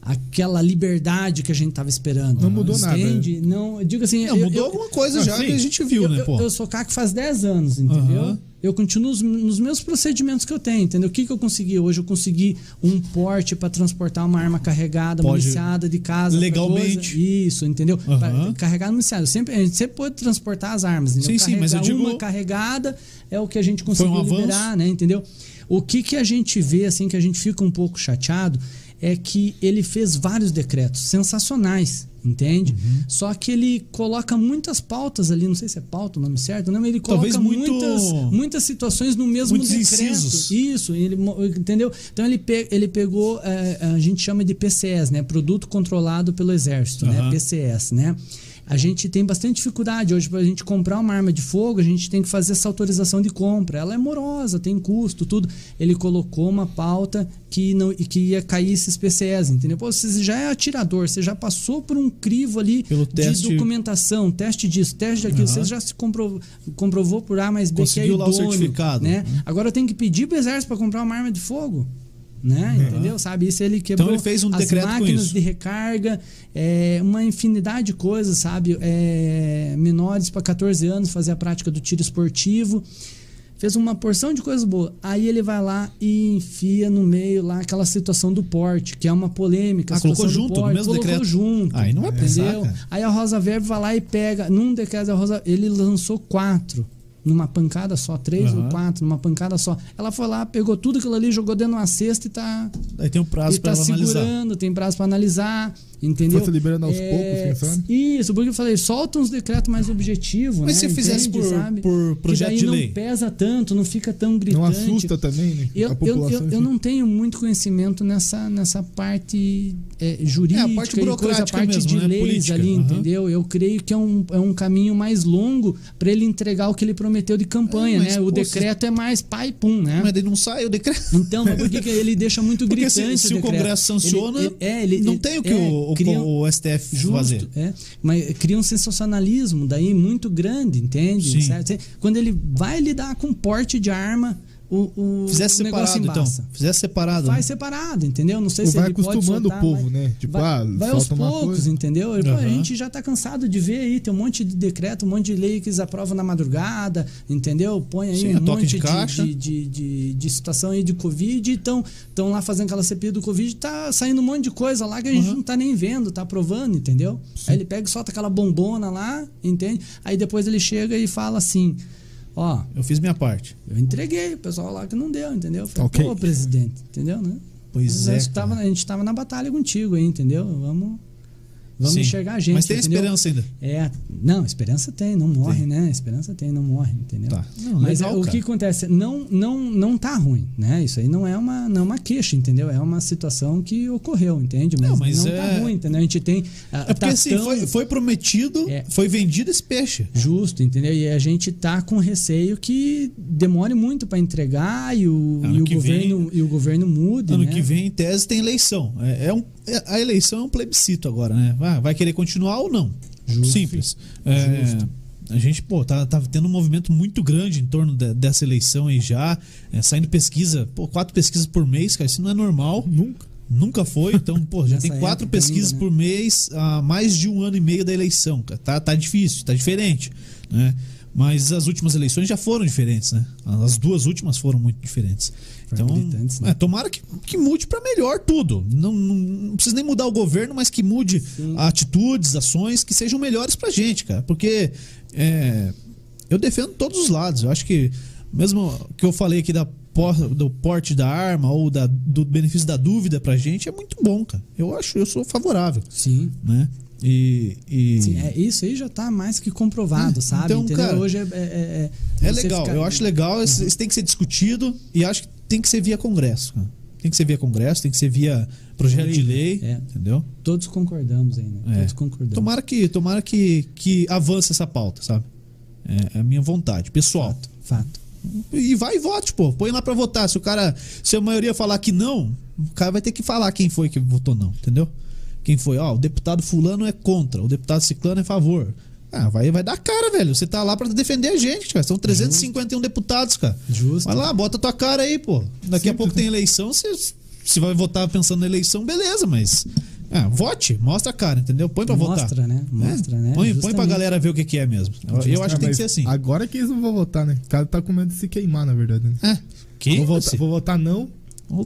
aquela liberdade que a gente tava esperando.
Não mudou nada,
entende? nada. Não, eu digo assim,
Não,
eu-
mudou
eu-
alguma coisa
Ah,
já
sim.
que a gente viu,
eu,
né,
eu-
pô?
eu sou CAC faz 10 anos, entendeu?
Aham.
Eu continuo os- nos meus procedimentos que eu tenho, entendeu? O que, que eu consegui hoje? Eu consegui um porte para transportar uma arma carregada,
Pode-
municiada de casa. pra
Legalmente.
coisa. Isso, entendeu?
Aham.
Pra- Carregada municiada. Sempre, a gente sempre pôde transportar as armas, entendeu?
Sim, sim, mas eu
Carregar
digo-
Uma carregada é o que a gente conseguiu
um avanço.
liberar, né? Entendeu? O que, que a gente vê, assim, que a gente fica um pouco chateado é que ele fez vários decretos sensacionais, entende?
Uhum.
Só que ele coloca muitas pautas ali, não sei se é pauta o nome certo, não, mas ele coloca
Talvez muito-
muitas, muitas situações no mesmo
Muitos
decreto.
incisos.
Isso, ele, mo- entendeu? Então ele, pe- ele pegou, eh, a gente chama de PCS, né? Produto controlado pelo Exército, né?
Aham.
PCS, né? A gente tem bastante dificuldade hoje para a gente comprar uma arma de fogo, a gente tem que fazer essa autorização de compra. Ela é morosa, tem custo, tudo. Ele colocou uma pauta que não e que ia cair esses PCS, entendeu? Pô, você já é atirador, você já passou por um crivo ali
Pelo teste-
de documentação, teste disso, teste daquilo,
Aham.
você já se comprovou, comprovou por A mais B
Conseguiu
que é
lá o
idôneo,
certificado.
né? Agora eu tenho que pedir pro exército para comprar uma arma de fogo. Né? Entendeu? Sabe? Isso ele quebrou
Uhum. ele fez um
as
decreto com
máquinas
isso.
de recarga, é, uma infinidade de coisas, sabe? É, menores para 14 anos fazer a prática do tiro esportivo. Fez uma porção de coisas boas. Aí ele vai lá e enfia no meio lá aquela situação do porte, que é uma polêmica. a
Ah, colocou
situação do
junto, no
porte,
mesmo
colocou
decreto.
junto.
Aí não é vai
entendeu?
pensar, cara.
Aí a Rosa Verbo vai lá e pega. Num decreto da Rosa, ele lançou quatro. numa pancada só, três
Aham.
ou quatro, numa pancada só. Ela foi lá, pegou tudo aquilo ali, jogou dentro de uma cesta e tá,
Aí tem um prazo
e
pra
tá
ela
segurando,
analisar.
tem prazo pra analisar, entendeu? É,
Foi se liberando aos poucos, quem sabe?
Isso, porque eu falei, solta uns decretos mais objetivos,
Mas
né?
se fizesse
Entende,
por,
sabe?
por
que
projeto
daí
de
não
lei.
pesa tanto, não fica tão gritante.
Não assusta também, né? a
Eu, eu- eu,
população.
eu
assim.
não tenho muito conhecimento nessa, nessa parte é, jurídica,
É, a parte
e coisa, a
burocrática
parte
mesmo,
de
né?
leis
Política,
ali,
aham.
entendeu? Eu creio que é um, é um caminho mais longo para ele entregar o que ele prometeu de campanha,
É, mas,
né? O
pô,
decreto é mais pai pum, né?
Mas daí não sai o decreto.
Então, mas por que que ele deixa muito
Porque
gritante
se- se, o
decreto?
Congresso
Ele-
sanciona,
ele- é, ele-
não
ele-
tem o que
é,
o, o-
cria-
o STF
Justo,
fazer.
é. Mas cria um sensacionalismo daí muito grande, entende?
Sim.
Certo? Quando ele vai lidar com porte de arma, o, o,
Fizesse
o negócio
separado, então.
embaça.
Fizesse separado.
Faz
né?
separado, entendeu? Não sei
Ou
se
vai
ele pode
acostumando
soltar,
o povo,
vai-
né? Tipo,
vai,
ah,
vai aos
solta uma
poucos,
coisa.
entendeu? Ele, pô,
Aham.
A gente já tá cansado de ver aí, tem um monte de decreto, um monte de lei que eles aprovam na madrugada, entendeu? Põe aí
Sim, é
um
toque
monte
de caixa.
de, de, de- de situação aí de Covid, então estão lá fazendo aquela CPI do Covid, tá saindo um monte de coisa lá que a gente
Aham.
não tá nem vendo, tá aprovando, entendeu? Aí ele pega e solta aquela bombona lá, entende? Aí depois ele chega e fala assim, ó...
Eu fiz minha parte.
Eu entreguei, o pessoal lá que não deu, entendeu? Eu Falei,
Ok.
Pô, presidente, entendeu, né?
Pois
Mas
é.
a, gente
cara.
tava, a gente tava na batalha contigo aí, entendeu? Vamos, vamos
Sim.
enxergar a gente.
Mas tem
entendeu?
esperança ainda.
É, não, esperança tem, não morre,
Tem.
né? Esperança tem, não morre, entendeu?
Tá. Não,
Mas
legal,
é, o
cara.
que acontece, não, não, não tá ruim, né? Isso aí não é uma, não é uma queixa, entendeu? É uma situação que ocorreu, entende? Mas
Não,
não,
mas é-
tá ruim, entendeu? A gente tem. ah,
É porque
tá
assim,
tão-
foi, foi prometido,
É.
foi vendido esse peixe.
Justo, entendeu? E a gente tá com receio que demore muito para entregar e o,
Ano
e o
que vem-
governo e o governo mude,
Ano
né?
que vem, em tese, tem eleição. É, é um, é- a eleição é um plebiscito agora, né? Vai, vai querer continuar ou não?
Justo.
Simples. É, A gente, pô, tá, tá tendo um movimento muito grande em torno de- dessa eleição aí já. É, saindo pesquisa, pô, quatro pesquisas por mês, cara, isso não é normal.
Nunca.
Nunca foi, então, pô, já
Nessa
tem quatro
época ainda,
pesquisas
né?
por mês há mais de um ano e meio da eleição, cara. Tá, tá difícil, tá diferente, né? Mas as últimas eleições já foram diferentes, né? As duas últimas foram muito diferentes.
Foram
então,
gritantes, né?
é, tomara que, que mude pra melhor tudo. Não, não, não precisa nem mudar o governo, mas que mude atitudes, ações que sejam melhores pra gente, cara. Porque é, eu defendo todos os lados. Eu acho que, mesmo que eu falei aqui da por- do porte da arma ou da, do benefício da dúvida pra gente, é muito bom, cara. Eu acho, eu sou favorável,
Sim.
né? E. e-
Sim, é, isso aí já tá mais que comprovado, sabe?
Hum. então,
Entendeu?
cara,
Hoje é. É, é-
É
você
legal,
fica-
eu acho legal, isso isso tem que ser discutido e acho que tem que ser via Congresso. cara. Tem que ser via Congresso, tem que ser via projeto de lei,
É.
entendeu?
Todos concordamos aí, né?
É.
Todos concordamos.
Tomara que, tomara que, que avance essa pauta, sabe? É, é a minha vontade, pessoal.
Fato, fato.
E vai e vote, pô. Põe lá pra votar. Se o cara, se a maioria falar que não, o cara vai ter que falar quem foi que votou não, entendeu? Quem foi, ó, o deputado fulano é contra, o deputado ciclano é a favor. Ah, vai, vai dar cara, velho. Você tá lá pra defender a gente, cara. São 351 deputados, cara.
Justo.
Vai lá, bota tua cara aí, pô. Daqui a
Simples,
pouco tem eleição, você se vai votar pensando na eleição, beleza, mas. Ah, vote, mostra a cara, entendeu? Põe pra votar. É.
Mostra, né? Mostra, né?
Põe, põe pra
Justamente.
galera ver o que, que é mesmo. Eu, eu acho que tem que
mas
ser assim.
Agora que eles não vão votar, né? O cara tá com medo de se queimar, na verdade. Né?
É. Que?
Vou votar, vou votar não.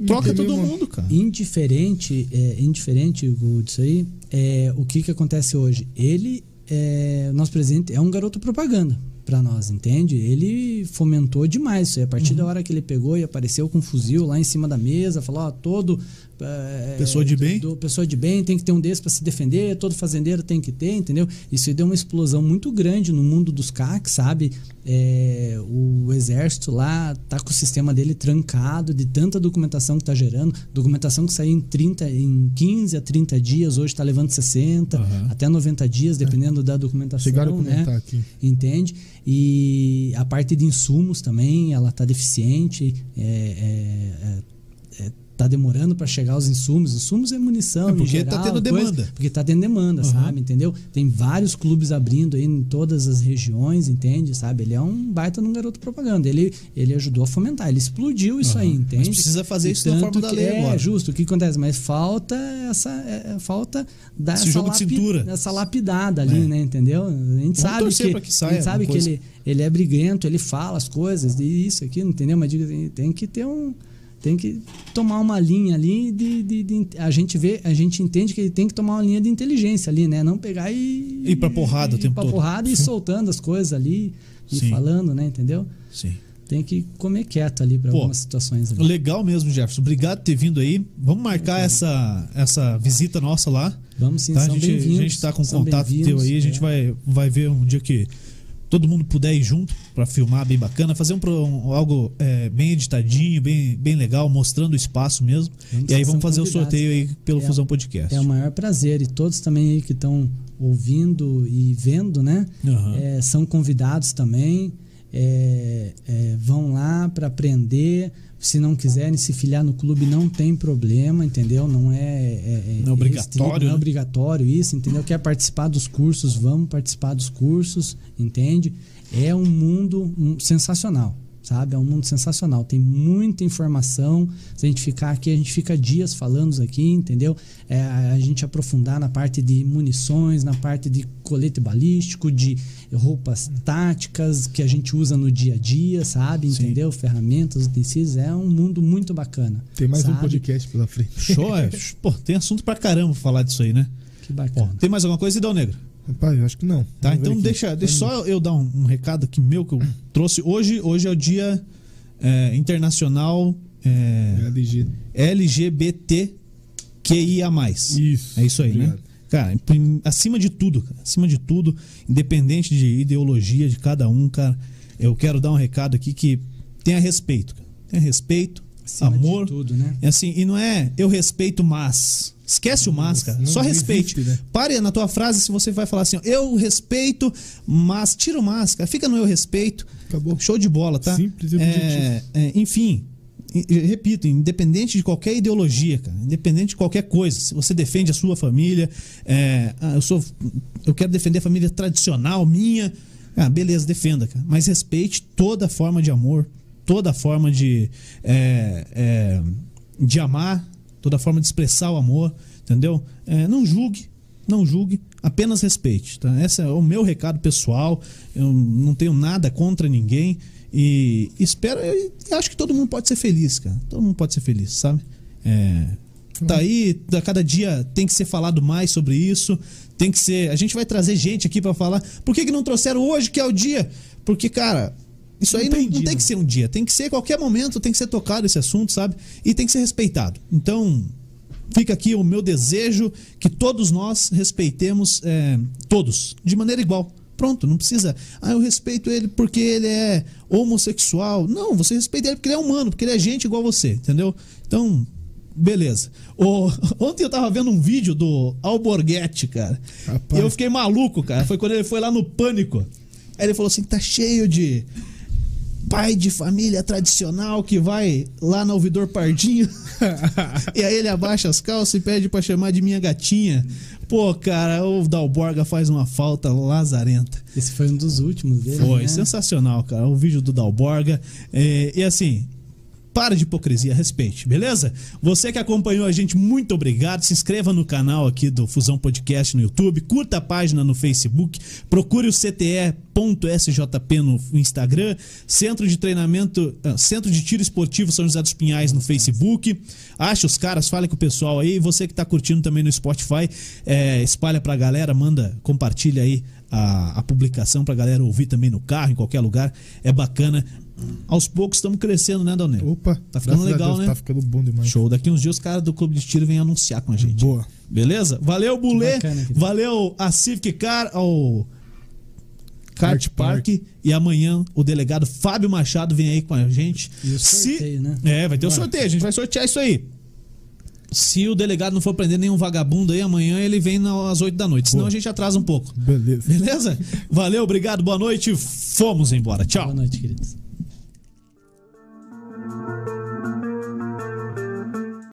Troca
Entendi,
todo
mano.
mundo, cara.
indiferente, é, indiferente Hugo, disso aí, é, o que, que acontece hoje? Ele, é, nosso presidente, é um garoto propaganda para nós, entende? Ele fomentou demais isso aí. A partir
Uhum.
da hora que ele pegou e apareceu com um fuzil lá em cima da mesa, falou: ó, todo. é,
Pessoa de bem?
do- pessoa de bem tem que ter um desse para se defender, todo fazendeiro tem que ter, entendeu? Isso aí deu uma explosão muito grande no mundo dos CAC, sabe? É, o exército lá tá com o sistema dele trancado de tanta documentação que tá gerando, documentação que saiu em 30, em 15 a 30 dias, hoje tá levando 60,
Aham.
até 90 dias, dependendo da documentação,
Chegaram a
né?
comentar aqui.
entende? E a parte de insumos também, ela tá deficiente, é, é, é, é, tá demorando para chegar os insumos. Insumos é munição,
É,
em
porque tá
geral,
tendo
coisa-
demanda.
porque tá tendo demanda,
Aham.
sabe? Entendeu? Tem vários clubes abrindo aí em todas as regiões, entende? Sabe? Ele é um baita num garoto propaganda. Ele, ele ajudou a fomentar, ele explodiu isso aí,
Aham.
entende?
Mas precisa fazer
E
isso na
tanto
forma da
que-
lei
é,
agora.
justo, o que acontece? Mas falta essa. é, é, falta dar
Esse
essa,
jogo de cintura.
essa lapidada ali,
É.
né? Entendeu? A gente sabe
torcer
que,
pra que saia
a gente sabe
alguma
que
coisa.
ele, ele é briguento, ele fala as coisas, e isso aqui, entendeu? Mas digo assim, tem que ter um. Tem que tomar uma linha ali de, de- de- A gente vê, a gente entende que ele tem que tomar uma linha de inteligência ali, né? Não pegar e.
Ir pra porrada o
e-
tempo
pra
todo.
porrada e ir soltando as coisas ali. ir
Sim.
falando, né? Entendeu?
Sim.
Tem que comer quieto ali para
Pô.
algumas situações. ali.
Legal mesmo, Jefferson. Obrigado por ter vindo aí. Vamos marcar essa, essa visita nossa lá.
Vamos Uhum. sim,
tá? A
são
gente,
bem-vindos.
a gente tá com
são
contato teu
bem-vindos,
aí. A gente
é.
vai, vai ver um dia que todo mundo puder ir junto pra filmar bem bacana. Fazer um, pro- um- algo é, bem editadinho, bem, bem legal, mostrando o espaço mesmo.
Vamos
e aí
sim,
vamos
são
fazer o
convidados.
sorteio aí pelo
É.
Fusão Podcast.
É o maior prazer. E todos também aí que estão ouvindo e vendo, né?
Aham.
É, são convidados também. é, é, vão lá para aprender. Se não quiserem se filiar no clube, não tem problema, entendeu? Não é, é- é
Não é obrigatório,
restrito, não
né?
é obrigatório isso, entendeu? Quer participar dos cursos, vamos participar dos cursos, entende? É um mundo um, sensacional, sabe? É um mundo sensacional. Tem muita informação. Se a gente ficar aqui, a gente fica dias falando aqui, entendeu? É, a a gente aprofundar na parte de munições, na parte de colete balístico, de roupas táticas que a gente usa no dia a dia, sabe?
Sim.
Entendeu? Ferramentas, utensílios. É um mundo muito bacana.
Tem mais um
sabe?
podcast pela frente.
Show, é. Pô, tem assunto pra caramba pra falar disso aí, né?
Que
Ó,
bacana.
tem mais alguma coisa, Idão Negro?
Rapaz, eu acho que não.
Tá,
Vamos ver
então
aqui.
deixa, deixa só eu dar um, um recado aqui meu que eu trouxe. Hoje, hoje é o dia é, internacional é,
LG.
LGBTQIA.
Isso.
É isso aí, né?
Obrigado.
Cara, em prim- acima de tudo, cara, acima de tudo, independente de ideologia de cada um, cara, eu quero dar um recado aqui que tenha respeito, cara. Tenha respeito,
Acima de
amor,
tudo, né?
é assim, e não é eu respeito, mas. Esquece o mas, cara.
não
Só
existe,
respeite.
né?
Pare na tua frase se você vai falar assim, ó, eu respeito, mas tira o mas, cara. Fica no eu respeito.
Acabou.
Show de bola, tá?
Simples e
é, é, Enfim, e- e repito, independente de qualquer ideologia, cara, independente de qualquer coisa, se você defende a sua família, é, ah, eu sou, eu quero defender a família tradicional minha, ah, beleza, defenda, cara, mas respeite toda forma de amor, toda forma de é, é, de amar, toda forma de expressar o amor, entendeu? É, não julgue, não julgue, apenas respeite. Tá? Esse é o meu recado pessoal. Eu não tenho nada contra ninguém. E espero. Eu acho que todo mundo pode ser feliz, cara. Todo mundo pode ser feliz, sabe? É, tá aí, a cada dia tem que ser falado mais sobre isso. Tem que ser. A gente vai trazer gente aqui pra falar. Por que, que não trouxeram hoje, que é o dia? Porque, cara. Isso aí não, não
Entendi,
tem que
né?
ser um dia, tem que ser qualquer momento, tem que ser tocado esse assunto, sabe? E tem que ser respeitado. Então, Fica aqui o meu desejo que todos nós respeitemos é, todos, de maneira igual. Pronto, não precisa. Ah, eu respeito ele porque ele é homossexual. Não, você respeita ele porque ele é humano, porque ele é gente igual você, entendeu? Então, beleza. Ô, ontem eu tava vendo um vídeo do Alborguete, cara.
Rapaz.
E eu fiquei maluco, cara. Foi quando ele foi lá no Pânico. Aí ele falou assim: tá cheio de pai de família tradicional que vai lá na ouvidor Pardinho. e aí ele abaixa as calças e pede pra chamar de minha gatinha. Pô, cara, o Dalborga faz uma falta lazarenta.
Esse foi um dos últimos dele.
Foi
né?
sensacional, cara. O vídeo do Dalborga. É, e assim. Para de hipocrisia, respeite, beleza? Você que acompanhou a gente, muito obrigado. Se inscreva no canal aqui do Fusão Podcast no YouTube, curta a página no Facebook, procure o cte.sjp no Instagram, Centro de Treinamento, ah, Centro de Tiro Esportivo São José dos Pinhais no Facebook. Acha os caras, fale com o pessoal aí. Você que tá curtindo também no Spotify, é, espalha pra galera, manda, compartilha aí a, a publicação pra galera ouvir também no carro, em qualquer lugar. É bacana. Aos poucos estamos crescendo, né, Dalneu?
Opa,
Tá ficando
graças a
legal,
Deus,
né?
Tá ficando bom demais.
Show. Daqui uns dias os caras do Clube de Tiro vêm anunciar com a gente.
Boa.
Beleza? Valeu, Bulê.
bacana, querido.
Valeu a Civic Car, ao Kart
Kart
Park.
Park.
E amanhã o delegado Fábio Machado vem aí com a gente.
E o sorteio, né?
É, vai ter o sorteio. A gente vai sortear isso aí. Se o delegado não for prender nenhum vagabundo aí, amanhã ele vem na- às 8 da noite. Senão a gente atrasa um pouco.
Beleza.
Beleza? Valeu, obrigado, boa noite. Fomos embora. Tchau.
Boa noite, queridos.